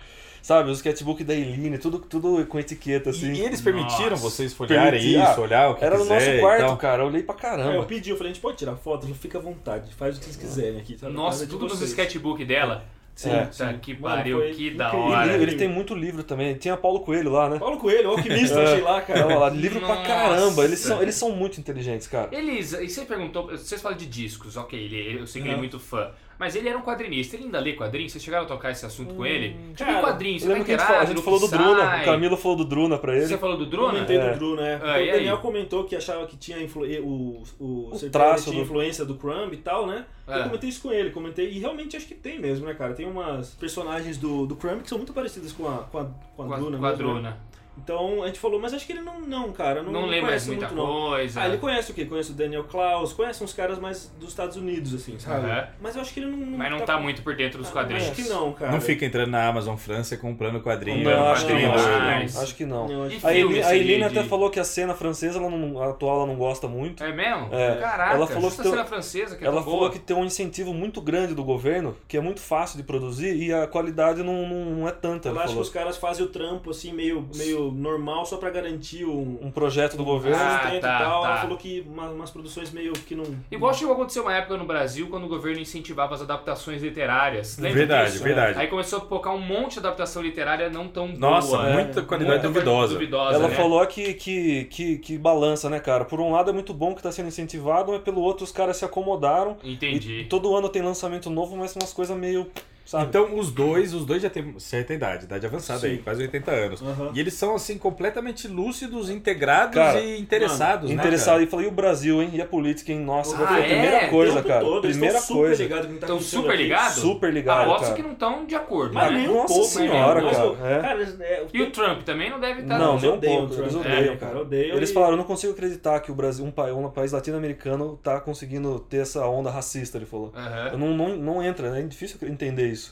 S4: Sabe, os sketchbook da Eileen, tudo, tudo com etiqueta,
S2: E-
S4: assim.
S2: E eles permitiram
S1: Nossa.
S2: vocês folhearem
S4: Permiti-
S2: isso, olhar o que
S4: Era no
S2: quiser
S4: nosso
S2: e
S4: quarto,
S2: tal?
S4: cara. Eu olhei pra
S3: É, eu
S4: caramba.
S3: pedi, eu falei, a gente pode tirar foto? Ele falou, fica à vontade, faz o que vocês quiserem aqui. Sabe? tá Casa
S1: Nossa,
S3: de
S1: tudo nos
S3: vocês.
S1: sketchbook dela.
S3: Sim,
S4: É.
S1: Puta que
S3: Mano,
S1: pariu,
S3: foi
S1: que da
S3: incrível.
S1: hora.
S4: Ele, ele tem muito livro também. Tinha Paulo Coelho lá, né?
S3: Paulo Coelho, o alquimista,
S4: É.
S3: sei lá, cara.
S4: Olha lá, livro pra
S1: Nossa.
S4: caramba. Eles são, eles são muito inteligentes, cara.
S1: Eles, e você perguntou, vocês falam de discos, ok, ele, eu sei que ele é
S3: Uhum.
S1: muito fã, mas ele era um quadrinista, ele ainda lê quadrinhos? Vocês chegaram a tocar esse assunto com ele? Tipo,
S3: Hum, cara,
S1: um quadrinho,
S4: Eu
S1: você vai
S4: lembro que a gente falou, a
S1: interagir,
S4: gente falou do Druna, o Camilo falou do Druna pra ele.
S1: Você falou do
S3: Eu
S1: Drona?
S3: Comentei
S4: É.
S3: do Drew, né?
S1: Ah, e
S3: o
S1: aí?
S3: Daniel comentou que achava que tinha influ- o, o,
S4: O
S3: Sertão
S4: traço
S3: tinha
S4: do-
S3: influência do Crumb e tal, né?
S1: É.
S3: Eu comentei isso com ele, comentei, e realmente acho que tem mesmo, né, cara? Tem umas personagens do, do Crumb que são muito parecidas com a, com a, com a
S1: Com a-
S3: Druna.
S1: com a
S3: mesmo, né?
S1: Druna.
S3: Então a gente falou, mas acho que ele não, não cara, não,
S1: Não lembro mais
S3: conhece
S1: muita
S3: muito, não.
S1: coisa.
S3: Ah, ele conhece o quê? Conhece o Daniel Klaus, conhece uns caras mais dos Estados Unidos, assim, sabe?
S1: Aham.
S3: Mas eu acho que ele não.
S1: Mas não tá muito por dentro dos quadrinhos.
S3: Ah, Acho que não, cara.
S2: Não fica entrando na Amazon França comprando quadrinho.
S1: Comprando
S4: Não, acho que não,
S1: quadrinhos.
S4: acho que
S1: Mas-
S4: não. Acho que não.
S3: Não, acho
S1: E
S3: que-
S4: A
S1: um filme,
S4: Eileen, a
S1: assim,
S4: Eileen
S1: de-
S4: até falou que a cena francesa, ela não, atual, ela não gosta muito.
S1: É mesmo?
S4: É.
S1: Caraca,
S4: Ela falou
S1: justa
S4: que tem-
S1: cena francesa que é
S4: Ela
S1: tão
S4: falou
S1: boa.
S4: que tem um incentivo muito grande do governo, que é muito fácil de produzir e a qualidade não, não, não é tanta.
S3: Eu
S4: Ela
S3: acho que
S4: falou.
S3: os caras fazem o trampo assim, meio, meio normal, só pra garantir um,
S4: Um projeto do governo.
S1: Ah,
S3: sustento
S1: tá,
S3: e tal.
S1: tá.
S3: Ela falou que uma- umas produções meio que não.
S1: Igual chegou a acontecer uma época no Brasil quando o governo incentivava as adaptações literárias. Lembra
S2: Verdade,
S1: disso? né?
S2: verdade.
S1: Aí começou a focar um monte de adaptação literária não tão
S2: Nossa, né?
S1: boa. é.
S2: muita
S1: Muita
S2: qualidade
S1: coisa
S2: duvidosa.
S1: duvidosa
S4: Ela
S1: né?
S4: falou que, que, que, que balança, né, cara? Por um lado é muito bom que tá sendo incentivado, mas pelo outro os caras se acomodaram. E
S1: Entendi.
S4: todo ano tem lançamento novo, mas umas coisas meio. Sabe?
S2: Então, os dois, os dois já têm certa idade, idade avançada
S3: Sim.
S2: aí, quase 80 anos.
S3: Aham.
S2: E eles são, assim, completamente lúcidos, integrados
S4: Cara,
S2: e interessados, né?
S4: Interessado e falou, e o Brasil, hein? E a política, hein? Nossa,
S1: Ah,
S4: foi a
S1: é?
S4: primeira
S1: O
S4: coisa,
S3: tempo
S4: cara.
S3: todo, eles
S4: primeira
S3: tão super
S4: coisa.
S3: ligado com o que tá
S1: Estão
S3: acontecendo
S1: super
S3: aqui.
S1: ligados?
S4: Super ligado,
S1: Aposto
S4: cara.
S1: Ah, que não estão de acordo.
S3: Mas
S1: né?
S3: nem um
S4: Nossa
S3: pouco,
S4: senhora,
S3: né?
S4: cara.
S3: Mas,
S4: É.
S3: cara, eles- é,
S1: E o Trump também não deve estar.
S4: Não,
S3: eles
S4: nem um
S3: odeiam
S4: pouco.
S3: o Trump.
S4: Eles
S1: É,
S4: odeiam,
S3: cara,
S4: cara.
S3: odeiam
S4: Eles
S3: e-
S4: falaram, eu não consigo acreditar que o Brasil, um país, um país latino-americano tá conseguindo ter essa onda racista, ele falou. Eu
S1: Aham.
S4: Não, não, não entra, né? É difícil entender isso.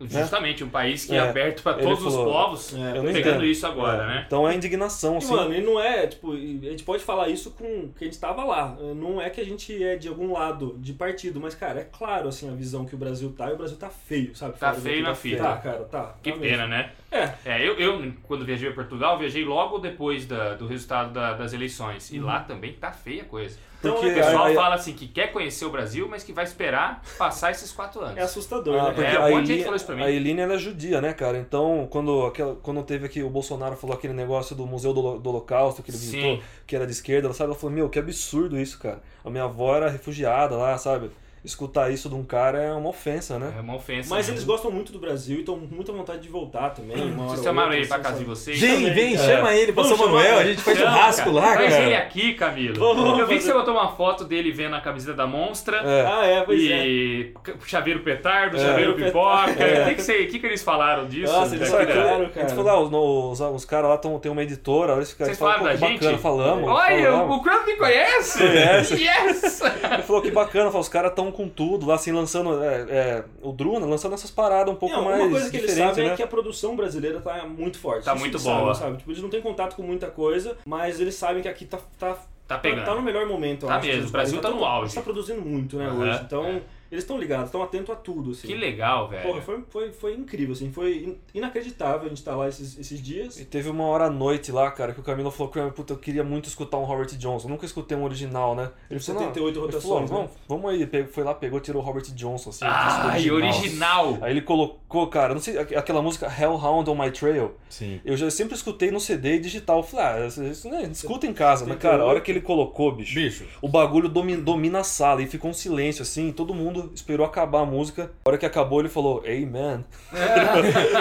S1: Justamente, um país que é,
S4: É,
S1: aberto para
S4: ele
S1: todos os
S4: falou.
S1: povos,
S3: É,
S4: eu
S1: pegando
S4: não entendo.
S1: isso agora,
S4: É.
S1: né?
S4: Então é indignação,
S3: E,
S4: assim.
S3: mano, e não é, tipo, e a gente pode falar isso com que a gente tava lá. Não é que a gente é de algum lado de partido, mas, cara, é claro, assim, a visão que o Brasil tá, e o Brasil tá feio, sabe?
S1: Tá
S3: Fora
S1: feio
S3: daqui,
S1: na
S3: tá
S1: fita.
S3: Tá, cara, tá.
S1: Que
S3: tá mesmo.
S1: pena, né?
S3: É.
S1: eu, eu, quando viajei para Portugal, viajei logo depois da- do resultado da- das eleições. E lá também tá feia a coisa.
S3: Então,
S4: Porque
S3: é,
S1: O pessoal
S4: aí-
S1: fala assim que quer conhecer o Brasil, mas que vai esperar passar esses quatro anos.
S3: É assustador,
S4: Ah,
S3: né?
S4: porque
S1: É, um monte
S4: a
S1: de gente
S4: Eileen-
S1: falou isso pra mim.
S4: A Eileen, ela é judia, né, cara? Então, quando, aquela, quando teve aqui, o Bolsonaro falou aquele negócio do Museu do, Holo- do Holocausto que ele visitou,
S1: Sim.
S4: que era de esquerda, ela, sabe? Ela falou, meu, que absurdo isso, cara. A minha avó era refugiada lá, sabe? Escutar isso de um cara é uma ofensa, né?
S1: É uma ofensa.
S3: Mas
S1: né?
S3: eles gostam muito do Brasil e estão com muita vontade de voltar também. Uma hora
S1: Vocês
S3: ou
S1: chamaram
S3: outra,
S1: ele pra
S3: assim,
S1: casa de
S3: sabe?
S1: vocês?
S2: Vem, vem,
S4: é.
S2: chama ele, pra São
S3: Vamos
S2: Manuel,
S3: chamar
S2: a
S3: ele.
S2: gente faz
S1: Chama,
S2: churrasco lá,
S1: Traz ele
S2: cara.
S1: aqui, Camilo.
S3: Vamos
S1: Eu vi que você
S3: fazer-
S1: botou uma foto dele vendo a camiseta da Monstra.
S4: É.
S3: Ah, é, pois é.
S1: E um c- chaveiro petardo, chaveiro
S3: Petardo.
S1: pipoca. O que, que, você- que que eles falaram disso?
S3: Nossa, eles
S1: Daqui da-
S3: sacaram,
S4: A gente
S3: É cara.
S4: falou, ah, os, no- os, os caras lá tão, tem uma editora, eles ficaram
S1: Vocês
S4: eles falaram,
S1: falaram
S4: pô,
S1: da
S4: que
S1: gente?
S4: bacana, falamos.
S1: Olha,
S4: falamos.
S1: o Crump me conhece!
S4: Conhece.
S1: Yes!
S4: Ele falou que bacana, falou, os caras estão com tudo lá, assim, lançando é, é, o Druna, lançando essas paradas um pouco
S3: Não,
S4: mais
S3: uma coisa que eles
S4: diferente,
S3: sabem
S4: né?
S3: é que a produção brasileira tá muito forte.
S1: Tá
S3: Isso
S1: muito
S3: eles sabem,
S1: boa.
S3: sabe? Tipo, eles não têm contato com muita coisa, mas eles sabem que aqui tá, tá
S1: Tá
S3: Tá,
S1: pegando.
S3: tá no melhor momento, eu
S1: Tá
S3: acho,
S1: mesmo,
S3: dos
S1: o Brasil tá
S3: países.
S1: no
S3: todo-
S1: auge.
S3: Tá produzindo muito, né,
S1: Aham,
S3: hoje. Então,
S1: é.
S3: eles estão ligados, estão atentos a tudo, assim.
S1: Que é. legal, velho.
S3: Porra, foi, foi, foi incrível, assim. Foi in- inacreditável a gente estar lá esses, esses dias.
S4: E teve uma hora à noite lá, cara, que o Camilo falou que puta, eu queria muito escutar um Robert Johnson. Eu nunca escutei um original, né? Ele falou, não.
S3: 78
S4: Ele
S3: rotações.
S4: falou, "Ó,
S3: né?
S4: vamos, vamos aí. Pe- Foi lá, pegou, tirou o Robert Johnson, assim.
S1: Ai,
S4: disse
S1: original.
S4: Aí ele colocou, cara, não sei, aqu- aquela música Hellhound on My Trail.
S2: Sim.
S4: Eu já sempre escutei no CD digital. Eu Falei, ah, isso- isso, né, escuta em casa. Mas, cara, a hora que ele colocou, bicho,
S2: Bicho,
S4: o bagulho domi- domina a sala e ficou um silêncio, assim. Todo mundo esperou acabar a música. A hora que acabou, ele falou, Amen.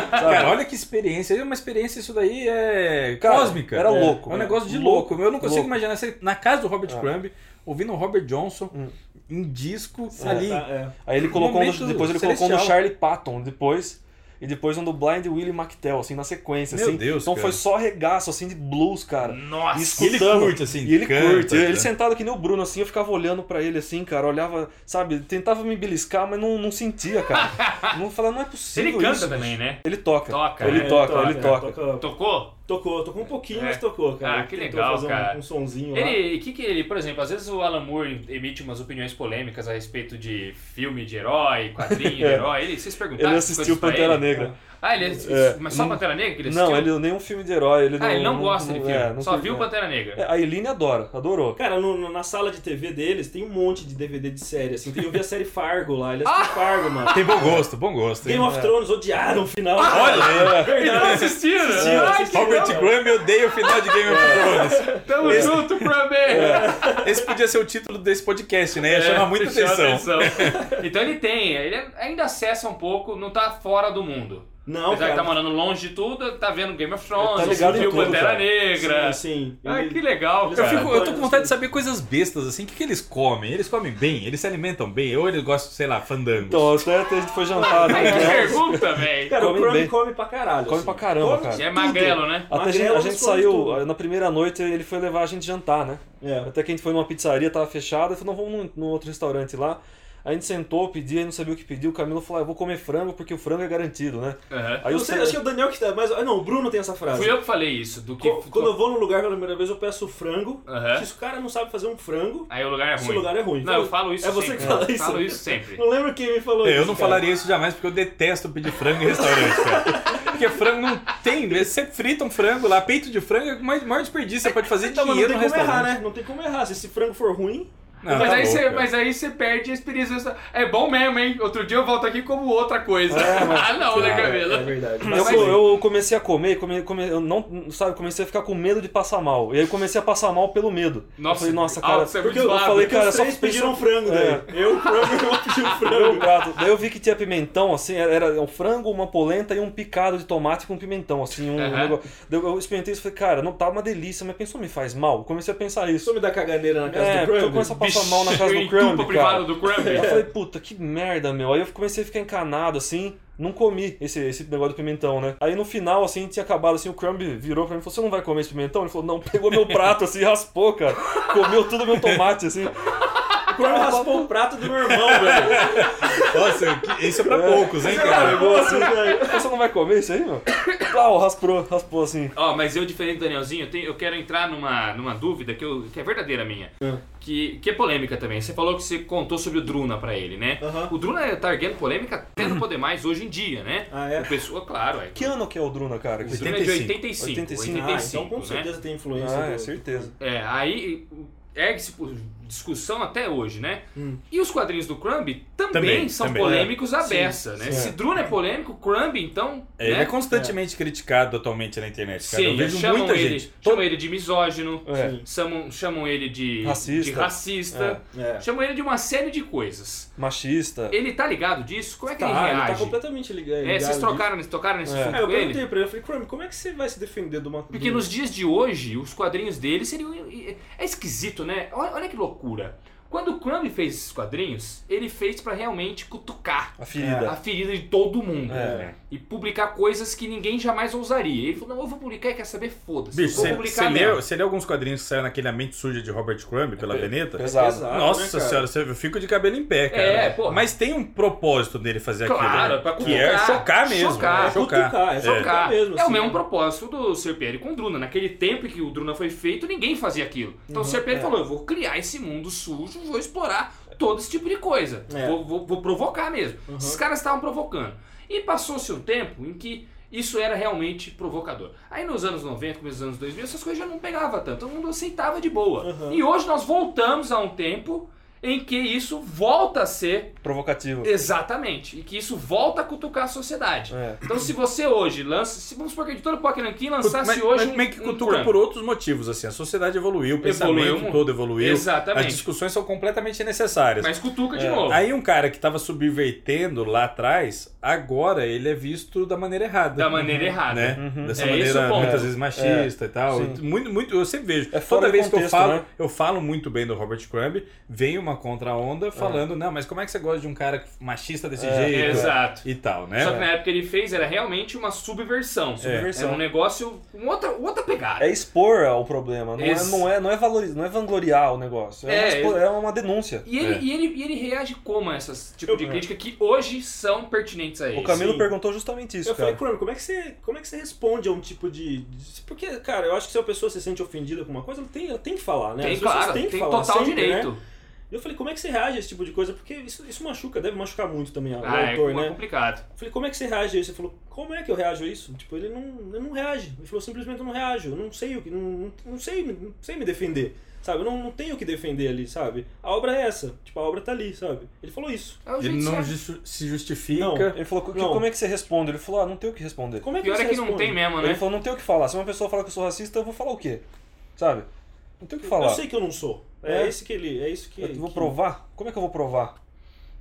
S2: cara, olha que experiência. É uma experiência, isso daí é
S4: Cara,
S2: cósmica.
S4: era
S2: É.
S4: louco,
S2: É um
S4: né?
S2: negócio de
S4: Louco,
S2: louco. Eu não consigo
S4: louco.
S2: imaginar você na casa do Robert
S4: É.
S2: Crumb, ouvindo o Robert Johnson
S4: Hum.
S2: em disco ali.
S3: Tá, é.
S4: Aí ele colocou um
S2: Momento
S4: do, depois ele colocou um do
S2: celestial.
S4: Charlie Patton depois e depois um do Blind Willie McTell assim na sequência
S2: Meu
S4: assim.
S2: Deus,
S4: então
S2: cara.
S4: foi só regaço assim de blues, cara.
S1: Nossa.
S4: E
S2: E ele
S4: escutando.
S2: curte, assim,
S4: E ele
S2: canta,
S4: curte. Ele
S2: né?
S4: sentado que nem o Bruno assim, eu ficava olhando pra ele assim, cara, olhava, sabe, tentava me beliscar, mas não, não sentia, cara. não falava, não é possível
S1: Ele canta
S4: isso.
S1: também, né?
S4: Ele toca.
S1: Toca,
S4: ele,
S1: né?
S4: toca ele
S3: é,
S4: toca,
S1: Tocou?
S3: Tocou, tocou um pouquinho,
S1: É.
S3: mas tocou, cara.
S1: Ah, que
S3: Tentou
S1: legal,
S3: fazer um-
S1: cara.
S3: Um,
S4: Uhum.
S3: sonzinho lá.
S1: Ele, e que que ele, por exemplo, às vezes o Alan Moore emite umas opiniões polêmicas a respeito de filme de herói, quadrinho de
S4: É.
S1: herói. Ele, vocês perguntaram
S4: Ele
S1: essas
S4: assistiu
S1: coisas pra
S4: Pantera
S1: ele?
S4: Negra.
S1: Ah, ele
S4: É.
S1: mas só
S4: Não-
S1: Pantera Negra que ele assistiu?
S4: Não, ele nem um filme de herói, ele não
S1: Ah, ele não gosta de
S4: não-
S1: filme.
S4: é, não
S1: só
S4: curte,
S1: viu
S4: é.
S1: Pantera Negra.
S4: É, A Eline adora, adorou.
S3: Cara, no- no- na sala de TV deles tem um monte de DVD de série, assim. Tem- Eu vi a série Fargo lá, ele assistiu Fargo, mano.
S1: Ah!
S2: Tem bom gosto, bom gosto. hein?
S3: Game
S4: É.
S3: of Thrones odiaram o final. Olha,
S1: Ele não assistiu, né?
S3: Assistiu,
S1: Ai, que
S2: Robert
S1: legal.
S2: Crumb odeia o final de Game
S4: É.
S2: of Thrones.
S1: Tamo junto, Crumb!
S2: Esse podia ser o título desse podcast, né? Ia
S1: É,
S2: chamar muita
S1: chama
S2: atenção.
S1: atenção. então ele tem, ele ainda acessa um pouco, não tá fora do mundo.
S3: Não,
S1: Apesar
S3: cara.
S1: que tá morando longe de tudo, tá vendo Game of Thrones,
S4: Ele tá ligado em
S1: viu
S4: tudo,
S1: Pantera
S4: cara.
S1: Negra.
S3: Sim, sim.
S1: Ah,
S3: Ele-
S1: que legal,
S3: Eu
S2: Eu,
S1: cara.
S2: fico- eu tô com vontade de saber coisas bestas, assim. O que, que eles comem? Eles comem bem? Eles se alimentam bem? Ou eles gostam, sei lá, fandangos?
S4: Então, até a gente foi jantar,
S1: Ai, que
S4: né?
S1: pergunta, velho.
S3: Cara,
S4: Come
S3: o Crumb
S4: bem.
S3: come pra caralho.
S4: Come
S3: assim.
S4: pra caramba,
S3: Come
S4: cara.
S1: E é magrelo, né?
S4: Até a gente,
S3: Magrelo
S4: a gente
S3: responde
S4: saiu,
S3: tudo.
S4: na primeira noite ele foi levar a gente jantar, né?
S3: É.
S4: Até que a gente foi numa pizzaria, tava fechada, eu falei, não, vamos num, num outro restaurante lá. A gente sentou, pediu, aí não sabia o que pediu, o Camilo falou, ah, eu vou comer frango porque o frango é garantido, né?
S1: Aham.
S4: Aí
S3: eu
S4: o
S3: sei,
S4: Sam-
S3: acho que é o Daniel que tá. Mas, ah, não, o Bruno tem essa frase.
S1: Fui eu que falei isso, do que...
S3: Co- Quando eu vou num lugar pela primeira vez, eu peço frango.
S1: Aham.
S3: Se o cara não sabe fazer um frango,
S1: Aí o lugar é
S3: esse
S1: ruim.
S3: lugar é ruim.
S1: Não, eu falo isso
S3: É você
S1: sempre.
S3: que fala isso?
S1: Falo isso sempre.
S3: Não lembro quem me falou
S2: É,
S3: isso.
S2: eu não
S3: cara.
S2: falaria isso jamais, porque eu detesto pedir frango em restaurante, cara. Porque frango não tem. Você frita um frango lá, peito de frango é o mais- maior desperdício. Você pode fazer
S3: Então, mas não
S2: dinheiro
S3: tem
S2: no
S3: como errar,
S2: restaurante.
S3: né? Não tem como errar. Se esse frango for ruim,
S2: Não,
S1: mas,
S2: tá
S1: aí
S2: louco,
S1: você,
S2: cara.
S1: mas aí você perde a experiência. É bom mesmo, hein? Outro dia eu volto aqui como outra coisa. ah, não, né, Camila?
S3: é verdade.
S4: Eu,
S1: Mas-
S4: eu comecei a comer, come, come- eu não, sabe, comecei a ficar com medo de passar mal. E aí eu comecei a passar mal pelo medo. eu falei, nossa, cara,
S1: alto, você é muito
S3: Porque eu, eu
S1: zoado.
S3: falei,
S4: Porque
S3: cara,
S4: os
S3: só
S4: três
S3: pediram
S4: pensam-
S3: frango daí. Eu, o frango, eu pedi o
S4: Meu
S3: frango.
S4: prato. Daí É, eu vi que tinha pimentão, assim, era- era um frango, uma polenta e um picado de tomate com pimentão, assim, um
S1: Aham.
S4: negócio. Daí eu experimentei isso e falei, cara, não tá uma delícia, mas pensou me faz mal? Comecei a
S3: Só
S4: pensar isso.
S3: me dá caganeira na casa
S4: É,
S3: do
S4: porque eu
S3: frango.
S4: começo a passar mal na casa
S1: Eu
S4: do
S1: entupo
S4: Crumb,
S1: o
S4: cara.
S1: privado do
S4: Aí eu
S1: Crumb.
S4: falei, puta, que merda, meu. Aí eu comecei a ficar encanado, assim, não comi esse, esse negócio do pimentão, né? Aí no final, assim, tinha acabado, assim, o Crumb virou pra mim e falou, você não vai comer esse pimentão? Ele falou, não, pegou meu prato, assim, raspou, cara. Comeu tudo meu tomate, assim.
S3: O frango raspou o prato do meu irmão, velho.
S2: Nossa, que- isso é pra poucos, hein, cara?
S4: Pegou, assim, você não vai comer isso aí, meu? Plau, raspou, raspou, assim.
S1: Ó, mas eu, diferente do Danielzinho, eu, tenho- eu quero entrar numa, numa dúvida que, eu- que é verdadeira minha.
S3: Ah.
S1: Que, que é polêmica também. Você falou que você contou sobre o Druna pra ele, né?
S3: Aham.
S1: O Druna tá erguendo polêmica até não poder mais hoje em dia, né?
S3: Ah, é?
S1: O pessoal, claro, é.
S4: Que ano que é o Druna, cara?
S1: O
S4: Que
S1: Druna é de 85.
S4: 85,
S3: Ah, então
S1: 85,
S3: com
S1: né?
S3: certeza tem influência.
S4: Ah, é,
S3: do-
S4: certeza.
S1: É, aí ergue-se por discussão até hoje, né?
S3: Hum.
S1: E os quadrinhos do Crumb também,
S2: Também, É.
S1: são
S2: também.
S1: polêmicos à beça, né?
S4: sim.
S1: Se Druna é polêmico, Crumb, então.
S2: É, ele
S1: né?
S2: é constantemente criticado atualmente na internet, cara.
S1: Sim,
S2: eu vejo
S1: chamam,
S2: muita
S1: ele,
S2: gente.
S1: chamam ele de misógino,
S4: É.
S1: sim, chamam, chamam ele de
S4: Racista.
S1: de racista,
S3: É.
S1: chamam ele de uma série de coisas.
S4: Machista.
S1: Ele tá ligado disso? Como é que ele
S3: Tá, ele tá
S1: reage?
S3: completamente ligado.
S1: é, vocês
S3: ligado
S1: trocaram, nesse- tocaram nesse
S4: É.
S1: assunto
S3: É, eu
S1: com ele?
S3: perguntei pra ele, eu falei, Crumb, como é que você vai se defender de um uma...
S1: Porque nos dias de hoje, os quadrinhos dele seriam. É esquisito, né? Olha, olha que loucura. Quando o Crumb fez esses quadrinhos, ele fez pra realmente cutucar
S4: A
S1: a
S3: É.
S4: ferida.
S1: ferida de todo mundo. né?
S4: É.
S1: E e publicar coisas que ninguém jamais ousaria. Ele falou, não, eu vou publicar e quer saber, foda-se. eu
S2: Bicho,
S1: vou
S2: você
S1: publicar
S2: leu,
S1: mesmo. É
S2: cê leu alguns quadrinhos que saíram naquele A Mente Suja de Robert Crumb pela Veneta?
S4: Pesado.
S3: Exato, né,
S2: Nossa
S3: cara?
S2: senhora, cê- eu fico de cabelo em pé, cara.
S1: É, pô.
S2: Mas tem um propósito dele fazer
S1: Claro,
S2: aquilo. né?
S1: pra
S2: que é
S1: cutucar,
S2: chocar mesmo.
S1: chocar,
S2: né?
S3: cutucar, é
S2: É.
S3: chocar.
S1: Tá.
S3: mesmo,
S1: é o
S3: assim.
S1: mesmo propósito do Serpere com o Druna. Naquele tempo que o Druna foi feito, ninguém fazia aquilo. Então
S3: Uhum,
S1: o
S3: é.
S1: Serpere falou: eu vou criar esse mundo sujo, vou explorar todo esse tipo de coisa.
S3: É. Uhum.
S1: Vou, vou- vou provocar mesmo. Esses caras estavam provocando. E passou-se um tempo em que isso era realmente provocador. Aí nos anos 90, começo dos anos 2000, essas coisas já não pegava tanto. Todo mundo aceitava de boa.
S3: Uhum.
S1: E hoje nós voltamos a um tempo em que isso volta a ser
S4: Provocativo.
S1: É, Exatamente. E que isso volta a cutucar a sociedade.
S4: É.
S1: Então, se você hoje lança. Se, vamos supor que a editora Pokémon King
S2: Mas,
S1: lançasse
S2: mas
S1: hoje. um-
S2: meio que
S1: um
S2: cutuca
S1: Trump.
S2: por outros motivos, assim. A sociedade evoluiu, o pensamento
S1: Evoluiu. um-
S2: todo evoluiu.
S1: Exatamente.
S2: As discussões são completamente necessárias.
S1: Mas cutuca
S3: É.
S1: de novo.
S2: Aí um cara que tava subvertendo lá atrás, agora ele é visto da maneira errada.
S1: da maneira errada.
S2: Né?
S1: É esse
S2: Dessa
S1: o
S2: maneira
S1: ponto.
S2: muitas vezes machista e tal.
S4: Sim.
S2: Muito, muito, eu sempre vejo.
S4: É fora
S2: Toda
S4: de
S2: vez que eu
S4: contexto,
S2: falo,
S4: né?
S2: eu falo muito bem do Robert Crumb, vem uma contra-onda falando, não, mas como é que você gosta de um cara machista desse
S3: é.
S2: jeito?
S1: Exato.
S2: E tal, né?
S1: Só que na época ele fez era realmente uma subversão.
S3: É.
S4: Subversão.
S1: Era um negócio com outra, outra pegada.
S4: É expor o problema, não,
S1: Esse-
S4: é, não, é, não, é valoriz... não é vangloriar o negócio. É,
S1: É,
S4: uma, expo- é uma denúncia.
S1: E ele, e, ele, e ele reage como a essas tipo de
S3: Eu- é.
S1: crítica que hoje são pertinentes a ele.
S4: O Camilo
S3: Sim.
S4: perguntou justamente isso,
S3: Eu falei,
S4: cara.
S3: Chrome, como é que você, como é que você responde a um tipo de, de- Porque, cara, eu acho que se a pessoa se sente ofendida com uma coisa, ela tem, ela tem que falar, né?
S1: Tem,
S3: As pessoas
S1: claro,
S3: têm
S1: tem
S3: que falar
S1: total
S3: sempre,
S1: direito.
S3: né? Eu falei, como é que você reage a esse tipo de coisa? Porque isso, isso machuca, deve machucar muito também ao
S1: Ah, é,
S3: autor,
S1: é
S3: né?
S1: complicado.
S3: Eu falei, como é que você reage a isso? Ele falou, como é que eu reajo a isso? Tipo, ele não, ele não reage. Ele falou, simplesmente eu não reajo. Eu não sei o que. Não, não, não sei, não sei me defender. Sabe? Eu não, não tenho o que defender ali, sabe? A obra é essa. Tipo, a obra tá ali, sabe? Ele falou isso.
S1: É o
S2: Ele
S1: jeito
S2: não
S1: certo.
S2: justi- se justifica.
S3: Não.
S4: Ele falou, "Que-
S3: Não.
S4: como é que você responde? Ele falou, ah, não tem o que responder.
S3: Como é que
S1: Pior
S3: você
S1: é que não tem
S3: responde?
S1: mesmo, né?
S4: Ele falou, não tem o que falar. Se uma pessoa falar que eu sou racista, eu vou falar o quê? Sabe? Não tem o que
S3: Eu
S4: falar.
S3: sei que eu não sou. É,
S4: É.
S3: isso que ele. É isso que.
S4: Eu vou
S3: que-
S4: provar? Como é que eu vou provar?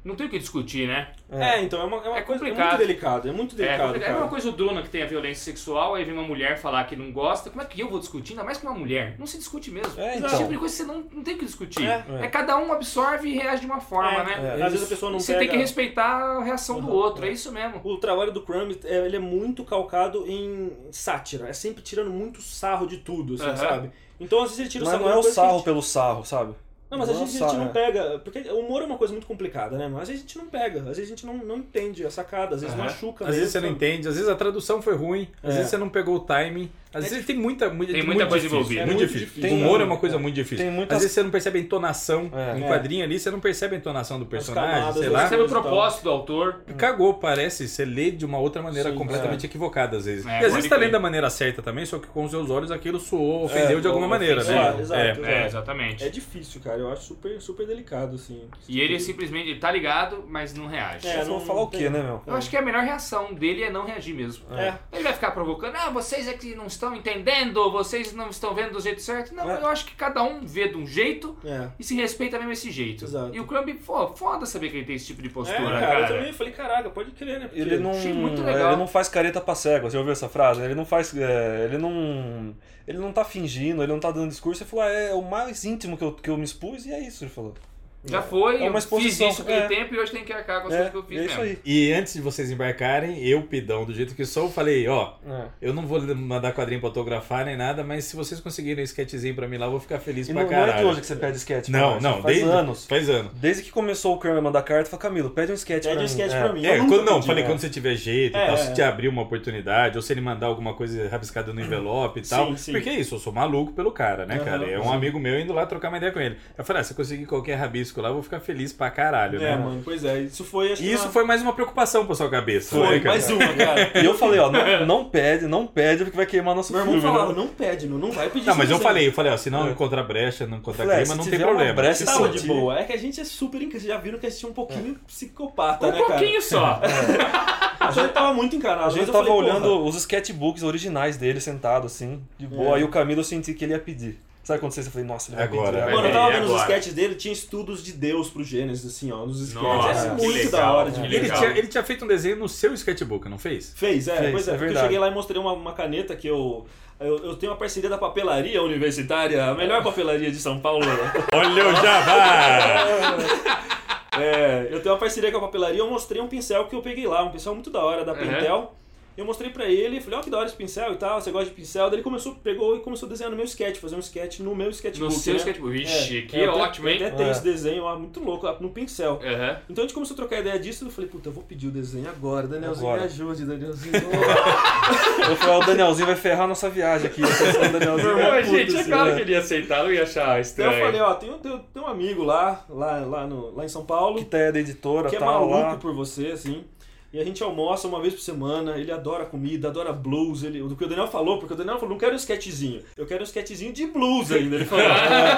S1: Não tem o que discutir, né?
S3: É, então é uma, é uma
S1: É
S3: coisa é muito
S1: complicado.
S3: delicada. É muito
S1: É,
S3: delicado,
S1: complicado. é a mesma
S3: cara.
S1: coisa o Druna que tem a violência sexual, aí vem uma mulher falar que não gosta. Como é que eu vou discutir? Ainda mais com uma mulher. Não se discute mesmo.
S4: É,
S1: Esse
S4: então.
S1: tipo de coisa você não, não tem o que discutir.
S3: É,
S1: É,
S4: é.
S1: cada um absorve e reage de uma forma,
S3: É,
S1: né?
S3: Às
S4: Eles-
S3: vezes a pessoa não
S1: você
S3: pega...
S1: tem que respeitar a reação do
S3: Uhum,
S1: outro, é isso mesmo.
S3: O trabalho do Crumb, é, ele é muito calcado em sátira. É sempre tirando muito sarro de tudo, assim,
S1: Aham.
S3: sabe? Então, às vezes ele tira
S4: Mas
S3: sarro
S4: não
S3: de
S4: é o
S3: coisa que a
S4: sarro
S3: gente-
S4: pelo sarro, sabe?
S3: Não, mas às
S4: Não é
S3: vezes
S4: o
S3: a gente
S4: sarro,
S3: não
S4: é.
S3: pega... Porque o humor é uma coisa muito complicada, né? Às vezes a gente não pega. Às vezes a gente não, não entende a sacada. Às vezes
S1: Aham.
S3: machuca.
S2: Às vezes você não
S3: sabe?
S2: entende, às vezes a tradução foi ruim, às
S3: É.
S2: vezes você não pegou o timing, às vezes tem muita, muita,
S1: É Tem
S2: é
S1: muita
S2: muito
S1: coisa
S2: difícil,
S1: envolvida.
S2: é muito
S3: É muito
S2: difícil.
S3: difícil.
S2: O humor é uma coisa muito difícil.
S4: Tem muitas-
S2: Às vezes você não percebe a entonação,
S4: É.
S2: um
S3: É.
S2: quadrinho ali, você não percebe a entonação do personagem,
S3: camadas,
S2: sei
S3: né?
S2: lá.
S1: Você sabe é o
S3: Então.
S1: propósito do autor.
S2: Cagou, parece. Você lê de uma outra maneira
S3: Sim,
S2: completamente equivocada, às vezes.
S1: É,
S2: e às
S1: pode
S2: vezes tá
S1: crer.
S2: lendo da maneira certa também, só que com os seus olhos aquilo soou, ofendeu de alguma maneira,
S3: Sei
S2: né?
S3: lá, exato,
S1: É,
S3: exato.
S1: exatamente.
S3: É difícil, cara. Eu acho super, super delicado, assim.
S1: E ele simplesmente ele tá ligado, mas não reage.
S3: É,
S4: eu vou
S3: não-
S4: falar o
S3: não
S4: quê,
S3: tem.
S4: né, meu?
S1: Eu acho que a melhor reação dele é não reagir mesmo.
S3: É.
S1: Ele vai ficar provocando, ah, vocês é que não estão entendendo, vocês não estão vendo do jeito certo. Não,
S4: É.
S1: eu acho que cada um vê de um jeito
S3: É.
S1: e se respeita mesmo esse jeito.
S3: Exato.
S1: E o Crumb, pô, foda saber que ele tem esse tipo de
S3: É,
S1: postura,
S3: cara, eu
S1: cara.
S3: também falei, caraca, pode crer, né? Porque-
S4: Ele não,
S1: Achei muito
S4: é,
S1: legal.
S4: ele não faz careta pra cego, você ouviu essa frase? Ele não faz. é, ele não. Ele não tá fingindo, ele não tá dando discurso, ele falou, ah, é o mais íntimo que eu, que eu me expus, e é isso, ele falou.
S1: Já foi,
S4: É uma
S1: eu fiz
S4: exposição,
S1: isso aquele
S4: é.
S1: tempo e hoje tem que arcar com as
S4: É,
S1: coisas que eu fiz
S4: é isso
S1: mesmo.
S4: aí.
S2: E antes de vocês embarcarem, eu, Pidão, do jeito que sou, falei, ó,
S4: É.
S2: eu não vou mandar quadrinho pra autografar nem nada, mas se vocês conseguirem um sketchzinho pra mim lá, eu vou ficar feliz
S4: E
S2: pra
S4: não, não
S2: caralho.
S4: é de hoje que você pede sketch, pra
S2: Não,
S4: nós,
S2: não,
S4: faz
S2: desde,
S4: anos.
S2: Faz anos.
S4: Desde que começou o Kramer mandar carta, fala, Camilo, pede um sketch
S3: Pede
S4: pra
S3: um
S4: mim.
S3: sketch
S4: É.
S3: pra mim.
S2: É,
S3: Eu nunca
S2: quando, não,
S3: pedi,
S2: falei
S3: né?
S2: quando você tiver jeito
S3: É,
S2: e tal,
S3: é.
S2: se te abrir uma oportunidade, ou se ele mandar alguma coisa rabiscada no envelope e tal.
S3: Sim, sim.
S2: Porque é isso, eu sou maluco pelo cara, né,
S3: Aham,
S2: cara? É um
S3: sim.
S2: amigo meu indo lá trocar uma ideia com ele. Eu falei, ah, se eu conseguir qualquer rabisco lá, eu vou ficar feliz pra caralho,
S3: É,
S2: né?
S3: mano, pois é. Isso foi, acho
S2: E
S3: que
S2: isso
S3: na-
S2: foi mais uma preocupação pra sua cabeça, né,
S3: Foi,
S2: cara?
S3: mais uma, cara.
S4: E eu falei, ó, não, não pede, não pede, porque vai queimar nosso
S3: Meu irmão
S4: filme, né?
S3: falava, não pede, meu, não vai pedir
S2: Não, mas
S3: isso
S2: eu
S3: pra você.
S2: falei, eu falei, ó, se não encontrar brecha, não encontrar
S4: Falei,
S2: clima,
S4: se
S2: não tem
S4: tiver uma
S2: problema.
S4: brecha,
S3: Você
S4: Esse
S3: tava de
S4: sutil.
S3: boa. É que a gente é super encanado. Vocês já viram que a gente é um pouquinho psicopata,
S1: Um
S3: né, cara?
S1: pouquinho só.
S3: A gente tava muito encanado.
S4: A
S3: mas
S4: gente
S3: eu
S4: tava
S3: falei,
S4: olhando
S3: porra,
S4: os sketchbooks originais dele, sentado assim, de boa.
S3: É.
S4: Aí o Camilo eu senti que ele ia pedir. Sabe quando você eu falei, nossa, ele vai
S2: Agora,
S4: pedir.
S2: vai
S3: Mano, eu
S1: É,
S3: tava
S1: e
S3: vendo os
S1: agora?
S3: sketches dele, tinha estudos de Deus pro Gênesis, assim, ó, nos sketches.
S1: Nossa,
S3: é
S1: que
S3: muito
S1: legal,
S3: da hora de
S1: que
S3: ver.
S2: Ele
S1: legal.
S2: tinha, ele tinha feito um desenho no seu sketchbook, não fez?
S3: Fez, é,
S4: Fez,
S3: pois é, porque
S4: é
S3: eu
S4: verdade.
S3: cheguei lá e mostrei uma, uma caneta que eu, eu. Eu tenho uma parceria da papelaria universitária, a melhor papelaria de São Paulo. né?
S2: Olha o Jabá!
S3: É, eu tenho uma parceria com a papelaria, eu mostrei um pincel que eu peguei lá, um pincel muito da hora da
S1: Uhum.
S3: Pentel. Eu mostrei pra ele, falei, ó, que da hora esse pincel e tal, você gosta de pincel? Daí ele começou, pegou e começou a desenhar no meu sketch, fazer um sketch no meu
S5: No
S3: sketchbook.
S5: seu
S3: né?
S5: sketchbook. Ixi, que
S3: eu até-
S5: ótimo,
S3: eu
S5: hein?
S3: Até tem
S4: É.
S3: esse desenho, ó, muito louco, ó, no pincel.
S5: Aham.
S3: Então a gente começou a trocar ideia disso, eu falei, puta, eu vou pedir o desenho agora, Danielzinho,
S4: Agora.
S3: me ajude, Danielzinho. Então
S4: Eu falei, ó, o Danielzinho vai ferrar a nossa viagem aqui. O Danielzinho
S1: Meu
S4: vai
S1: irmão,
S4: puto,
S1: gente, é
S4: assim,
S1: claro
S4: né?
S1: que ele ia aceitar, não ia achar
S3: Então
S1: estranho.
S3: eu falei, ó, tem um, tem um- tem um amigo lá, lá, lá, no, lá em São Paulo,
S4: Que tá é da editora,
S3: que é
S4: tal,
S3: maluco
S4: lá.
S3: por você, assim. E a gente almoça uma vez por semana, ele adora comida, adora blues, ele, o que o Daniel falou, porque o Daniel falou, não quero um sketchzinho, eu quero um sketchzinho de blues ainda, ele falou.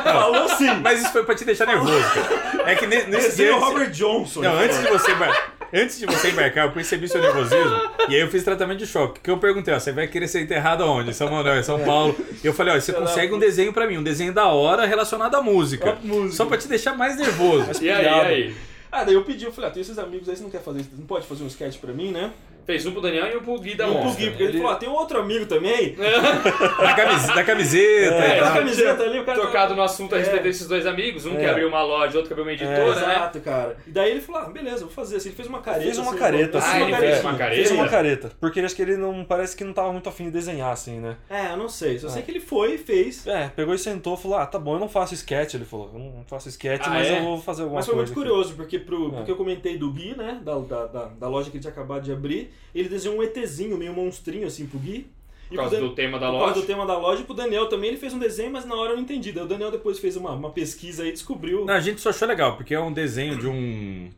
S3: falou assim,
S2: Mas isso foi pra te deixar nervoso, cara. É que ne- nesse
S3: desenho
S2: dia.
S3: o Robert Johnson.
S2: Não,
S3: ele
S2: antes de você embar- Antes de você embarcar, eu percebi seu nervosismo e aí eu fiz tratamento de choque. Que eu perguntei, ó, você vai querer ser enterrado aonde? Em São Manuel, em
S3: É.
S2: São Paulo. E eu falei, ó, você consegue um desenho pra mim, um desenho da hora relacionado à música. Só pra te deixar mais nervoso.
S1: E aí, e aí?
S3: Ah, daí eu pedi, eu falei, ah, tem esses amigos aí, você não quer fazer, não pode fazer um sketch pra mim, né?
S5: Fez um pro Daniel e um pro Gui da
S3: Eu
S5: Monstra.
S3: buguei, porque ele, falou, ah, tem um outro amigo também,
S2: Da, camis- da camiseta
S3: é,
S2: e
S3: a
S2: tal.
S3: camiseta ali, o cara...
S5: Trocado no assunto a
S3: É.
S5: respeito desses dois amigos, um que
S4: É.
S5: abriu uma loja, outro que abriu uma
S3: É,
S5: editora, né?
S3: Exato, cara. E daí ele falou, ah, beleza, vou fazer, assim, ele fez uma careta.
S4: Fez uma
S3: assim,
S4: careta,
S5: Ah,
S4: assim.
S5: ele
S4: né?
S5: fez uma
S4: Fez
S5: careta?
S4: uma careta. Porque acho que ele não parece que não tava muito afim de desenhar, assim, né?
S3: É, eu não sei, só sei
S4: Ah.
S3: que ele foi e fez.
S4: É, pegou e sentou, falou, ah, tá bom, eu não faço sketch, ele falou. Eu não faço sketch,
S5: Ah,
S4: mas
S5: é?
S4: eu vou fazer alguma
S3: Mas foi
S4: coisa.
S3: muito
S4: aqui."
S3: curioso, porque, pro,
S4: É.
S3: porque eu comentei do Gui, né? Da, da, da, da loja que ele tinha acabado de abrir. Ele desenhou um ETzinho, meio monstrinho, assim, pro Gui. E
S5: Por
S3: pro
S5: causa
S3: Dan-
S5: do tema da
S3: por causa do
S5: loja.
S3: tema da loja. E pro Daniel também, ele fez um desenho, mas na hora eu não entendi. Daí o Daniel depois fez uma, uma pesquisa aí e descobriu.
S2: Não, a gente só achou legal, porque é um desenho de um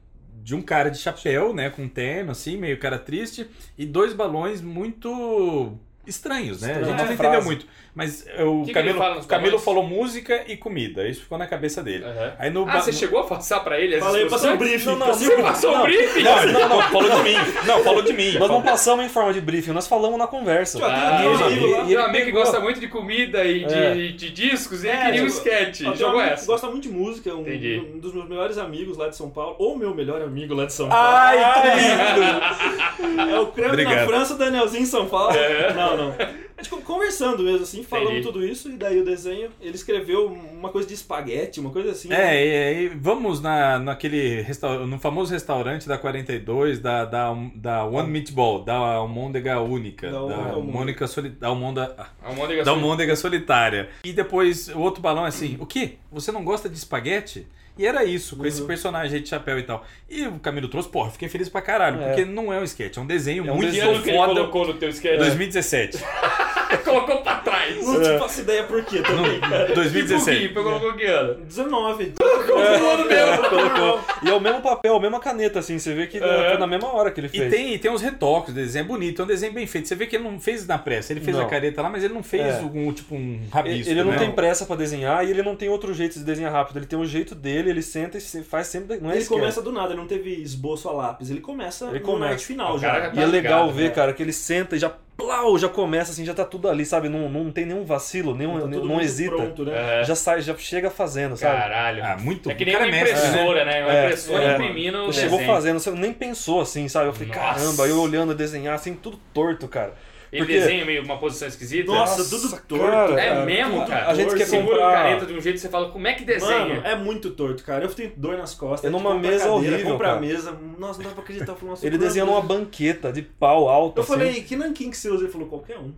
S2: de um cara de chapéu, né, com terno assim, meio cara triste e dois balões muito estranhos, né? A
S4: Estranho.
S2: gente não
S4: É.
S2: entendeu
S4: Frase.
S2: muito, mas é, o
S5: Que que ele
S2: Camilo,
S5: fala nos
S2: Camilo
S5: balões?
S2: falou música e comida, isso ficou na cabeça dele.
S4: É.
S5: Aham.
S2: Aí no
S5: Ah,
S2: ba-
S5: você chegou a passar pra ele as
S3: Falei, eu passei um
S5: instruções?
S3: briefing.
S4: Não, não,
S3: passei um
S4: não.
S5: Você passou um
S4: Não.
S5: briefing?
S2: Não, não, não, falou de mim. Não, falou de mim.
S4: Nós não
S2: Falou-
S4: passamos em forma de briefing, nós falamos na conversa.
S3: Tchau,
S5: Ah,
S3: E
S5: tem um
S3: ele-
S5: amigo,
S3: ele-
S5: lá,
S4: ele
S5: tem um amigo que
S4: pegou-
S5: gosta muito de comida e de, de discos e ele
S3: É,
S5: queria um
S3: tipo,
S5: sketch.
S3: Ó, tem um
S5: Jogou
S3: amigo que
S5: essa.
S3: Gosta muito de música, um,
S5: Entendi.
S3: um dos meus melhores amigos lá de São Paulo, ou meu melhor amigo lá de São Paulo.
S5: Ah,
S2: Ai,
S3: É o creme na
S2: Obrigado.
S3: França, o Danielzinho em São Paulo. Não, não. A gente ficou conversando mesmo, assim, falando
S5: É. Entendi.
S3: tudo isso, e daí o desenho, ele escreveu uma coisa de espaguete, uma coisa assim.
S2: tudo. É, é, é, vamos na, naquele resta- no famoso restaurante da 42, da, da, da One Meatball, da Almôndega Única,
S3: Da
S2: da,
S3: Almôndega Única.
S2: Mônica Soli- da Almonda- ah,
S5: Almôndega
S2: da
S5: sua.
S2: Almôndega Solitária. E depois o outro balão é assim: o quê? Você não gosta de espaguete? E era isso, com esse
S3: Uhum.
S2: personagem aí de chapéu e tal. E o Camilo trouxe, porra, fiquei feliz pra caralho,
S4: É.
S2: porque não é um sketch, é um desenho
S4: É um
S2: muito
S5: Que
S4: desenho
S5: ano que ele
S2: foda.
S5: colocou no teu
S4: é.
S5: sketch?
S2: 2017.
S5: colocou pra trás. Tipo
S3: Não te faço ideia por quê também, cara.
S5: E
S2: 2017.
S5: por colocou que ano?
S3: 19.
S4: Colocou. E é o mesmo papel, a mesma caneta, assim, você vê que
S5: É.
S4: foi na mesma hora que ele
S2: E
S4: fez.
S2: tem, e tem uns retoques, o desenho é bonito, é um desenho bem feito. Você vê que ele não fez na pressa, ele fez
S4: Não.
S2: a careta lá, mas ele não fez
S4: É.
S2: um tipo um
S4: Ele-
S2: rabisco.
S4: ele não
S2: né?
S4: tem pressa pra desenhar e ele não tem outro jeito de desenhar rápido. Ele tem um jeito dele, ele senta e se- faz sempre. Não é
S3: Ele
S4: esquema.
S3: começa do nada, ele não teve esboço a lápis. Ele começa
S4: Ele
S3: no
S4: começa.
S3: arte final
S5: O
S3: já.
S5: cara já
S4: E é legal
S5: Tá ligado,
S3: né?
S4: ver, cara, que ele senta e já plau, já começa assim, já tá tudo ali, sabe? Não, não tem nenhum vacilo, nenhum,
S3: Tá tudo
S4: não
S3: muito
S4: hesita.
S3: Pronto, né?
S5: É,
S4: Já sai, já chega fazendo, sabe?
S5: Caralho.
S2: Ah, muito
S5: é que
S2: o
S5: nem
S2: cara
S5: uma
S2: é mestre, né?
S5: impressora, né? Uma
S4: É,
S5: impressora
S4: é.
S5: imprimindo o
S3: um
S4: Ele chegou
S5: desenho.
S4: fazendo, você nem pensou assim, sabe? Eu falei,
S5: Nossa.
S4: caramba, eu olhando desenhar assim, tudo torto, cara.
S5: Ele
S4: porque-
S5: desenha meio uma posição esquisita.
S3: Nossa,
S4: Nossa,
S3: tudo
S4: cara.
S3: torto.
S5: É
S4: cara,
S5: mesmo,
S4: tudo-
S5: cara?
S4: a gente quer
S5: Segura
S4: comprar-
S5: a careta de um jeito e você fala, como é que desenha?
S3: Mano, é muito torto, cara. Eu tenho dor nas costas.
S4: É
S3: eu
S4: numa
S3: compro a
S4: mesa
S3: cadeira,
S4: horrível,
S3: Compro a
S4: cara.
S3: mesa. Nossa, não dá pra acreditar. Eu falei, nossa,
S4: Ele
S3: como é
S4: desenha
S3: que-
S4: numa banqueta de pau alto,
S3: Eu
S4: assim.
S3: falei, que nanquim que você usa? Ele falou, qualquer um.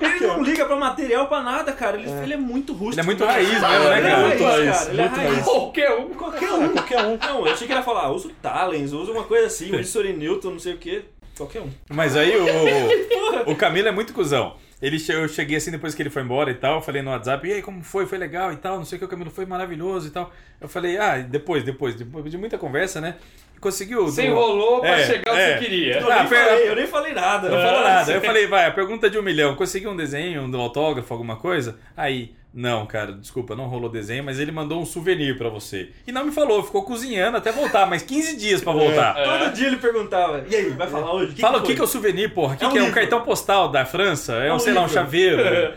S3: ele não liga pra material, pra nada, cara. Ele um. é, ele é muito rústico.
S2: Ele é muito
S3: cara.
S2: raiz mesmo, né,
S3: Ele é
S2: cara?
S3: raiz,
S4: Muito raiz,
S3: cara. Ele é
S4: muito
S3: raiz.
S5: Qualquer um.
S3: Qualquer um.
S4: qualquer um.
S3: Não, eu achei que ele ia falar, usa o Talens, usa uma coisa assim, o Sorry Newton, não sei o quê. Qualquer um.
S2: Mas aí o, o Camilo é muito cuzão. Ele, che- eu cheguei assim depois que ele foi embora e tal, eu falei no WhatsApp, e aí, como foi? Foi legal e tal, não sei o que, o Camilo foi maravilhoso e tal. Eu falei, ah, depois, depois, depois de muita conversa, né? Conseguiu.
S5: Você
S2: do-
S5: enrolou pra
S2: É,
S5: chegar onde
S2: é.
S5: você queria.
S3: Eu,
S2: Ah, É.
S3: nem
S2: pera.
S3: falei, eu nem falei nada.
S2: Não falou nada. Eu falei, vai, a pergunta de um milhão. Conseguiu um desenho, um autógrafo, alguma coisa? Aí, não, cara, desculpa, não rolou desenho, mas ele mandou um souvenir pra você. E não me falou, ficou cozinhando até voltar, mais 15 dias pra voltar.
S3: Todo dia ele perguntava, e aí, vai falar hoje?
S2: É. Fala o
S3: foi?"
S2: que, que é o souvenir, porra? O que
S3: É
S2: é,
S3: um
S2: que é um
S3: livro.
S2: cartão postal da França? É,
S3: É
S2: um,
S3: um
S2: sei lá, um
S3: livro.
S2: chaveiro.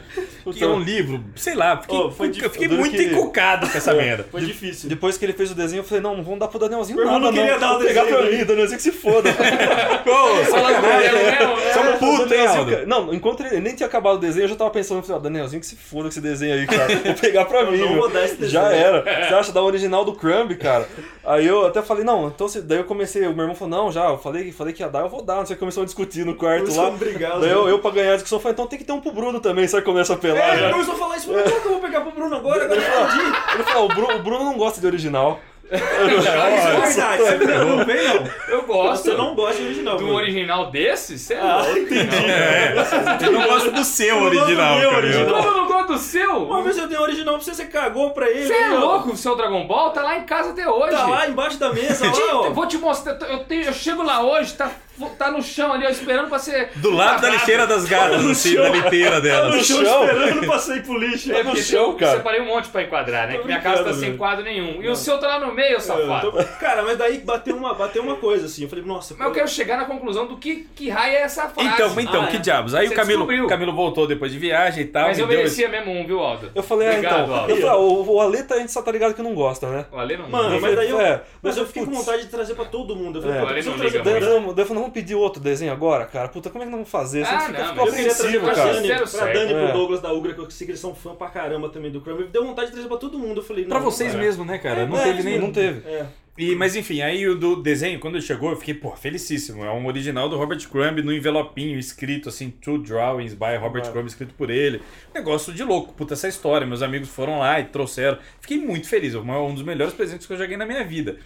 S2: que é um livro, sei lá, fiquei,
S3: Ô, foi
S2: eu
S3: dif-
S2: fiquei
S4: duro
S2: muito
S4: que-
S2: encucado com essa merda.
S3: É, Foi difícil.
S4: Depois que ele fez o desenho, eu falei, não, não vamos dar pro Danielzinho
S3: Meu irmão
S4: nada,
S3: não queria dar o
S4: Vou pegar
S3: desenho
S4: pra
S3: dele.
S4: mim, Danielzinho que se foda. Então,
S5: Falando do Daniel, né?
S2: Você é um puto, hein,
S4: Danielzinho,
S2: Aldo?
S4: cara. Não, enquanto ele nem tinha acabado o desenho, eu já tava pensando, eu falei, ó, Danielzinho que se foda com esse desenho aí, cara. Vou pegar pra mim.
S3: não
S4: meu.
S3: vou dar esse desenho.
S4: Já era. Você acha da original do Crumb, cara? Aí eu até falei, não, então se- daí eu comecei, o meu irmão falou, não, já, eu falei, falei que ia dar, eu vou dar. Não sei, começou a discutir no quarto
S3: Começou
S4: lá.
S3: a brigar,
S4: daí
S3: né?
S4: eu, eu pra ganhar a discussão, falei, então tem que ter um pro Bruno também, sabe? Começa a pelar.
S3: É,
S4: já.
S3: começou a falar isso, mas como que eu vou pegar pro Bruno agora? Agora eu entendi.
S4: né? Ele falou, o Bruno, o Bruno não gosta de original.
S3: Isso é verdade, você não não vem não.
S5: Eu gosto
S3: Você não gosta de original.
S5: do
S3: Bruno.
S5: original desse? Você é
S3: Ah,
S5: louco.
S3: entendi.
S2: é. Eu não gosto do seu
S3: gosto do
S2: original,
S3: meu
S2: cara.
S3: original.
S5: Como eu não gosto do seu?
S3: Uma vez eu dei original pra você, você cagou pra ele.
S5: Você é
S3: ó.
S5: louco, o seu Dragon Ball tá lá em casa até hoje.
S3: Tá lá embaixo da mesa,
S5: Te-
S3: lá, ó.
S5: Vou te mostrar, eu, tenho- eu chego lá hoje, tá, tá no chão ali, ó, esperando pra ser.
S2: Do lado da lixeira das gatas, assim, da liteira
S3: no
S2: delas.
S3: chão
S4: chão.
S3: esperando, passei pro lixo.
S5: É,
S3: Eu
S5: porque
S4: chão,
S5: eu
S4: cara.
S5: separei um monte pra enquadrar, né?
S3: Tô
S5: Que minha casa tá
S3: brincando,
S5: sem
S3: velho.
S5: quadro nenhum. E o seu tá lá no meio, safado.
S3: tô- Cara, mas daí bateu uma, bateu uma coisa assim. Eu falei, nossa,
S5: Mas eu quero chegar na conclusão do que, que raia é essa frase.
S2: Então, então,
S3: Ah, é.
S2: que diabos. Aí
S5: Você
S2: o Camilo,
S5: descobriu.
S2: Camilo voltou depois de viagem e tal.
S5: Mas
S2: me
S5: eu
S2: deu esse-
S5: merecia mesmo um, viu, Aldo?
S4: Eu falei, ah,
S5: Obrigado,
S4: então.
S5: Aldo.
S4: Eu falei, ah, o, o Aleta a gente só tá ligado que não gosta, né?
S5: Valeu, não.
S3: Mano, mas daí eu,
S4: É,
S3: mas
S4: mas
S3: eu fiquei com
S4: putz.
S3: vontade de trazer pra todo mundo. Eu falei,
S4: É.
S3: pô,
S5: Olha,
S3: preciso
S5: não
S3: trazer
S5: liga
S4: Daí eu
S3: pra
S5: muito.
S4: falei, não, daí eu falei, não, vamos pedir outro desenho agora, cara. Puta, como é que nós vamos fazer? Isso
S5: Ah,
S4: fica,
S5: não,
S4: fica
S5: mas
S3: Eu queria trazer
S4: ofensivo,
S3: pra
S4: cara.
S3: Dani,
S5: Sério,
S3: pra
S5: sério.
S3: Dani e pro
S4: É.
S3: Douglas da Ugra, que eu sei que eles são fã pra caramba também do Crumb. Deu vontade de trazer pra todo mundo. Eu falei, não,
S2: Pra vocês
S3: não,
S2: mesmo, né, cara? Não
S4: É,
S2: teve
S4: isso
S2: nem.
S4: Não teve.
S3: É.
S2: E, mas enfim, aí o do desenho, quando ele chegou, eu fiquei, pô, felicíssimo. É um original do Robert Crumb no envelopinho, escrito assim, Two Drawings by Robert Crumb, escrito por ele. Um Negócio de louco, puta essa história. Meus amigos foram lá e trouxeram. Fiquei muito feliz, é um dos melhores presentes que eu joguei na minha vida.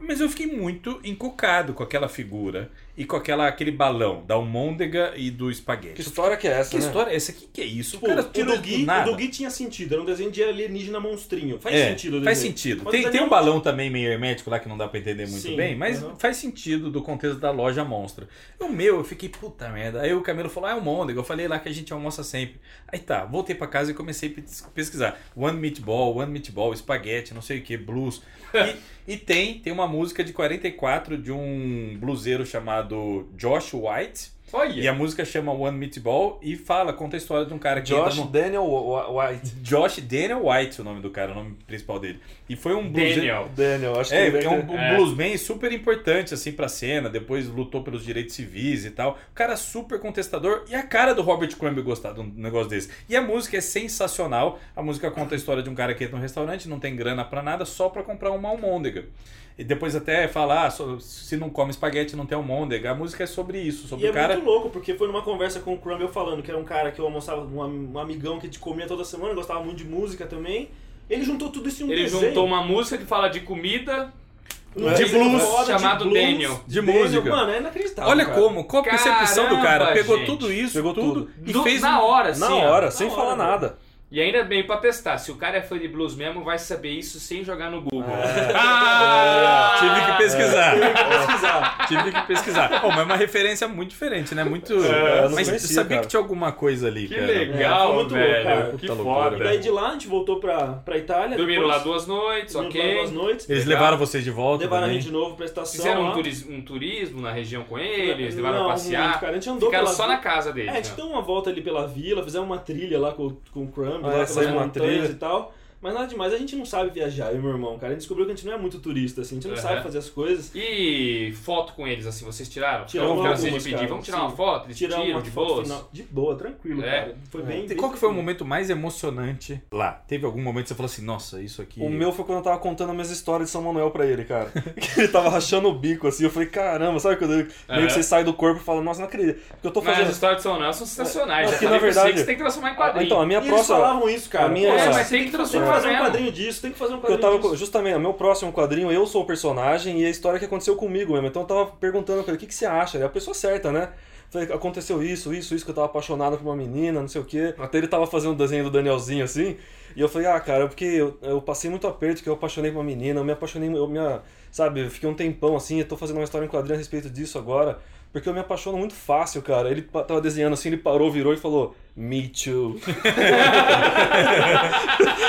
S2: Mas eu fiquei muito encucado com aquela figura e com aquela, aquele balão da almôndega e do
S4: Que
S2: espaguete. Que,
S4: história que é essa, né?
S2: história é essa? Que que é isso?
S3: Pô,
S2: o cara
S3: Tipo, o
S2: tirou do
S3: Dugui, o
S2: nada.
S3: Dugui tinha sentido. Era um desenho de alienígena monstrinho. Faz
S2: É,
S3: sentido. o
S2: Faz
S3: desenho.
S2: sentido.
S3: Mas
S2: Tem,
S3: o
S2: tem
S3: desenho
S2: um balão também meio hermético lá que não dá pra entender muito
S3: Sim,
S2: bem, mas
S3: aham.
S2: faz sentido do contexto da loja monstra. O meu, eu fiquei, puta merda. Aí o Camilo falou, ah, é o Môndego. Eu falei lá que a gente almoça sempre. Aí tá, voltei pra casa e comecei a pes- pesquisar. One Meatball, One Meatball, espaguete, não sei o que, blues. E, e tem, tem uma música de 44 de um bluseiro chamado Josh White. E
S5: Olha.
S3: é
S2: a música chama One Meatball e fala, conta a história de um cara que entra
S4: Josh
S2: num-
S4: Daniel Wa- Wa- White.
S2: Josh Daniel White, o nome do cara, o nome principal dele. E foi um bluseiro.
S5: Daniel.
S4: Daniel, acho que
S2: É,
S4: ele
S2: é
S4: deve ter-
S2: um, um
S5: É.
S2: bluesman super importante, assim, pra cena. Depois lutou pelos direitos civis e tal. O cara super contestador. E a cara do Robert Crumb gostar de um negócio desse. E a música é sensacional. A música conta a história de um cara que entra num restaurante, não tem grana pra nada, só pra comprar uma almôndega. E depois até falar, ah, so- se não come espaguete, não tem almôndega. A música é sobre isso, sobre
S3: E
S2: o
S3: é
S2: cara...
S3: muito louco, porque foi numa conversa com o Crumb eu falando que era um cara que eu almoçava, um, am- um amigão que te comia toda semana, gostava muito de música também. Ele juntou tudo isso em um
S5: Ele
S3: desenho.
S5: juntou uma música que fala de comida.
S3: um
S2: de
S3: desenho
S2: blues
S3: foda,
S5: chamado
S3: de blues,
S5: Daniel.
S2: De
S3: Daniel,
S2: música.
S3: Mano, é inacreditável.
S2: Olha
S3: cara.
S2: como, qual a percepção do cara.
S5: Caramba,
S2: Pegou
S5: gente.
S2: tudo isso,
S4: Pegou
S2: tudo, e
S5: do-
S2: fez...
S5: na
S2: um-
S5: hora, assim.
S4: Na
S5: ó.
S4: hora, sem
S3: na
S4: falar
S3: hora,
S4: nada.
S5: E ainda bem pra testar. Se o cara é fã de blues mesmo, vai saber isso sem jogar no Google.
S3: É.
S2: Ah, tive que pesquisar.
S3: Pesquisar.
S2: Tive que pesquisar. Pô, mas é uma referência muito diferente, né? Muito.
S4: É, eu não
S2: mas
S4: conhecia,
S2: sabia
S4: cara.
S2: que tinha alguma coisa ali.
S5: Que
S2: cara.
S5: legal,
S3: É, foi muito louco,
S5: velho.
S3: cara.
S5: que
S2: Puta loucura,
S5: foda.
S2: velho.
S4: tipo,
S3: Daí de lá a gente voltou pra, pra Itália.
S5: Dormiram
S3: depois,
S5: lá duas noites,
S3: dormimos
S5: ok.
S3: lá duas noites.
S2: Eles
S5: Legal.
S2: levaram vocês de volta.
S3: Levaram a
S2: também?
S3: gente de novo pra estação.
S5: Fizeram um
S3: lá.
S5: turismo, um turismo na região com eles, levaram
S3: Não,
S5: a
S3: muito,
S5: passear.
S3: cara, a gente andou
S5: Ficaram
S3: pela
S5: só na casa
S3: É,
S5: deles.
S3: a gente
S5: né?
S3: deu uma volta ali pela vila, fizemos uma trilha lá com, com o Crumb,
S4: Ah,
S3: lá
S4: é,
S3: pelas
S4: saiu uma
S3: montanhas
S4: trilha.
S3: e tal. Mas nada demais, a gente não sabe viajar, eu e meu irmão, cara. A gente descobriu que a gente não é muito turista, assim, a gente não
S5: Aham.
S3: sabe fazer as coisas.
S5: E foto com eles, assim, vocês tiraram?
S3: Tiramos
S5: Então, vocês
S3: algumas,
S5: de pedir,
S3: cara,
S5: vamos tirar
S3: sim.
S5: uma foto? Eles
S3: Tirar
S5: tiram
S3: uma
S5: de
S3: foto
S5: boa.
S3: final. De boa, tranquilo,
S5: É.
S3: cara. Foi bem.
S2: E
S3: bem
S2: Qual que foi o
S3: tranquilo.
S2: momento mais emocionante lá? Teve algum momento que você falou assim, nossa, isso aqui.
S4: O meu foi quando eu tava contando as minhas histórias de São Manuel pra ele, cara. Que ele tava rachando o bico, assim. Eu falei, caramba, sabe quando ele- meio
S5: Aham.
S4: que você sai do corpo e fala, nossa, não acredito. Porque eu tô
S5: Mas as
S4: fazendo...
S5: histórias de São Nelson são sensacionais.
S4: Não,
S5: Já
S4: que,
S5: falei
S4: na
S5: pra você que
S4: verdade-
S5: você tem que transformar em
S1: é
S4: Ah,
S5: quadrinho.
S4: Então, a
S3: E
S4: minha
S3: eles
S4: próxima...
S3: falavam isso, cara.
S4: a minha-
S3: Pô,
S5: É,
S4: Nossa,
S5: mas tem que
S3: Tem que
S5: transformar
S3: fazer um
S5: mesmo.
S3: quadrinho disso, tem que fazer um
S4: Eu
S3: quadrinho
S4: tava,
S3: disso.
S4: justamente, o meu próximo quadrinho, eu sou o personagem e a história que aconteceu comigo mesmo. Então eu tava perguntando pra ele, o que, que você acha? Ele é a pessoa certa, né? Falei, aconteceu isso, isso, isso, que eu tava apaixonado por uma menina, não sei o quê. Até ele tava fazendo o desenho do Danielzinho, assim. E eu falei, ah, cara, porque eu, eu passei muito aperto, que eu apaixonei por uma menina, eu me apaixonei, eu me, sabe, eu fiquei um tempão, assim, eu tô fazendo uma história em quadrinho a respeito disso agora. Porque eu me apaixono muito fácil, cara. Ele pa- tava desenhando assim, ele parou, virou e falou, Me too.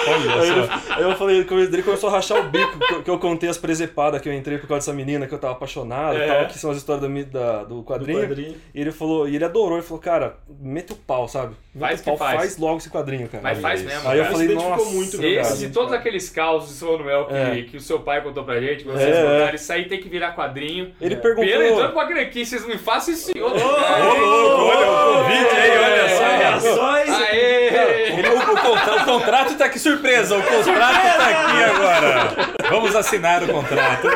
S4: Aí, ele- aí eu falei, come- ele começou a rachar o bico, que eu, que eu contei as presepadas que eu entrei por causa dessa menina que eu tava apaixonado e tal, que são as histórias da mi- da- do,
S3: É. Do
S4: quadrinho.
S3: quadrinho.
S4: E ele falou, e ele adorou, ele falou, cara, mete o pau, sabe?
S1: Faz que
S4: Pau,
S1: faz.
S4: logo esse quadrinho, cara.
S1: Mas faz
S4: Aí
S1: mesmo,
S4: Aí eu
S1: cara.
S4: falei,
S3: Se identificou
S4: nossa,
S3: muito,
S4: cara.
S1: Esse de todos aqueles causos de São Manuel que,
S4: É.
S1: que o seu pai contou pra gente, que vocês
S4: É,
S1: contaram,
S4: é.
S1: isso aí tem que virar quadrinho.
S4: Ele
S1: Pelo entrando
S4: perguntou.
S1: pra aqui, vocês não me façam isso, senhor.
S2: olha o convite aí, olha só.
S3: Reações!
S1: Aê!
S2: Ele- o, o contra- o contrato tá aqui, surpresa! O contrato tá aqui
S4: É,
S2: agora! Vamos assinar o contrato.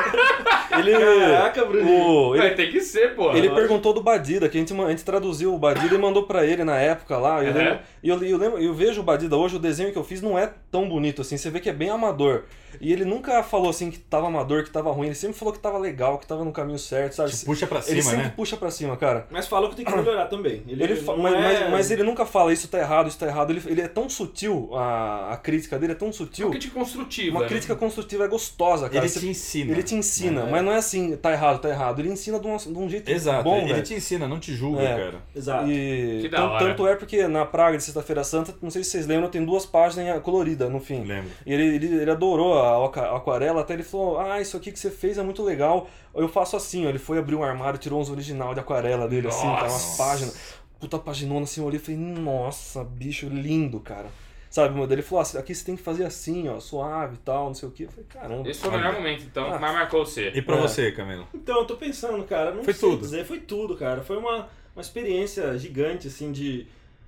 S4: Ele,
S3: Caraca, Bruno.
S4: o- ele,
S1: Vai ter que ser, pô.
S4: ele perguntou do Badida, que a gente, ma- a gente traduziu o Badida e mandou pra ele na época lá. E eu,
S1: Uhum.
S4: lembro, e eu, eu lembro- eu vejo o Badida hoje, o desenho que eu fiz não é tão bonito assim. Você vê que é bem amador. E ele nunca falou assim que tava amador, que tava ruim. Ele sempre falou que tava legal, que tava no caminho certo, sabe?
S2: Puxa pra
S4: ele
S2: cima,
S4: sempre
S2: né?
S4: puxa pra cima, cara.
S3: Mas falou que tem que melhorar também. Ele,
S4: Ele fa-
S3: não
S4: mas,
S3: é-
S4: mas- mas ele nunca fala isso tá errado, isso tá errado. Ele, ele é tão sutil, a, a crítica dele é tão
S1: Uma
S4: sutil.
S1: crítica construtiva.
S4: Uma
S1: né?
S4: crítica construtiva é gostosa, cara.
S2: Ele
S4: Você-
S2: te ensina.
S4: ele te ensina, mas não é assim, tá errado, tá errado. Ele ensina de um, de um jeito
S2: Exato,
S4: bom,
S2: ele
S4: velho.
S2: te ensina, não te julga,
S4: É.
S2: cara.
S3: Exato.
S4: E
S1: Ah, Que da
S4: tan-
S1: hora.
S4: tanto é porque na Praga de Sexta-feira Santa, não sei se vocês lembram, tem duas páginas coloridas no fim.
S2: Lembro.
S4: E ele, ele, ele adorou a, aqua- a aquarela, até ele falou: Ah, isso aqui que você fez é muito legal. Eu faço assim, ó. Ele foi abrir um armário, tirou uns original de aquarela dele, assim, cara, umas
S2: Nossa.
S4: páginas. Puta paginona assim, eu olhei e falei, nossa, bicho lindo, cara. Sabe, mano? Daí Ele falou, ah, aqui você tem que fazer assim, ó, suave e tal, não sei o que. Eu falei, caramba.
S1: Esse foi o melhor momento, então, mas marcou você.
S2: E pra
S4: É.
S2: você, Camilo?
S3: Então, eu tô pensando, cara, não
S2: Foi
S3: sei
S2: tudo.
S3: dizer, foi tudo, cara. Foi uma, uma experiência gigante, assim, de.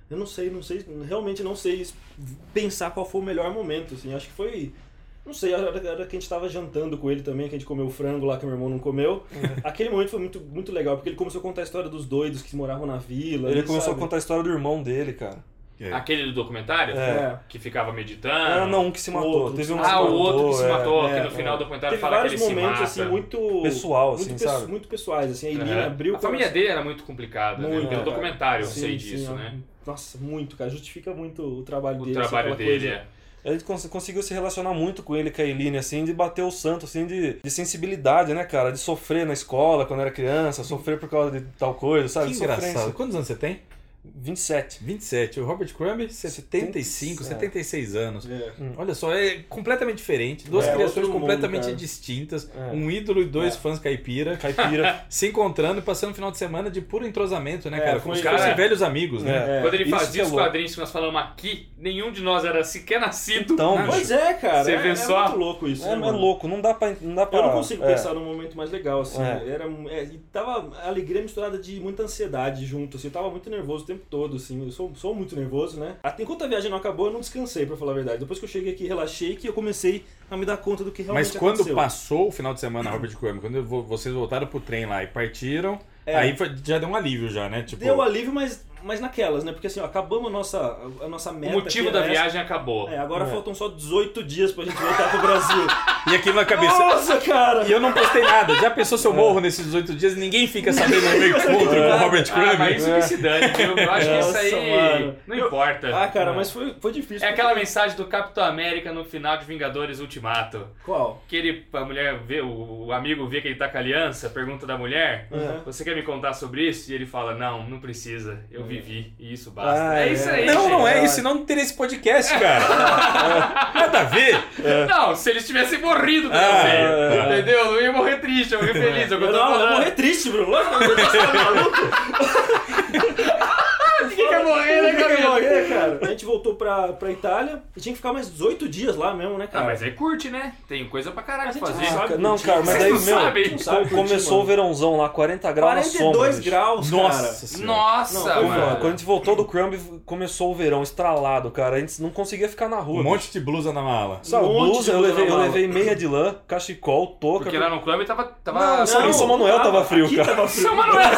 S3: Eu não sei, não sei, realmente não sei es- pensar qual foi o melhor momento, assim. Acho que foi. Não sei, a hora, a hora que a gente tava jantando com ele também, que a gente comeu o frango lá que meu irmão não comeu.
S1: É.
S3: Aquele momento foi muito, muito legal, porque ele começou a contar a história dos doidos que moravam na vila.
S4: Ele começou
S3: sabe?
S4: a contar a história do irmão dele, cara.
S2: É.
S1: Aquele do documentário?
S3: É.
S1: Que ficava meditando.
S4: Era não, um que se
S3: O
S4: matou.
S3: outro
S4: Teve um
S1: Ah, o Ah, outro que se
S4: é,
S1: matou,
S4: é,
S1: que no final do documentário
S3: Teve
S1: fala que ele
S3: vários
S1: se
S3: momentos,
S1: mata.
S3: assim, muito.
S4: Pessoal,
S3: muito,
S4: assim,
S3: pesso-
S4: sabe?
S3: muito pessoais, assim. A Elina
S1: Aham.
S3: abriu o
S1: a família é
S3: coração.
S1: dele era muito complicada, né?
S3: Muito,
S1: Pelo
S3: cara.
S1: documentário eu sei
S3: Sim,
S1: disso,
S3: sim,
S1: né?
S3: ó. Nossa, muito, cara. Justifica muito o trabalho
S1: O
S3: dele. assim,
S1: trabalho
S3: aquela
S1: dele,
S3: coisa.
S1: é.
S4: Ele cons- conseguiu se relacionar muito com ele, com a Eline, assim, de bater o santo, assim, de, de sensibilidade, né, cara? De sofrer na escola quando era criança, sofrer por causa de tal coisa, sabe?
S2: Que
S4: De sofrência.
S2: engraçado. Quantos anos você tem?
S4: 27.
S2: 27. O Robert Crumb, 75, 76 anos.
S3: É.
S2: Olha só, é completamente diferente. Duas
S3: É,
S2: criações
S3: outro mundo,
S2: completamente
S3: cara.
S2: distintas.
S4: É.
S2: Um ídolo e dois fãs caipira.
S4: Caipira.
S2: Se encontrando e passando um final de semana de puro entrosamento, né,
S3: É,
S2: cara?
S3: foi-
S2: Como se fossem
S1: cara-
S2: velhos amigos, né?
S3: É,
S1: Quando ele
S4: isso que
S1: fazia
S4: é
S1: os
S4: louco.
S1: quadrinhos que nós falamos aqui, nenhum de nós era sequer nascido. né?
S4: Então,
S2: Ah,
S4: bicho,
S3: Pois é, cara.
S1: Você
S3: é,
S1: vê
S3: é
S1: só?
S3: muito louco isso.
S4: é,
S3: né,
S4: é
S3: mano?
S4: louco, não dá pra. Não dá pra
S3: Eu não consigo
S4: é.
S3: pensar num momento mais legal, assim.
S4: É.
S3: Era, um- é, e tava a alegria misturada de muita ansiedade junto, assim. Eu tava muito nervoso o tempo todo, assim. Eu sou, sou muito nervoso, né? Até enquanto a viagem não acabou, eu não descansei, pra falar a verdade. Depois que eu cheguei aqui, relaxei, que eu comecei a me dar conta do que realmente
S2: Mas quando
S3: aconteceu.
S2: passou o final de semana, Robert Crumb, quando vo- vocês voltaram pro trem lá e partiram,
S3: É.
S2: aí foi- já deu um alívio já, né? Tipo,
S3: Deu alívio, mas, mas naquelas, né? Porque assim, ó, acabamos a nossa, a nossa
S1: O
S3: meta.
S1: motivo
S3: que
S1: da
S3: era essa.
S1: viagem acabou. Ah,
S3: É, agora faltam só 18 dias pra gente voltar pro Brasil.
S2: E aquilo na cabeça.
S3: Nossa, cara!
S2: E eu não postei nada. Já pensou
S3: É.
S2: se eu morro nesses 18 dias? Ninguém fica sabendo do meu encontro com o Robert
S1: Ah,
S2: Crumb.
S1: mas isso que se dane, viu? Eu acho que isso
S3: Nossa,
S1: aí
S3: mano.
S1: não importa.
S3: Ah, cara, mas foi, foi difícil.
S1: É aquela mensagem do Capitão América no final de Vingadores Ultimato.
S3: Qual?
S1: Que ele, a mulher vê, o, o amigo vê que ele tá com a aliança, pergunta da mulher:
S3: Uhum.
S1: Você quer me contar sobre isso? E ele fala: Não, não precisa, eu vivi e isso basta.
S4: Ah,
S1: é
S4: é.
S1: isso aí.
S2: Não,
S1: gente.
S2: não é isso, senão não teria esse podcast, cara. Nada a ver.
S1: Não, se eles tivessem morrido também.
S2: Ah, é.
S1: entendeu? Eu ia morrer triste, eu ia morrer feliz. É o que eu
S3: Eu
S1: tô
S3: não, eu vou
S1: falando.
S3: morrer triste, Bruno. Lógico que eu vou morrer, tá maluco?
S1: Ninguém quer morrer, né,
S3: Eu vou
S1: Camila?
S3: morrer, cara. A gente voltou pra, pra Itália e tinha que ficar mais 18 dias lá mesmo, né,
S1: Ah,
S3: cara?
S1: mas aí curte, né? Tem coisa pra caralho pra
S3: gente
S1: fazer.
S3: sabe.
S4: Ah, Não, cara, mas
S1: Vocês
S4: aí,
S1: não
S4: meu,
S1: sabem?
S3: Não sabe curtir,
S4: começou o
S3: mano.
S4: verãozão lá, 40 graus na sombra.
S3: 42
S4: bicho.
S3: graus, É, cara.
S2: Nossa senhora.
S1: Nossa,
S4: Pô,
S3: Não,
S1: mano.
S4: mano, Quando a gente voltou do Crumb, começou o verão estralado, cara. A gente não conseguia ficar na rua.
S2: Um monte de blusa na mala.
S4: Sabe,
S3: Um monte
S4: blusa,
S3: de
S4: eu
S3: blusa
S4: levei,
S3: na
S4: eu
S3: mala.
S4: levei meia de lã, cachecol, touca.
S1: Porque lá no clube tava. tava... assim,
S4: Não, só em São Manuel tava frio,
S3: aqui
S4: cara.
S3: Tava frio.
S1: São Manuel!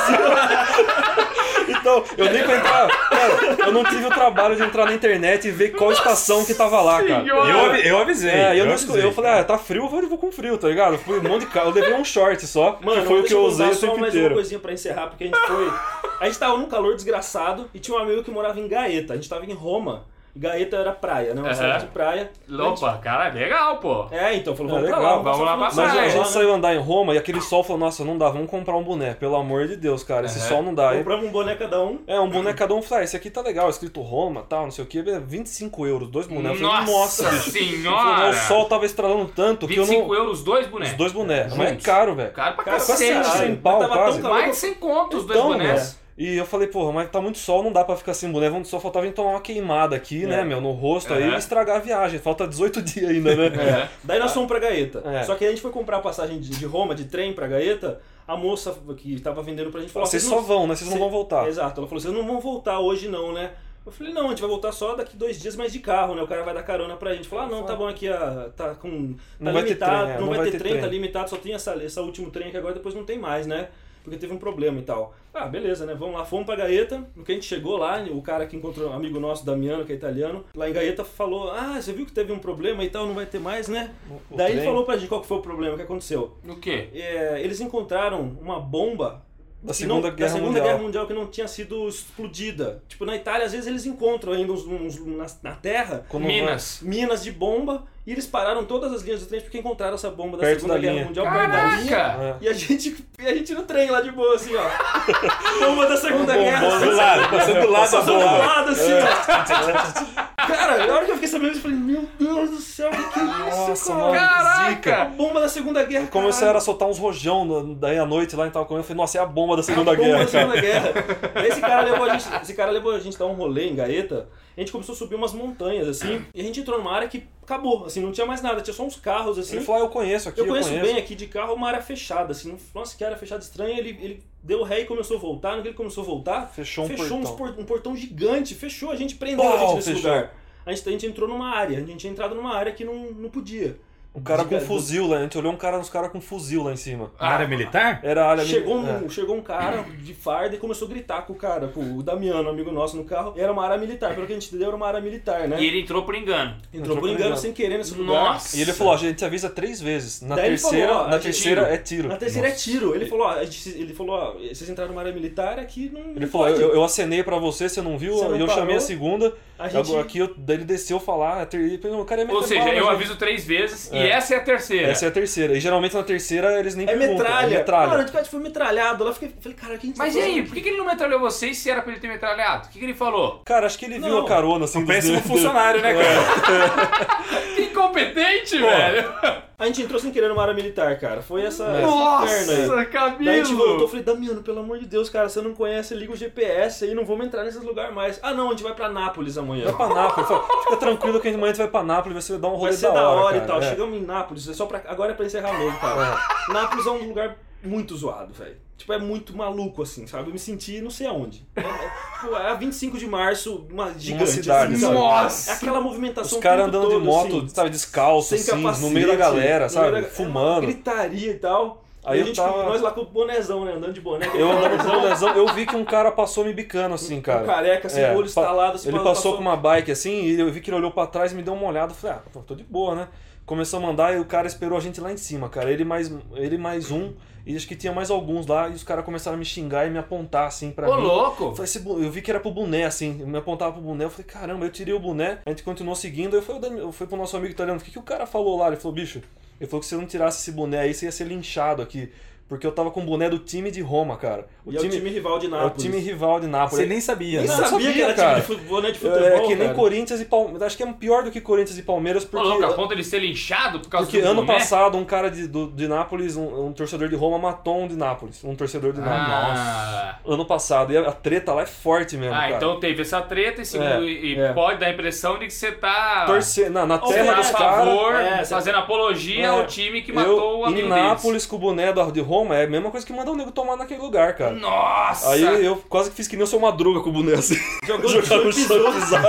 S4: Então, eu nem pra entrar. Cara, eu não tive o trabalho de entrar na internet e ver qual estação que tava lá, cara.
S1: Senhora!
S2: Eu, avi- eu avisei.
S4: É, eu, não escolhi.
S2: avisei.
S4: Eu falei, ah, tá frio, eu vou, eu vou com frio, tá ligado? Eu Fui um monte de cara. Eu levei um short só,
S3: Mano,
S4: que foi o que
S3: deixa
S4: eu
S3: contar
S4: usei o
S3: só
S4: tempo
S3: mais uma
S4: inteiro.
S3: coisinha pra encerrar, porque a gente foi. A gente tava num calor desgraçado e tinha um amigo que morava em Gaeta. A gente tava em Roma. Gaeta era praia, né? Uma
S1: Aham.
S3: cidade de praia.
S1: Opa, cara, legal, pô.
S3: É, então, falou, vamos
S4: É,
S3: pra lá,
S4: legal.
S1: Vamos lá
S4: Mas
S1: Ah,
S4: a
S1: é,
S4: gente
S3: né?
S4: saiu andar em Roma e aquele sol falou, nossa, não dá, vamos comprar um boné. Pelo amor de Deus, cara, esse
S1: Aham.
S4: sol não dá. Aí,
S3: Compramos um boné cada um.
S4: é, um boné cada um falou, ah, esse aqui tá legal, escrito Roma, tal, não sei o é que, 25 euros, dois bonés. Eu falei, nossa,
S1: Nossa
S4: bicho.
S1: senhora!
S4: o sol tava estralando tanto que eu
S1: 25
S4: não...
S1: euros, né? dois
S4: Os
S1: bonecos.
S4: dois bonés. Mas é
S1: Juntos.
S4: caro, velho.
S1: Cara, pra
S3: Cara,
S4: quase
S1: cacete.
S4: cem
S3: caralho, então,
S4: pau,
S3: mas tava
S4: quase.
S3: tão calor
S1: Mais
S3: que
S1: de 100 contos, os dois
S4: Então,
S1: bonecos.
S4: E eu falei, porra, mas tá muito sol, não dá pra ficar sem boné. Vamos, só faltava a gente tomar uma queimada aqui, né, meu, no rosto aí
S5: Aham.
S4: e estragar a viagem. Falta 18 dias ainda, né?
S5: É.
S3: Daí nós fomos pra Gaeta.
S4: É.
S3: Só que a gente foi comprar a passagem de, de Roma, de trem pra Gaeta. A moça que tava vendendo pra gente falou: "Ó,
S4: Vocês
S3: não-
S4: só vão, né? Vocês não
S3: Cê-
S4: vão voltar.
S3: Exato. Ela falou: vocês não vão voltar hoje, não, né? Eu falei, não, a gente vai voltar só daqui dois dias, mas de carro, né? O cara vai dar carona pra gente. Falar, ah, não, tá bom aqui, ah, tá com. Tá
S4: Não vai ter
S3: limitado,
S4: trem, é,
S3: não, vai, ter, trem, tá limitado, só tem essa, essa último trem que agora depois não tem mais, né? Porque teve um problema e tal. Ah, beleza, né? Vamos lá, fomos pra Gaeta. No que a gente chegou lá, o cara que encontrou, um amigo nosso, Damiano, que é italiano, lá em Gaeta, falou: Ah, você viu que teve um problema e tal, não vai ter mais, né?
S4: O
S3: Daí ele
S4: trem-
S3: falou pra gente qual que foi o problema, o que aconteceu.
S5: No quê?
S3: É, eles encontraram uma bomba
S4: Da
S3: que não-
S4: Segunda Guerra
S3: da Segunda
S4: Mundial.
S3: Guerra Mundial que não tinha sido explodida. Tipo, na Itália, às vezes eles encontram ainda uns, uns- nas- na, terra
S4: Como
S5: Minas.
S3: minas de bomba e eles pararam todas as linhas de trem porque encontraram essa bomba da
S4: Perto
S3: Segunda
S4: da
S3: Guerra
S4: linha.
S3: Mundial perto da linha.
S5: Caraca!
S4: vai- É.
S3: E a gente, e a gente no trem lá de boa, assim, ó. bomba da Segunda Guerra.
S4: Bombom
S3: assim,
S4: do lado, É. passando do lado da
S3: passando do
S4: bola.
S3: lado, assim, ó. Cara, na hora que eu fiquei sabendo, eu falei, meu Deus do céu, o que é isso,
S4: Nossa,
S3: cara?
S4: mano,
S5: Caraca!
S3: A
S4: zica.
S3: bomba da Segunda Guerra.
S4: Começaram
S3: caralho.
S4: a soltar uns rojão no- daí à noite lá em tal coisa. Eu falei, nossa, é a bomba da Segunda
S3: Como
S4: Guerra,
S3: na
S4: cara.
S3: Segunda Guerra. Daí Esse cara levou a gente, esse cara levou a gente dar um rolê em Gaeta. A gente começou a subir umas montanhas assim, e a gente entrou numa área que acabou, assim, não tinha mais nada, tinha só uns carros assim.
S4: Ele falou, ah, eu conheço aqui,
S3: Eu
S4: eu
S3: conheço bem aqui de carro uma área fechada, assim, não- nossa, que área fechada estranha, ele, ele deu ré e começou a voltar, no que ele começou a voltar,
S4: Fechou um
S3: fechou uns
S4: portão.
S3: por- um portão gigante, fechou, a gente prendeu a
S4: Uau,
S3: gente nesse
S4: fechou.
S3: lugar. A gente, a gente entrou numa área, a gente tinha entrado numa área que não, não podia.
S4: Um cara com
S3: Diga-
S4: fuzil lá, a gente olhou um cara, uns caras com fuzil lá em cima.
S2: Na área Ah, militar?
S4: Era a área É.
S3: Chegou
S4: mili-
S3: um, chegou um cara de farda e começou a gritar com o cara, com o Damiano, amigo nosso, no carro. Era uma área militar, pelo que a gente entendeu, era uma área militar, né?
S5: E ele entrou por engano.
S3: entrou, por engano, sem querer nesse lugar.
S5: Nossa!
S4: é. E ele falou, ó, a gente avisa três vezes. Na
S3: Daí ele
S4: terceira,
S3: falou, ó,
S4: na
S3: a gente-
S4: terceira é tiro.
S3: Na terceira
S4: Nossa.
S3: é tiro. Ele falou, ó, a gente- ele falou, ó, vocês entraram numa área militar aqui não.
S4: Ele falou, eu, eu acenei pra você, você não viu,
S3: Você não
S4: eu chamei
S3: parou.
S4: a segunda,
S3: A gente-
S4: aqui eu, daí ele desceu falar, a ter... ele falou, o cara é
S5: Ou
S4: meter
S5: seja,
S4: bala,
S5: eu
S4: gente.
S5: aviso três vezes e essa é a terceira.
S4: Essa é a terceira. E geralmente na terceira eles nem
S3: É
S4: perguntam.
S3: metralha.
S4: É
S3: Cara,
S4: metralha.
S3: eu quase fui metralhado. Lá eu fiquei, falei, cara, quem
S5: Mas e aí, por que que ele não metralhou vocês se era pra ele ter metralhado? O que, que ele falou?
S4: Cara, acho que ele viu
S3: Não.
S4: a carona, assim,
S2: Um
S4: dos
S2: péssimo
S4: dedos.
S2: funcionário, né, cara?
S5: Que incompetente, velho!
S3: A gente entrou sem querer numa área militar, cara. Foi essa, essa perna aí.
S5: Nossa,
S3: Daí a gente voltou, eu
S5: Camilo!
S3: falei, Damiano, pelo amor de Deus, cara, você não conhece, liga o GPS aí, não vamos entrar nesses lugares mais. Ah não, a gente vai pra Nápoles amanhã.
S4: Vai pra Nápoles. Fala, Fica tranquilo que amanhã a gente vai pra Nápoles, você vai dar um rolê
S3: Vai ser
S4: da hora,
S3: e
S4: cara.
S3: tal.
S4: É.
S3: Chegamos em Nápoles, é só pra, agora é pra encerrar mesmo, cara. Nápoles é um lugar muito zoado, velho. Tipo, é muito maluco, assim, sabe? Eu me senti não sei aonde. É, é, tipo, é a 25 de março, uma gigante.
S4: cidade,
S3: assim, sabe?
S5: Nossa!
S3: É aquela
S4: Os
S3: movimentação o
S4: caras
S3: tempo
S4: andando de
S3: todo,
S4: moto,
S3: assim,
S4: sabe, descalço,
S3: sem
S4: assim,
S3: capacete.
S4: no meio da galera,
S3: no
S4: sabe?
S3: meio da- É
S4: Fumando.
S3: Gritaria e tal.
S4: Aí
S3: e a
S4: eu
S3: gente,
S4: tava-
S3: nós lá com o bonézão, né? Andando de boné.
S4: Eu andando com lesão, eu vi que um cara passou me bicando, assim, cara.
S3: Um careca, assim,
S4: É,
S3: o olho
S4: pa-
S3: estalado. assim,
S4: Ele
S3: pa-
S4: passou com uma bike assim, e eu vi que ele olhou pra trás e me deu uma olhada. Eu Falei, ah, pô, tô de boa, né? Começamos a andar e o cara esperou a gente lá em cima, cara. Ele mais, ele mais um, e acho que tinha mais alguns lá, e os caras começaram a me xingar e me apontar assim pra
S5: Ô,
S4: mim. Eu,
S5: louco!
S4: falei, "Esse bu- eu vi que era pro boné, assim. Eu me apontava pro boné, eu falei, caramba, eu tirei o boné, a gente continuou seguindo. Eu fui, eu fui pro nosso amigo italiano, o que, que o cara falou lá? Ele falou, bicho, ele falou que se eu não tirasse esse boné aí, você ia ser linchado aqui. Porque eu tava com o boné do time de Roma, cara. O
S3: E é o
S4: time,
S3: time rival de
S4: é o
S3: Nápoles.
S4: time rival de Nápoles.
S2: Você nem sabia,
S3: Nem
S2: né?
S4: Não
S3: sabia,
S4: sabia,
S3: que era time
S4: cara.
S3: de futebol, né? De
S4: É,
S3: futebol,
S4: que nem
S3: cara.
S4: Corinthians e Palmeiras. Acho que é pior do que Corinthians e Palmeiras,
S5: Ô,
S4: porque,
S5: louco, a ponto de ser linchado por causa
S4: porque
S5: do né?
S4: ano
S5: boné?
S4: passado um cara de, do- de Nápoles, um, um torcedor de Roma, matou um de Nápoles. Um torcedor de Nápoles.
S5: Ah,
S4: Ano passado. E a, a treta lá é forte mesmo,
S5: ah
S4: cara.
S5: então teve essa treta e, segundo- e
S3: é.
S5: pode dar a impressão de que você tá
S4: Torcer, na, na
S5: você
S4: terra
S5: tá a
S4: dos caras.
S5: favor,
S3: é, você-
S5: fazendo apologia
S4: É,
S5: ao time que matou o
S4: eu, em
S5: amigo
S4: Nápoles, com o boné do- de Roma, é a mesma coisa que mandar um nego tomar naquele lugar, cara.
S5: deles. Nossa!
S4: Aí eu quase que fiz que nem o seu madruga com o boné assim.
S3: Jogou
S4: Jogar
S3: no
S4: no chão pisado.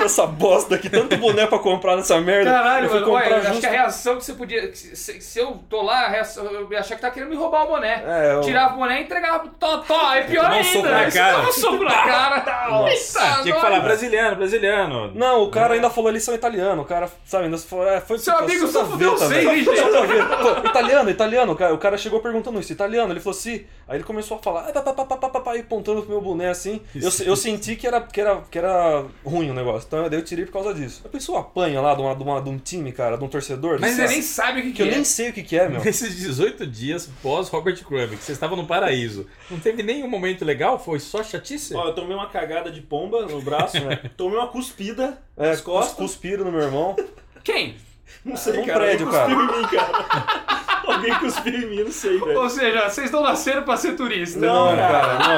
S4: Essa bosta aqui, tanto boné pra comprar nessa merda. eu
S5: Caralho,
S4: fui
S5: mano, olha,
S4: comprar
S5: acho
S4: justo-
S5: que é a reação que você podia. que Se, se eu tô lá, a reação, eu ia achar que tá querendo me roubar o boné.
S4: É, eu-
S5: Tirava o boné e entregava. Tó, tó, é pior
S2: Tomar um
S5: ainda.
S2: soco na
S5: né? Você
S2: cara.
S5: toma um soco na cara. tá, Nossa,
S2: Ah, Tinha que falar brasiliano, brasiliano.
S4: Não, o cara ainda falou eles são italiano, o cara, sabe, ainda falou, é, foi...
S5: Seu
S4: puta,
S5: amigo
S4: só
S5: só
S4: da
S5: fudeu
S4: veta,
S5: seis,
S4: velho.
S5: hein, gente?
S4: Só da veta. Pô, Italiano, italiano, o cara, o cara chegou perguntando isso, italiano, ele falou assim, aí ele começou a falar, ah, pá, pá, pá, pá, pá, pá, pá, e apontando pro meu boné assim, eu, eu senti que era, que, era, que era ruim o negócio, então daí eu tirei por causa disso. A pessoa apanha lá de, uma, de, uma- de um time, cara, de um torcedor,
S5: Mas
S4: de-
S5: você nem sabe o que,
S4: que eu
S5: é.
S4: nem sei o que que é, meu.
S2: Nesses 18 dias pós Robert Crumb, que vocês estavam no paraíso, não teve nenhum momento legal? Foi só chatice?
S3: Ó, eu tomei uma cagada de pomba no braço, né? Tomei uma cuspida
S4: É,
S3: nas costas.
S4: cuspiro no meu irmão.
S5: Quem?
S3: Não sei,
S4: Num
S3: cara.
S4: prédio,
S3: ele cuspiu em mim, cara. alguém cuspiu em mim, não sei, velho.
S5: Ou seja, vocês estão nascendo pra ser turista.
S1: É.
S5: né?
S4: Não, cara, não.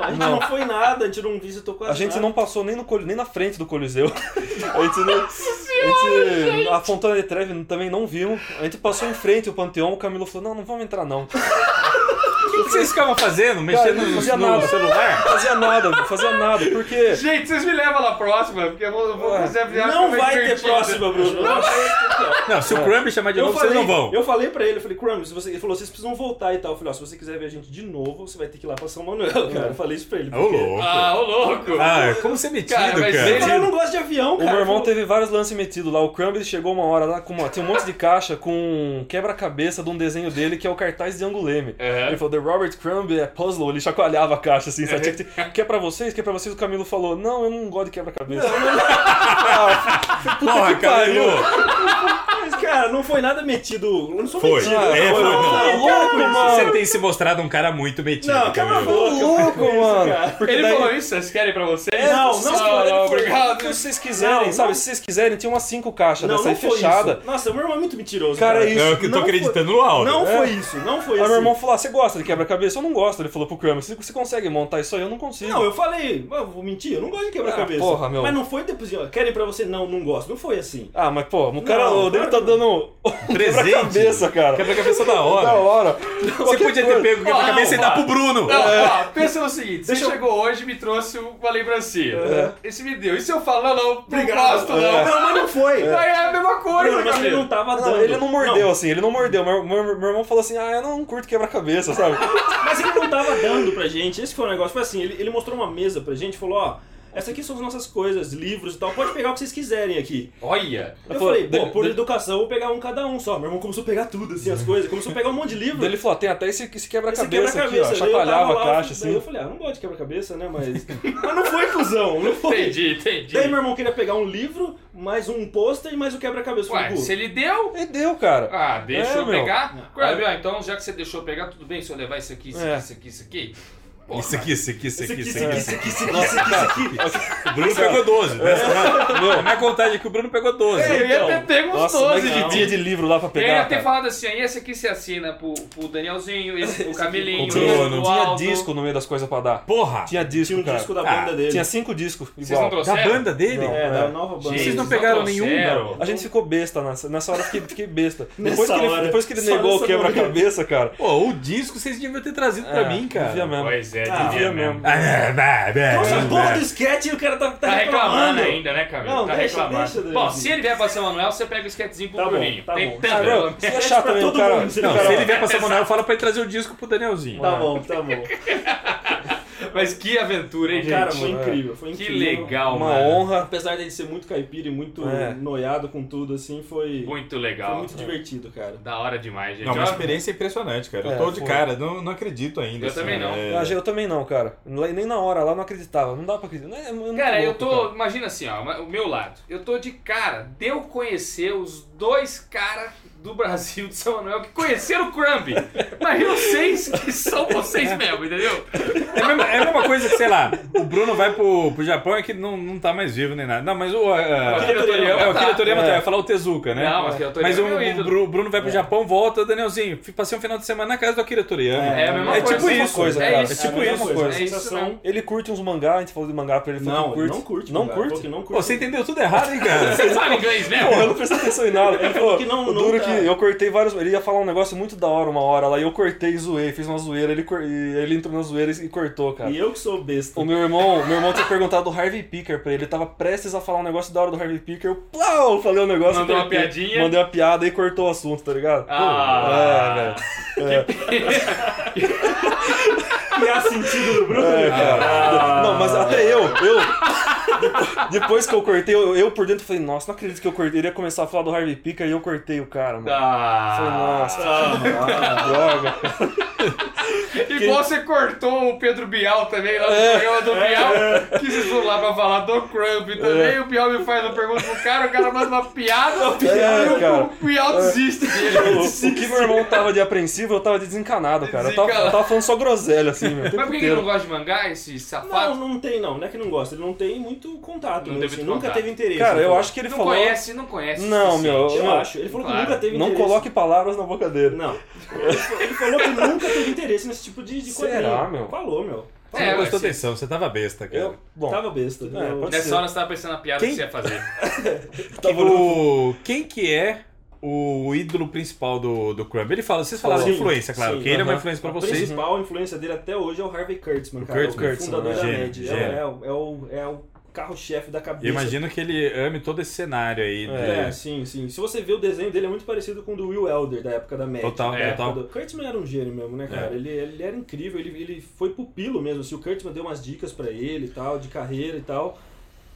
S3: Não, a gente não.
S4: Não.
S3: foi nada, a gente não visitou quase
S4: A gente
S3: nada.
S4: não passou nem, no coli- nem na frente do Coliseu. a gente não. a gente- a Fontana de Trevi também não vimos. A gente passou em frente ao Panteão, o Camilo falou: não, não vamos entrar não.
S2: O que, que vocês ficavam fazendo? Mexendo
S4: não
S2: no,
S4: fazia
S2: no
S4: nada.
S2: celular?
S4: Fazia nada, não fazia nada, porque.
S1: Gente, vocês me levam lá próxima, porque eu vou, eu vou fazer a viagem
S3: Não
S1: foi
S3: vai ter
S1: divertida.
S3: próxima, Bruno. Não é vai ter próxima.
S2: Não, se o Crumb chamar de
S3: Eu
S2: novo,
S3: falei,
S2: vocês não vão.
S3: eu falei pra ele, eu falei, Crumb, se você, ele falou, vocês precisam voltar e tal. Eu falei, ó, se você quiser ver a gente de novo, você vai ter que ir lá pra São Manuel, cara. Eu falei isso pra ele.
S2: Ô, louco.
S1: Ah, ô louco!
S2: Ah, como você é metido,
S1: Cara,
S2: cara.
S1: mas ele-
S3: Mas eu não gosto de avião,
S4: O
S3: cara.
S4: meu
S3: Eu
S4: irmão
S3: falei,
S4: teve vários lances metidos lá. O Crumb chegou uma hora lá com uma, tinha um monte de caixa com um quebra-cabeça de um desenho dele que é o cartaz de Anguleme.
S1: É.
S4: Ele falou: The Robert Crumb é puzzle. Ele chacoalhava a caixa assim, sabe? Tinha que ter- Quer pra vocês? Quer pra vocês? O Camilo falou: Não, eu não gosto de quebra-cabeça.
S2: Porra,
S4: pariu.
S2: cara.
S3: Mas, cara, não foi nada metido. Eu não sou
S2: Foi.
S3: metido.
S2: Ah, é,
S3: eu
S2: foi,
S3: não.
S2: não.
S3: falei,
S4: louco,
S3: cara,
S2: Você
S4: mano.
S2: tem se mostrado um cara muito metido,
S3: Não, cala a
S2: Camilo.
S3: boca.
S4: louco,
S3: com isso,
S4: mano.
S3: cara.
S4: Porque
S1: Ele
S4: daí-
S1: falou isso, vocês querem pra vocês?
S3: Não, não,
S5: Ah,
S1: não,
S3: ele
S1: não,
S3: falou-
S4: O
S1: obrigado.
S4: que vocês quiserem,
S3: Não,
S4: sabe?
S3: não.
S4: Se vocês quiserem, tinha umas cinco caixas
S3: Não,
S4: dessa
S3: não
S4: aí
S3: foi
S4: fechada.
S3: isso. Nossa, meu irmão é muito mentiroso.
S4: Cara, é isso.
S2: Eu que tô
S3: Não
S2: acreditando né? no Aldo.
S3: Não
S4: É.
S3: foi isso, não foi
S4: Aí
S3: isso.
S4: meu irmão falou: ah, você gosta de quebra-cabeça? Eu não gosto. Ele falou pro Kramer: você você consegue montar isso aí? Eu não consigo.
S3: Não, eu falei, "Ah, vou mentir, eu não gosto de quebra-cabeça.
S4: Ah, porra, meu.
S3: Mas não foi depois, de, ó, querem pra você? Não, não gosto. Não foi assim.
S4: Ah, mas pô, o cara,
S3: Não, é
S4: o dele tá
S3: claro
S4: dando um
S2: Presente.
S4: quebra-cabeça, cara.
S2: Quebra-cabeça da hora.
S4: Da hora.
S2: Você podia ter pego o quebra-cabeça e
S1: Não,
S2: dar pro Bruno. É.
S1: Não,
S4: É.
S1: ó, pensa no seguinte, você chegou hoje e me trouxe uma lembrancinha.
S4: É.
S1: Esse me deu. E se eu falo, não, não, não gosto, não.
S3: Não, mas não foi.
S1: Aí é a mesma coisa,
S3: Bruno, mas ele
S1: Camilo.
S3: não tava
S4: Não,
S3: dando.
S4: né? ele não mordeu, assim, ele não mordeu. Meu, meu- meu irmão falou assim: ah, eu não curto quebra-cabeça, sabe?
S3: Mas ele não tava dando pra gente. Esse foi o negócio. Foi assim, ele, ele mostrou uma mesa pra gente e falou, ó, essa aqui são as nossas coisas, livros e tal. Pode pegar o que vocês quiserem aqui.
S1: Olha!
S3: Eu, falei,
S4: Eu falei,
S3: pô,
S4: de-
S3: por
S4: de- Uhum.
S3: educação eu vou pegar um cada um só. Meu irmão começou a pegar tudo, assim, as coisas. Começou a pegar um monte de livro.
S4: Daí ele falou: ah, tem até esse, esse
S3: Esse
S4: quebra-cabeça aqui,
S3: quebra-cabeça.
S4: ó.
S3: Daí eu tava
S4: Chacoalhava
S3: lá,
S4: a caixa,
S3: daí
S4: assim.
S3: Eu falei, ah, não gosto de quebra-cabeça, né? Mas. Mas não foi cuzão, não foi.
S1: Entendi, entendi.
S3: Daí meu irmão queria pegar um livro, mais um pôster e mais o quebra-cabeça. Eu falei,
S5: Ué,
S3: pô,
S5: se ele deu.
S4: E deu, cara.
S5: Ah, deixa
S4: É,
S5: eu
S4: meu.
S5: pegar. Crumb, ó, então já que você deixou eu pegar, tudo bem se eu levar isso aqui, isso aqui,
S4: É.
S5: isso aqui, isso aqui. Porra.
S2: Isso aqui, isso aqui, isso
S3: esse
S2: aqui,
S3: aqui,
S2: isso
S3: esse
S2: aqui.
S3: aqui, esse aqui, esse aqui, esse aqui, esse aqui.
S2: O Bruno pegou 12. né?
S4: É.
S2: Na minha contagem aqui, o Bruno pegou 12.
S1: eu ia ter pego uns
S4: então. Nossa,
S1: 12
S4: mas que
S1: de dia.
S4: dia de livro lá pra
S5: Eu ia
S4: pegar.
S5: ter
S4: cara.
S5: falado assim, aí esse aqui se assina pro, pro Danielzinho, esse pro Camilinho,
S2: pro Bruno.
S5: esse pro
S4: Tinha
S5: Aldo.
S4: disco no meio das coisas pra dar.
S2: Porra!
S4: Tinha disco,
S3: Tinha um
S4: cara.
S3: disco da
S2: Ah,
S3: banda dele.
S4: Tinha cinco discos.
S5: Vocês não
S4: Igual.
S2: Da
S5: trouxeram?
S2: banda dele?
S4: Não.
S3: É, da nova banda.
S5: Gente,
S2: Vocês não
S5: não
S2: pegaram nenhum?
S5: trouxeram.
S2: Não.
S4: A gente ficou besta nessa, nessa hora, eu fiquei, fiquei besta.
S3: Nessa
S4: Depois que,
S3: hora.
S4: ele, depois que ele
S3: Só
S4: negou
S3: nessa
S4: o quebra-cabeça, cara.
S2: Pô, o disco vocês deviam ter trazido
S4: É,
S2: pra mim, cara.
S4: devia mesmo.
S5: Pois é,
S3: Ah,
S5: devia
S4: devia
S5: mesmo.
S4: mesmo.
S2: Ah, é, vai, vai,
S3: Nossa,
S2: vai.
S3: porra do sketch e o cara tá, tá
S5: Tá reclamando
S3: reclamando.
S5: ainda, né, Camilo?
S3: Não,
S5: tá
S3: deixa,
S5: reclamando.
S3: deixa, deixa.
S5: bom, se ele vier pra São Manuel, você pega o esquetezinho pro
S3: Tá bom,
S5: Bruninho.
S3: tá
S5: Tem
S3: bom.
S5: tanto,
S4: Ah,
S5: pelo
S4: meu,
S5: menos.
S4: você é
S3: Sketch
S4: chato
S3: pra
S4: também, o
S3: todo
S4: cara.
S3: mundo, se
S2: Não,
S3: cara-
S2: se ele vier pra São Manuel, fala pra ele trazer o disco pro Danielzinho.
S3: Tá bom, tá bom.
S1: Mas que aventura, hein, gente?
S3: Cara, foi
S4: é.
S3: incrível, foi
S1: que
S3: incrível.
S1: legal,
S4: Uma
S1: mano.
S4: honra.
S3: Apesar dele ser muito caipira e muito
S4: É.
S3: noiado com tudo, assim, foi, foi
S1: Muito legal.
S3: muito divertido, cara.
S1: Da hora demais, gente.
S2: Não, uma
S1: Ó,
S2: experiência impressionante, cara. Eu
S4: É,
S2: tô de
S4: foi.
S2: cara, não, não acredito ainda.
S5: Eu
S2: assim,
S5: também não.
S2: é.
S4: Eu achei- Eu também não, cara. Lá- Nem na hora lá não acreditava. Não dá pra acreditar. É muito
S5: Cara, eu
S4: louco,
S5: tô.
S4: cara.
S5: Imagina assim, ó, o meu lado. Eu tô de cara, deu conhecer os dois caras do Brasil de São Manuel que conheceram o Crumb. Imagina vocês que são vocês mesmo, entendeu?
S2: É a, mesma, é a mesma coisa que, sei lá, o Bruno vai pro, pro Japão e que não, não tá mais vivo nem nada. Não, mas o. ah,
S5: Akira Toriyama
S2: é, o Akira
S5: tá.
S2: Toriyama
S4: É.
S2: tá. Eu ia falar o Tezuka, né?
S5: Não, mas Akira Toriyama
S2: Mas o,
S5: é meu
S2: o
S5: ídolo.
S2: Bru- Bruno vai pro Japão, volta, Danielzinho, fi- passei um final de semana na casa do Akira Toriyama.
S5: É a mesma
S2: É
S5: coisa.
S2: tipo
S5: é a mesma
S2: isso.
S4: coisa,
S5: é
S4: cara.
S5: Isso,
S4: É tipo
S5: a mesma
S4: isso, né?
S5: coisa.
S4: cara.
S5: É isso mesmo.
S4: Ele curte uns mangá, a gente falou de mangá pra ele. falou
S3: Não,
S4: que
S3: ele não curte.
S4: Não
S3: cara. Falou que
S4: curte?
S3: Não
S2: Pô,
S3: curte.
S2: você entendeu tudo errado, hein, cara?
S5: Você sabe inglês
S4: Pô, eu
S5: mesmo?
S4: não prestei atenção em nada. Ele falou
S3: que não-
S4: o
S3: não
S4: duro é
S3: tá.
S4: que eu cortei vários. Ele ia falar um negócio muito da hora uma hora lá, e eu cortei e zoei, fiz uma zoeira, ele, cor- e ele entrou na zoeira e e cortou, cara.
S3: E eu que sou besta.
S4: O meu irmão, meu irmão tinha perguntado do Harvey Picker pra ele, ele tava prestes a falar um negócio da hora do Harvey Picker, eu plau, falei um negócio.
S1: Mandou uma
S4: cortei.
S1: piadinha.
S4: Mandei uma piada e cortou o assunto, tá ligado?
S5: Ah.
S4: Pô, é, velho. É,
S3: Que há sentido do Bruno?
S4: é, cara.
S1: Ah.
S4: Não, mas até eu, eu. Depo- Depois que eu cortei, eu, eu por dentro falei, nossa, não acredito que eu cortei. Ele ia começar a falar do Harvey Picker e eu cortei o cara, mano.
S1: Ah.
S4: Falei, nossa,
S3: Ah,
S4: droga.
S1: Igual você cortou o Pedro Bial também lá no
S4: É.
S1: programa do Bial, que vocês foram lá pra falar do Crump também. O Bial me faz uma pergunta pro cara, o cara manda uma piada
S4: É,
S1: e o,
S4: cara. É. Tipo,
S1: o Bial desiste dele.
S4: O, o que meu irmão tava de apreensivo, eu tava de desencanado, cara. Eu tava,
S1: Desencanado.
S4: eu tava falando só groselha, assim, meu. o tempo
S1: Mas por que que ele
S4: inteiro.
S1: não gosta de mangá, esse
S3: Não,
S1: safado?
S3: não tem, não. Não é que não gosta. Ele não tem muito contato.
S5: Não
S3: né,
S5: teve
S3: assim,
S5: muito
S3: nunca
S5: contato.
S3: teve interesse.
S4: Cara,
S3: né,
S4: eu
S3: pelo-
S4: acho que ele
S5: Não
S4: falou.
S5: conhece, não conhece. o
S4: Não,
S5: suficiente.
S4: meu, eu
S3: assim, Eu
S4: não-
S3: acho. Ele falou
S5: Claro.
S3: que nunca teve
S4: Não
S3: interesse.
S4: coloque palavras na boca dele.
S3: Não. Ele fa- Ele falou que nunca teve interesse nesse tipo de, de quadrinho.
S4: Será, meu?
S3: Falou, meu.
S2: Você
S5: É, Tá.
S2: não prestou
S5: você-
S2: atenção, você tava besta, cara.
S4: Eu, bom,
S3: Tava besta. né?
S4: É, pode ser.
S5: Nessa hora você tava pensando na piada
S2: Quem-
S5: que você ia fazer.
S2: O... Quem que é o ídolo principal do, do Crumb? Ele fala, vocês falaram de
S3: Sim,
S2: influência, claro,
S3: sim,
S2: que ele é uma
S4: aham.
S2: influência pra
S3: A
S2: vocês.
S3: principal influência dele até hoje é o Harvey Kurtzman,
S2: O
S3: cara.
S2: Kurtzman,
S3: o fundador
S2: né?
S3: da
S2: Gênio,
S3: Med.
S2: gênio.
S3: É, o- é o, é o carro-chefe da cabeça.
S2: Eu imagino que ele ame todo esse cenário aí. de-
S3: É, sim, sim. Se você vê o desenho dele, é muito parecido com o do Will Elder, da época da Mad.
S2: Total,
S3: da
S5: É.
S3: época
S2: total.
S3: Do... Kurtzman era um gênio mesmo, né,
S4: É.
S3: cara? Ele, ele era incrível, ele, ele foi pupilo mesmo. Assim, o Kurtzman deu umas dicas pra ele e tal, de carreira e tal.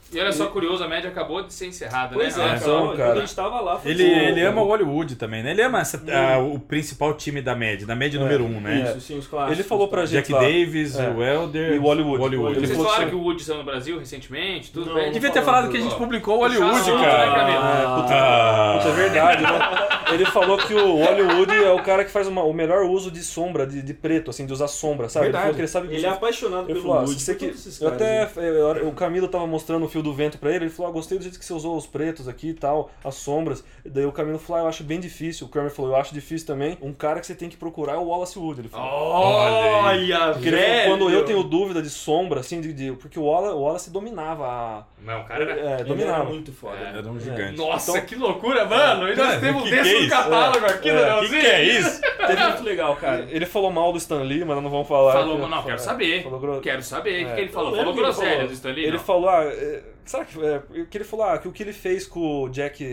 S5: E olha só, curioso, a média acabou de ser encerrada,
S3: Pois
S5: né?
S3: é,
S5: Ah,
S3: cara,
S4: razão,
S3: olha,
S4: cara.
S3: Quando a gente tava lá, foi
S2: Ele,
S3: assim,
S2: ele
S3: ó,
S2: ama o Hollywood também, né? Ele ama essa- a- o principal time da média, da média número um, né?
S3: Isso, sim, os clássicos. tá.
S4: Ele falou pra gente
S2: Jack
S4: lá.
S2: Davis,
S4: É.
S2: o Elder
S4: E o Hollywood. Ele
S5: Vocês
S4: falou
S5: falaram
S4: assim-
S5: que o Wood saiu no Brasil recentemente, tudo
S3: Não,
S5: bem?
S3: não
S2: Devia ter
S3: falando,
S2: falado que a gente
S5: ó.
S2: publicou o Hollywood,
S5: Puxa,
S2: cara.
S5: não, não, não, não.
S2: Ah.
S4: Puta, é verdade, né? Ele falou que o Hollywood é o cara que faz uma- o melhor uso de sombra, de, de preto, assim, de usar sombra, sabe?
S2: Verdade.
S4: Ele falou que ele sabe
S3: Ele é apaixonado
S4: Ele
S3: pelo
S4: falou, ah,
S3: Wood,
S4: se você
S3: por
S4: que...
S3: todos esses
S4: Eu
S3: caras,
S4: até.
S3: né?
S4: eu- eu- o Camilo tava mostrando o fio do vento pra ele, ele falou, ah, gostei do jeito que você usou os pretos aqui e tal, as sombras. E daí o Camilo falou, ah, eu acho bem difícil. O Kramer falou, eu acho difícil também. Um cara que você tem que procurar é o Wallace Wood, ele
S3: Oh,
S4: falou.
S1: Olha,
S4: Porque ele falou, quando eu tenho dúvida de sombra, assim, de, de- porque o Wallace, o Wallace dominava a.
S5: Não, o cara era...
S4: É,
S3: Ele era
S4: dominava.
S3: muito foda.
S5: É.
S2: Era um gigante.
S1: Nossa, que loucura, mano! E nós
S2: Cara,
S1: temos
S2: que
S1: desse
S2: que
S1: no
S2: é isso?
S1: catálogo aqui,
S2: O
S1: Danielzinho.
S2: que, que é isso?
S3: Teve muito legal, cara.
S4: Ele falou mal do Stan Lee, mas não vamos falar.
S5: Falou,
S4: Ele
S5: não, quero saber.
S4: Falou gro-
S5: Quero saber. O que, que ele falou?
S3: Eu
S5: Falou
S3: lembro que ele
S5: groselha
S3: falou.
S5: do Stanley?
S4: Ele
S5: não.
S4: falou, ah, é, será que. É, que ele falou, ah, que o que ele fez com o Jack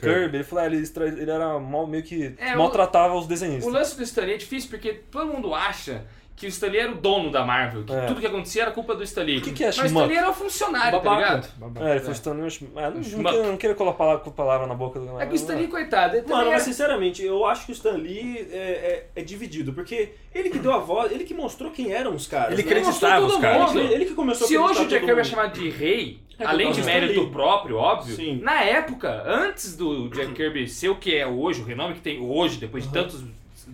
S4: Kirby, ele falou, ah, ele, extra- ele era mal, meio que
S5: É, o-
S4: maltratava os
S5: O
S4: desenhistas.
S5: lance do Stanley é difícil porque todo mundo acha que o Stanley era o dono da Marvel, que
S4: É.
S5: tudo que acontecia era culpa do Stanley. O
S4: que que é
S5: Mas o
S4: shmup?
S5: Stanley era um funcionário, tá
S3: Babaca.
S5: ligado?
S4: É, ele falou, Stanley, eu acho- ah, não, não,
S5: Schmuck.
S4: queria- não queria colocar palavra, palavra na boca do
S5: É que o Stanley, coitado, ele também
S3: Mano,
S1: é.
S5: era...
S3: mas sinceramente, eu acho que o Stan Lee é, é- é dividido, porque ele que deu a voz, ele que mostrou quem eram os caras.
S2: Ele
S3: né?
S2: acreditava
S5: todo
S2: os caras.
S5: mundo.
S3: Ele, ele que começou
S5: Se
S3: a
S5: hoje
S3: acreditar
S5: o Jack
S3: todo
S5: Kirby é
S3: mundo.
S5: chamado de rei,
S3: É,
S5: além
S3: por
S5: de
S3: causa
S5: mérito
S3: dele.
S5: próprio, óbvio,
S3: Sim.
S5: na época, antes do Jack Kirby ser o que é hoje, o renome que tem hoje, depois de tantos,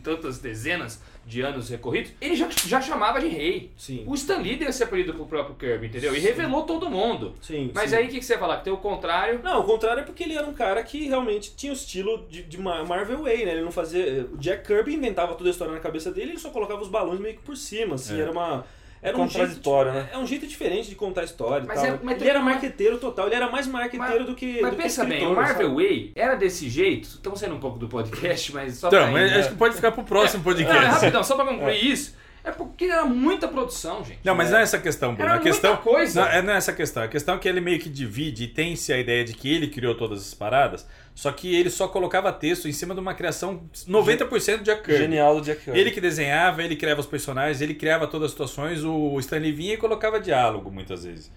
S5: tantas dezenas de anos recorridos, ele já, já chamava de rei.
S3: Sim.
S5: O Stan Lee deu esse apelido pro próprio Kirby, entendeu? E revelou todo mundo.
S3: Sim,
S5: Mas
S3: sim.
S5: aí o que, que você vai falar? Que tem o contrário.
S3: Não, o contrário é porque ele era um cara que realmente tinha o estilo de, de Ma- Marvel Way, né? Ele não fazia. O Jack Kirby inventava toda a história na cabeça dele, ele só colocava os balões meio que por cima, assim. Era uma. Era um jeito
S4: É. Contraditório, né?
S3: É um jeito diferente de contar a história
S5: Mas
S3: e tal.
S5: é- mas
S3: ele
S5: tem-
S3: era marqueteiro total, ele era mais marqueteiro
S5: Mas-
S3: do que.
S5: Mas
S3: do que
S5: pensa bem, o
S3: escritor,
S5: Marvel
S3: sabe?
S5: Way era desse jeito. Estamos saindo um pouco do podcast, mas só
S2: Então,
S5: pra.
S2: mas acho que pode ficar pro próximo
S5: Não, é
S2: podcast.
S5: rapidão, só pra concluir isso. É porque era muita produção, gente.
S2: Não, mas não é essa questão, Bruno.
S5: Era
S2: a questão,
S5: muita coisa.
S2: Não, é, não é essa questão. A questão é que ele meio que divide e tem-se a ideia de que ele criou todas as paradas, só que ele só colocava texto em cima de uma criação 90% de Jack Kirby.
S4: é um Genial do Jack Kirby.
S2: Ele que desenhava, ele criava os personagens, ele criava todas as situações, o Stanley vinha e colocava diálogo muitas vezes.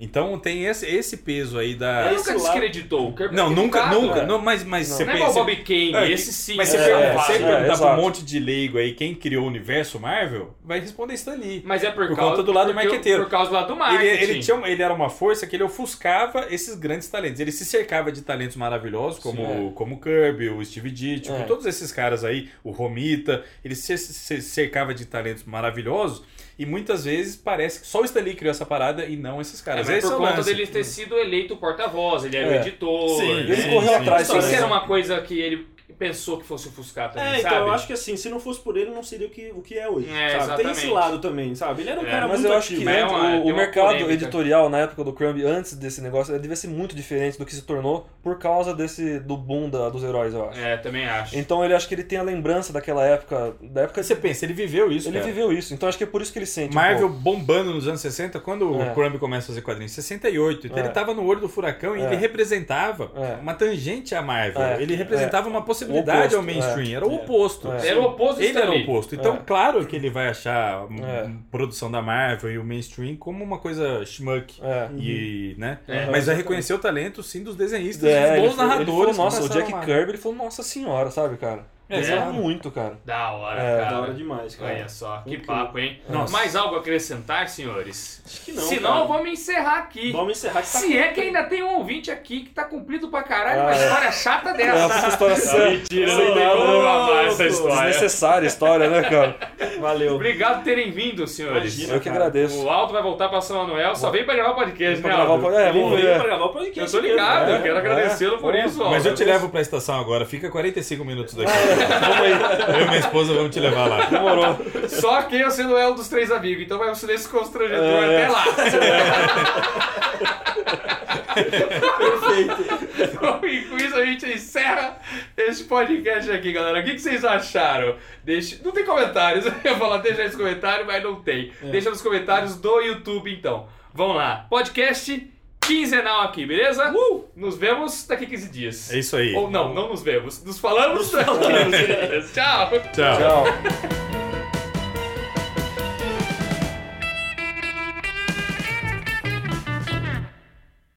S2: Então tem esse, esse peso aí da.
S5: Ele
S3: Esse
S5: nunca
S3: lado-
S5: descreditou.
S1: é
S5: o Kirby
S2: Não,
S5: foi
S2: nunca,
S1: né?
S5: educado.
S2: nunca. Não, mas, mas
S4: Não.
S2: você
S5: Não é
S2: pensa.
S5: igual o Bob Kane,
S2: É,
S5: esse sim.
S2: Mas você
S5: é,
S2: pergunta-
S4: é,
S2: você
S4: é,
S2: perguntar pra um
S4: exato.
S2: monte de leigo aí quem criou o universo Marvel, vai responder Stan Lee.
S5: Mas é por,
S2: Por
S5: causa
S2: conta do lado
S5: porque-
S2: marqueteiro.
S5: Por causa do lado do
S2: Ele,
S5: marketing.
S2: ele tinha um uma- ele era uma força que ele ofuscava esses grandes talentos. Ele se cercava de talentos maravilhosos, como,
S5: é.
S4: Sim,
S2: como o Kirby, o Steve Ditko,
S4: É.
S2: todos esses caras aí, o Romita. Ele se, se cercava de talentos maravilhosos e muitas vezes parece que só o Stan Lee criou essa parada e não esses
S5: É,
S2: caras.
S5: mas
S2: Esse
S5: por
S2: é o
S5: conta
S2: lance.
S5: dele ter sido eleito o porta-voz, ele era
S4: É.
S5: o editor.
S2: Sim,
S5: né?
S4: Ele correu
S2: sim.
S4: atrás
S5: Não sei se
S4: também.
S5: era uma coisa que ele pensou que fosse ofuscar também,
S3: É, então
S5: sabe?
S3: eu acho que assim, se não fosse por ele, não seria o que, o que é hoje.
S5: É,
S3: sabe? Tem
S5: exatamente.
S3: esse lado também, sabe? Ele era um
S5: É,
S3: cara
S4: Mas
S3: muito
S4: eu acho que
S3: ativo.
S5: né,
S4: antes-
S5: uma-
S4: o,
S5: tem
S4: o
S5: uma
S4: mercado
S5: polêmica.
S4: editorial na época do Crumb, antes desse negócio, ele devia ser muito diferente do que se tornou por causa desse do boom da- dos heróis, eu acho.
S5: É, também acho.
S4: Então ele acho que ele tem a lembrança daquela época, da época
S2: Você pensa, ele viveu isso.
S4: Ele
S2: cara.
S4: viveu isso, então acho que é por isso que ele sente. um
S2: Marvel
S4: pouco.
S2: bombando nos anos 60, quando
S4: É.
S2: o Crumb começa a fazer quadrinhos, 68. Então
S4: É.
S2: ele tava no olho do furacão e
S4: É.
S2: ele representava
S4: É.
S2: uma tangente à Marvel.
S4: É.
S2: Ele representava uma possibilidade
S4: O oposto,
S2: ao mainstream, era o
S3: É.
S2: oposto.
S4: É.
S5: Era o oposto
S2: Ele era o
S5: também.
S2: oposto. Então,
S4: É.
S2: claro que ele vai achar hum,
S4: É.
S2: produção da Marvel e o mainstream como uma coisa schmuck.
S4: É.
S2: E, né?
S5: É.
S2: Mas vai reconhecer o talento, sim, dos desenhistas,
S4: É,
S2: dos
S4: ele
S2: bons
S4: falou- ele
S2: narradores.
S4: falou,
S2: que
S4: nossa, o
S2: passaram
S4: Jack
S2: lá.
S4: Kirby, ele falou, nossa senhora, sabe, cara? É,
S1: É.
S4: Pensava muito, cara.
S1: Da hora,
S4: É,
S1: cara.
S3: Da hora demais, cara.
S1: Olha só, que
S3: Incrível.
S1: papo, hein?
S2: Nossa.
S1: Mais algo a acrescentar, senhores?
S3: Acho que não.
S1: Se
S3: cara.
S1: não, vamos encerrar aqui.
S3: Vamos encerrar que tá
S1: Se é que ainda tem um ouvinte aqui que tá cumprido pra caralho uma
S4: Ah, é.
S1: história chata
S4: Nossa,
S1: dessa.
S4: essa história
S7: Ah,
S4: séria.
S7: Mentira,
S4: Sei
S7: não tem
S4: lá,
S7: como
S4: né?
S7: amar essa história.
S4: Desnecessária a história, né, cara?
S3: Valeu.
S1: Obrigado por terem vindo, senhores.
S3: Imagina.
S4: Eu que agradeço.
S1: O Alto vai voltar pra São Manuel, só vem pra gravar o podcast,
S4: Pra
S1: né,
S4: gravar o
S1: Aldo?
S4: podcast. É,
S3: Ele
S4: vamos
S3: veio pra
S4: ver.
S3: gravar o podcast.
S1: Eu tô ligado,
S3: mesmo,
S1: eu
S3: né?
S1: quero
S4: é.
S1: agradecê-lo por isso, Aldo.
S2: Mas eu te levo pra estação agora, fica 45 minutos daqui.
S4: Vamos aí.
S2: Eu e minha esposa vamos te levar lá.
S4: Demorou.
S1: Só que eu sendo o dos três amigos, então vai um silêncio constrangedor até lá.
S3: Perfeito.
S1: e com isso a gente encerra esse podcast aqui, galera. O que, que vocês acharam? Deixe... Não tem comentários. Eu ia falar deixa esse comentário, mas não tem. Deixa nos comentários do YouTube, então. Vamos lá. Podcast quinzenal aqui, beleza?
S3: Uh!
S1: Nos vemos daqui 15 dias.
S2: É isso aí.
S1: Ou não, não nos vemos. Nos falamos daqui 15 dias. Tchau.
S2: Tchau.
S4: Tchau.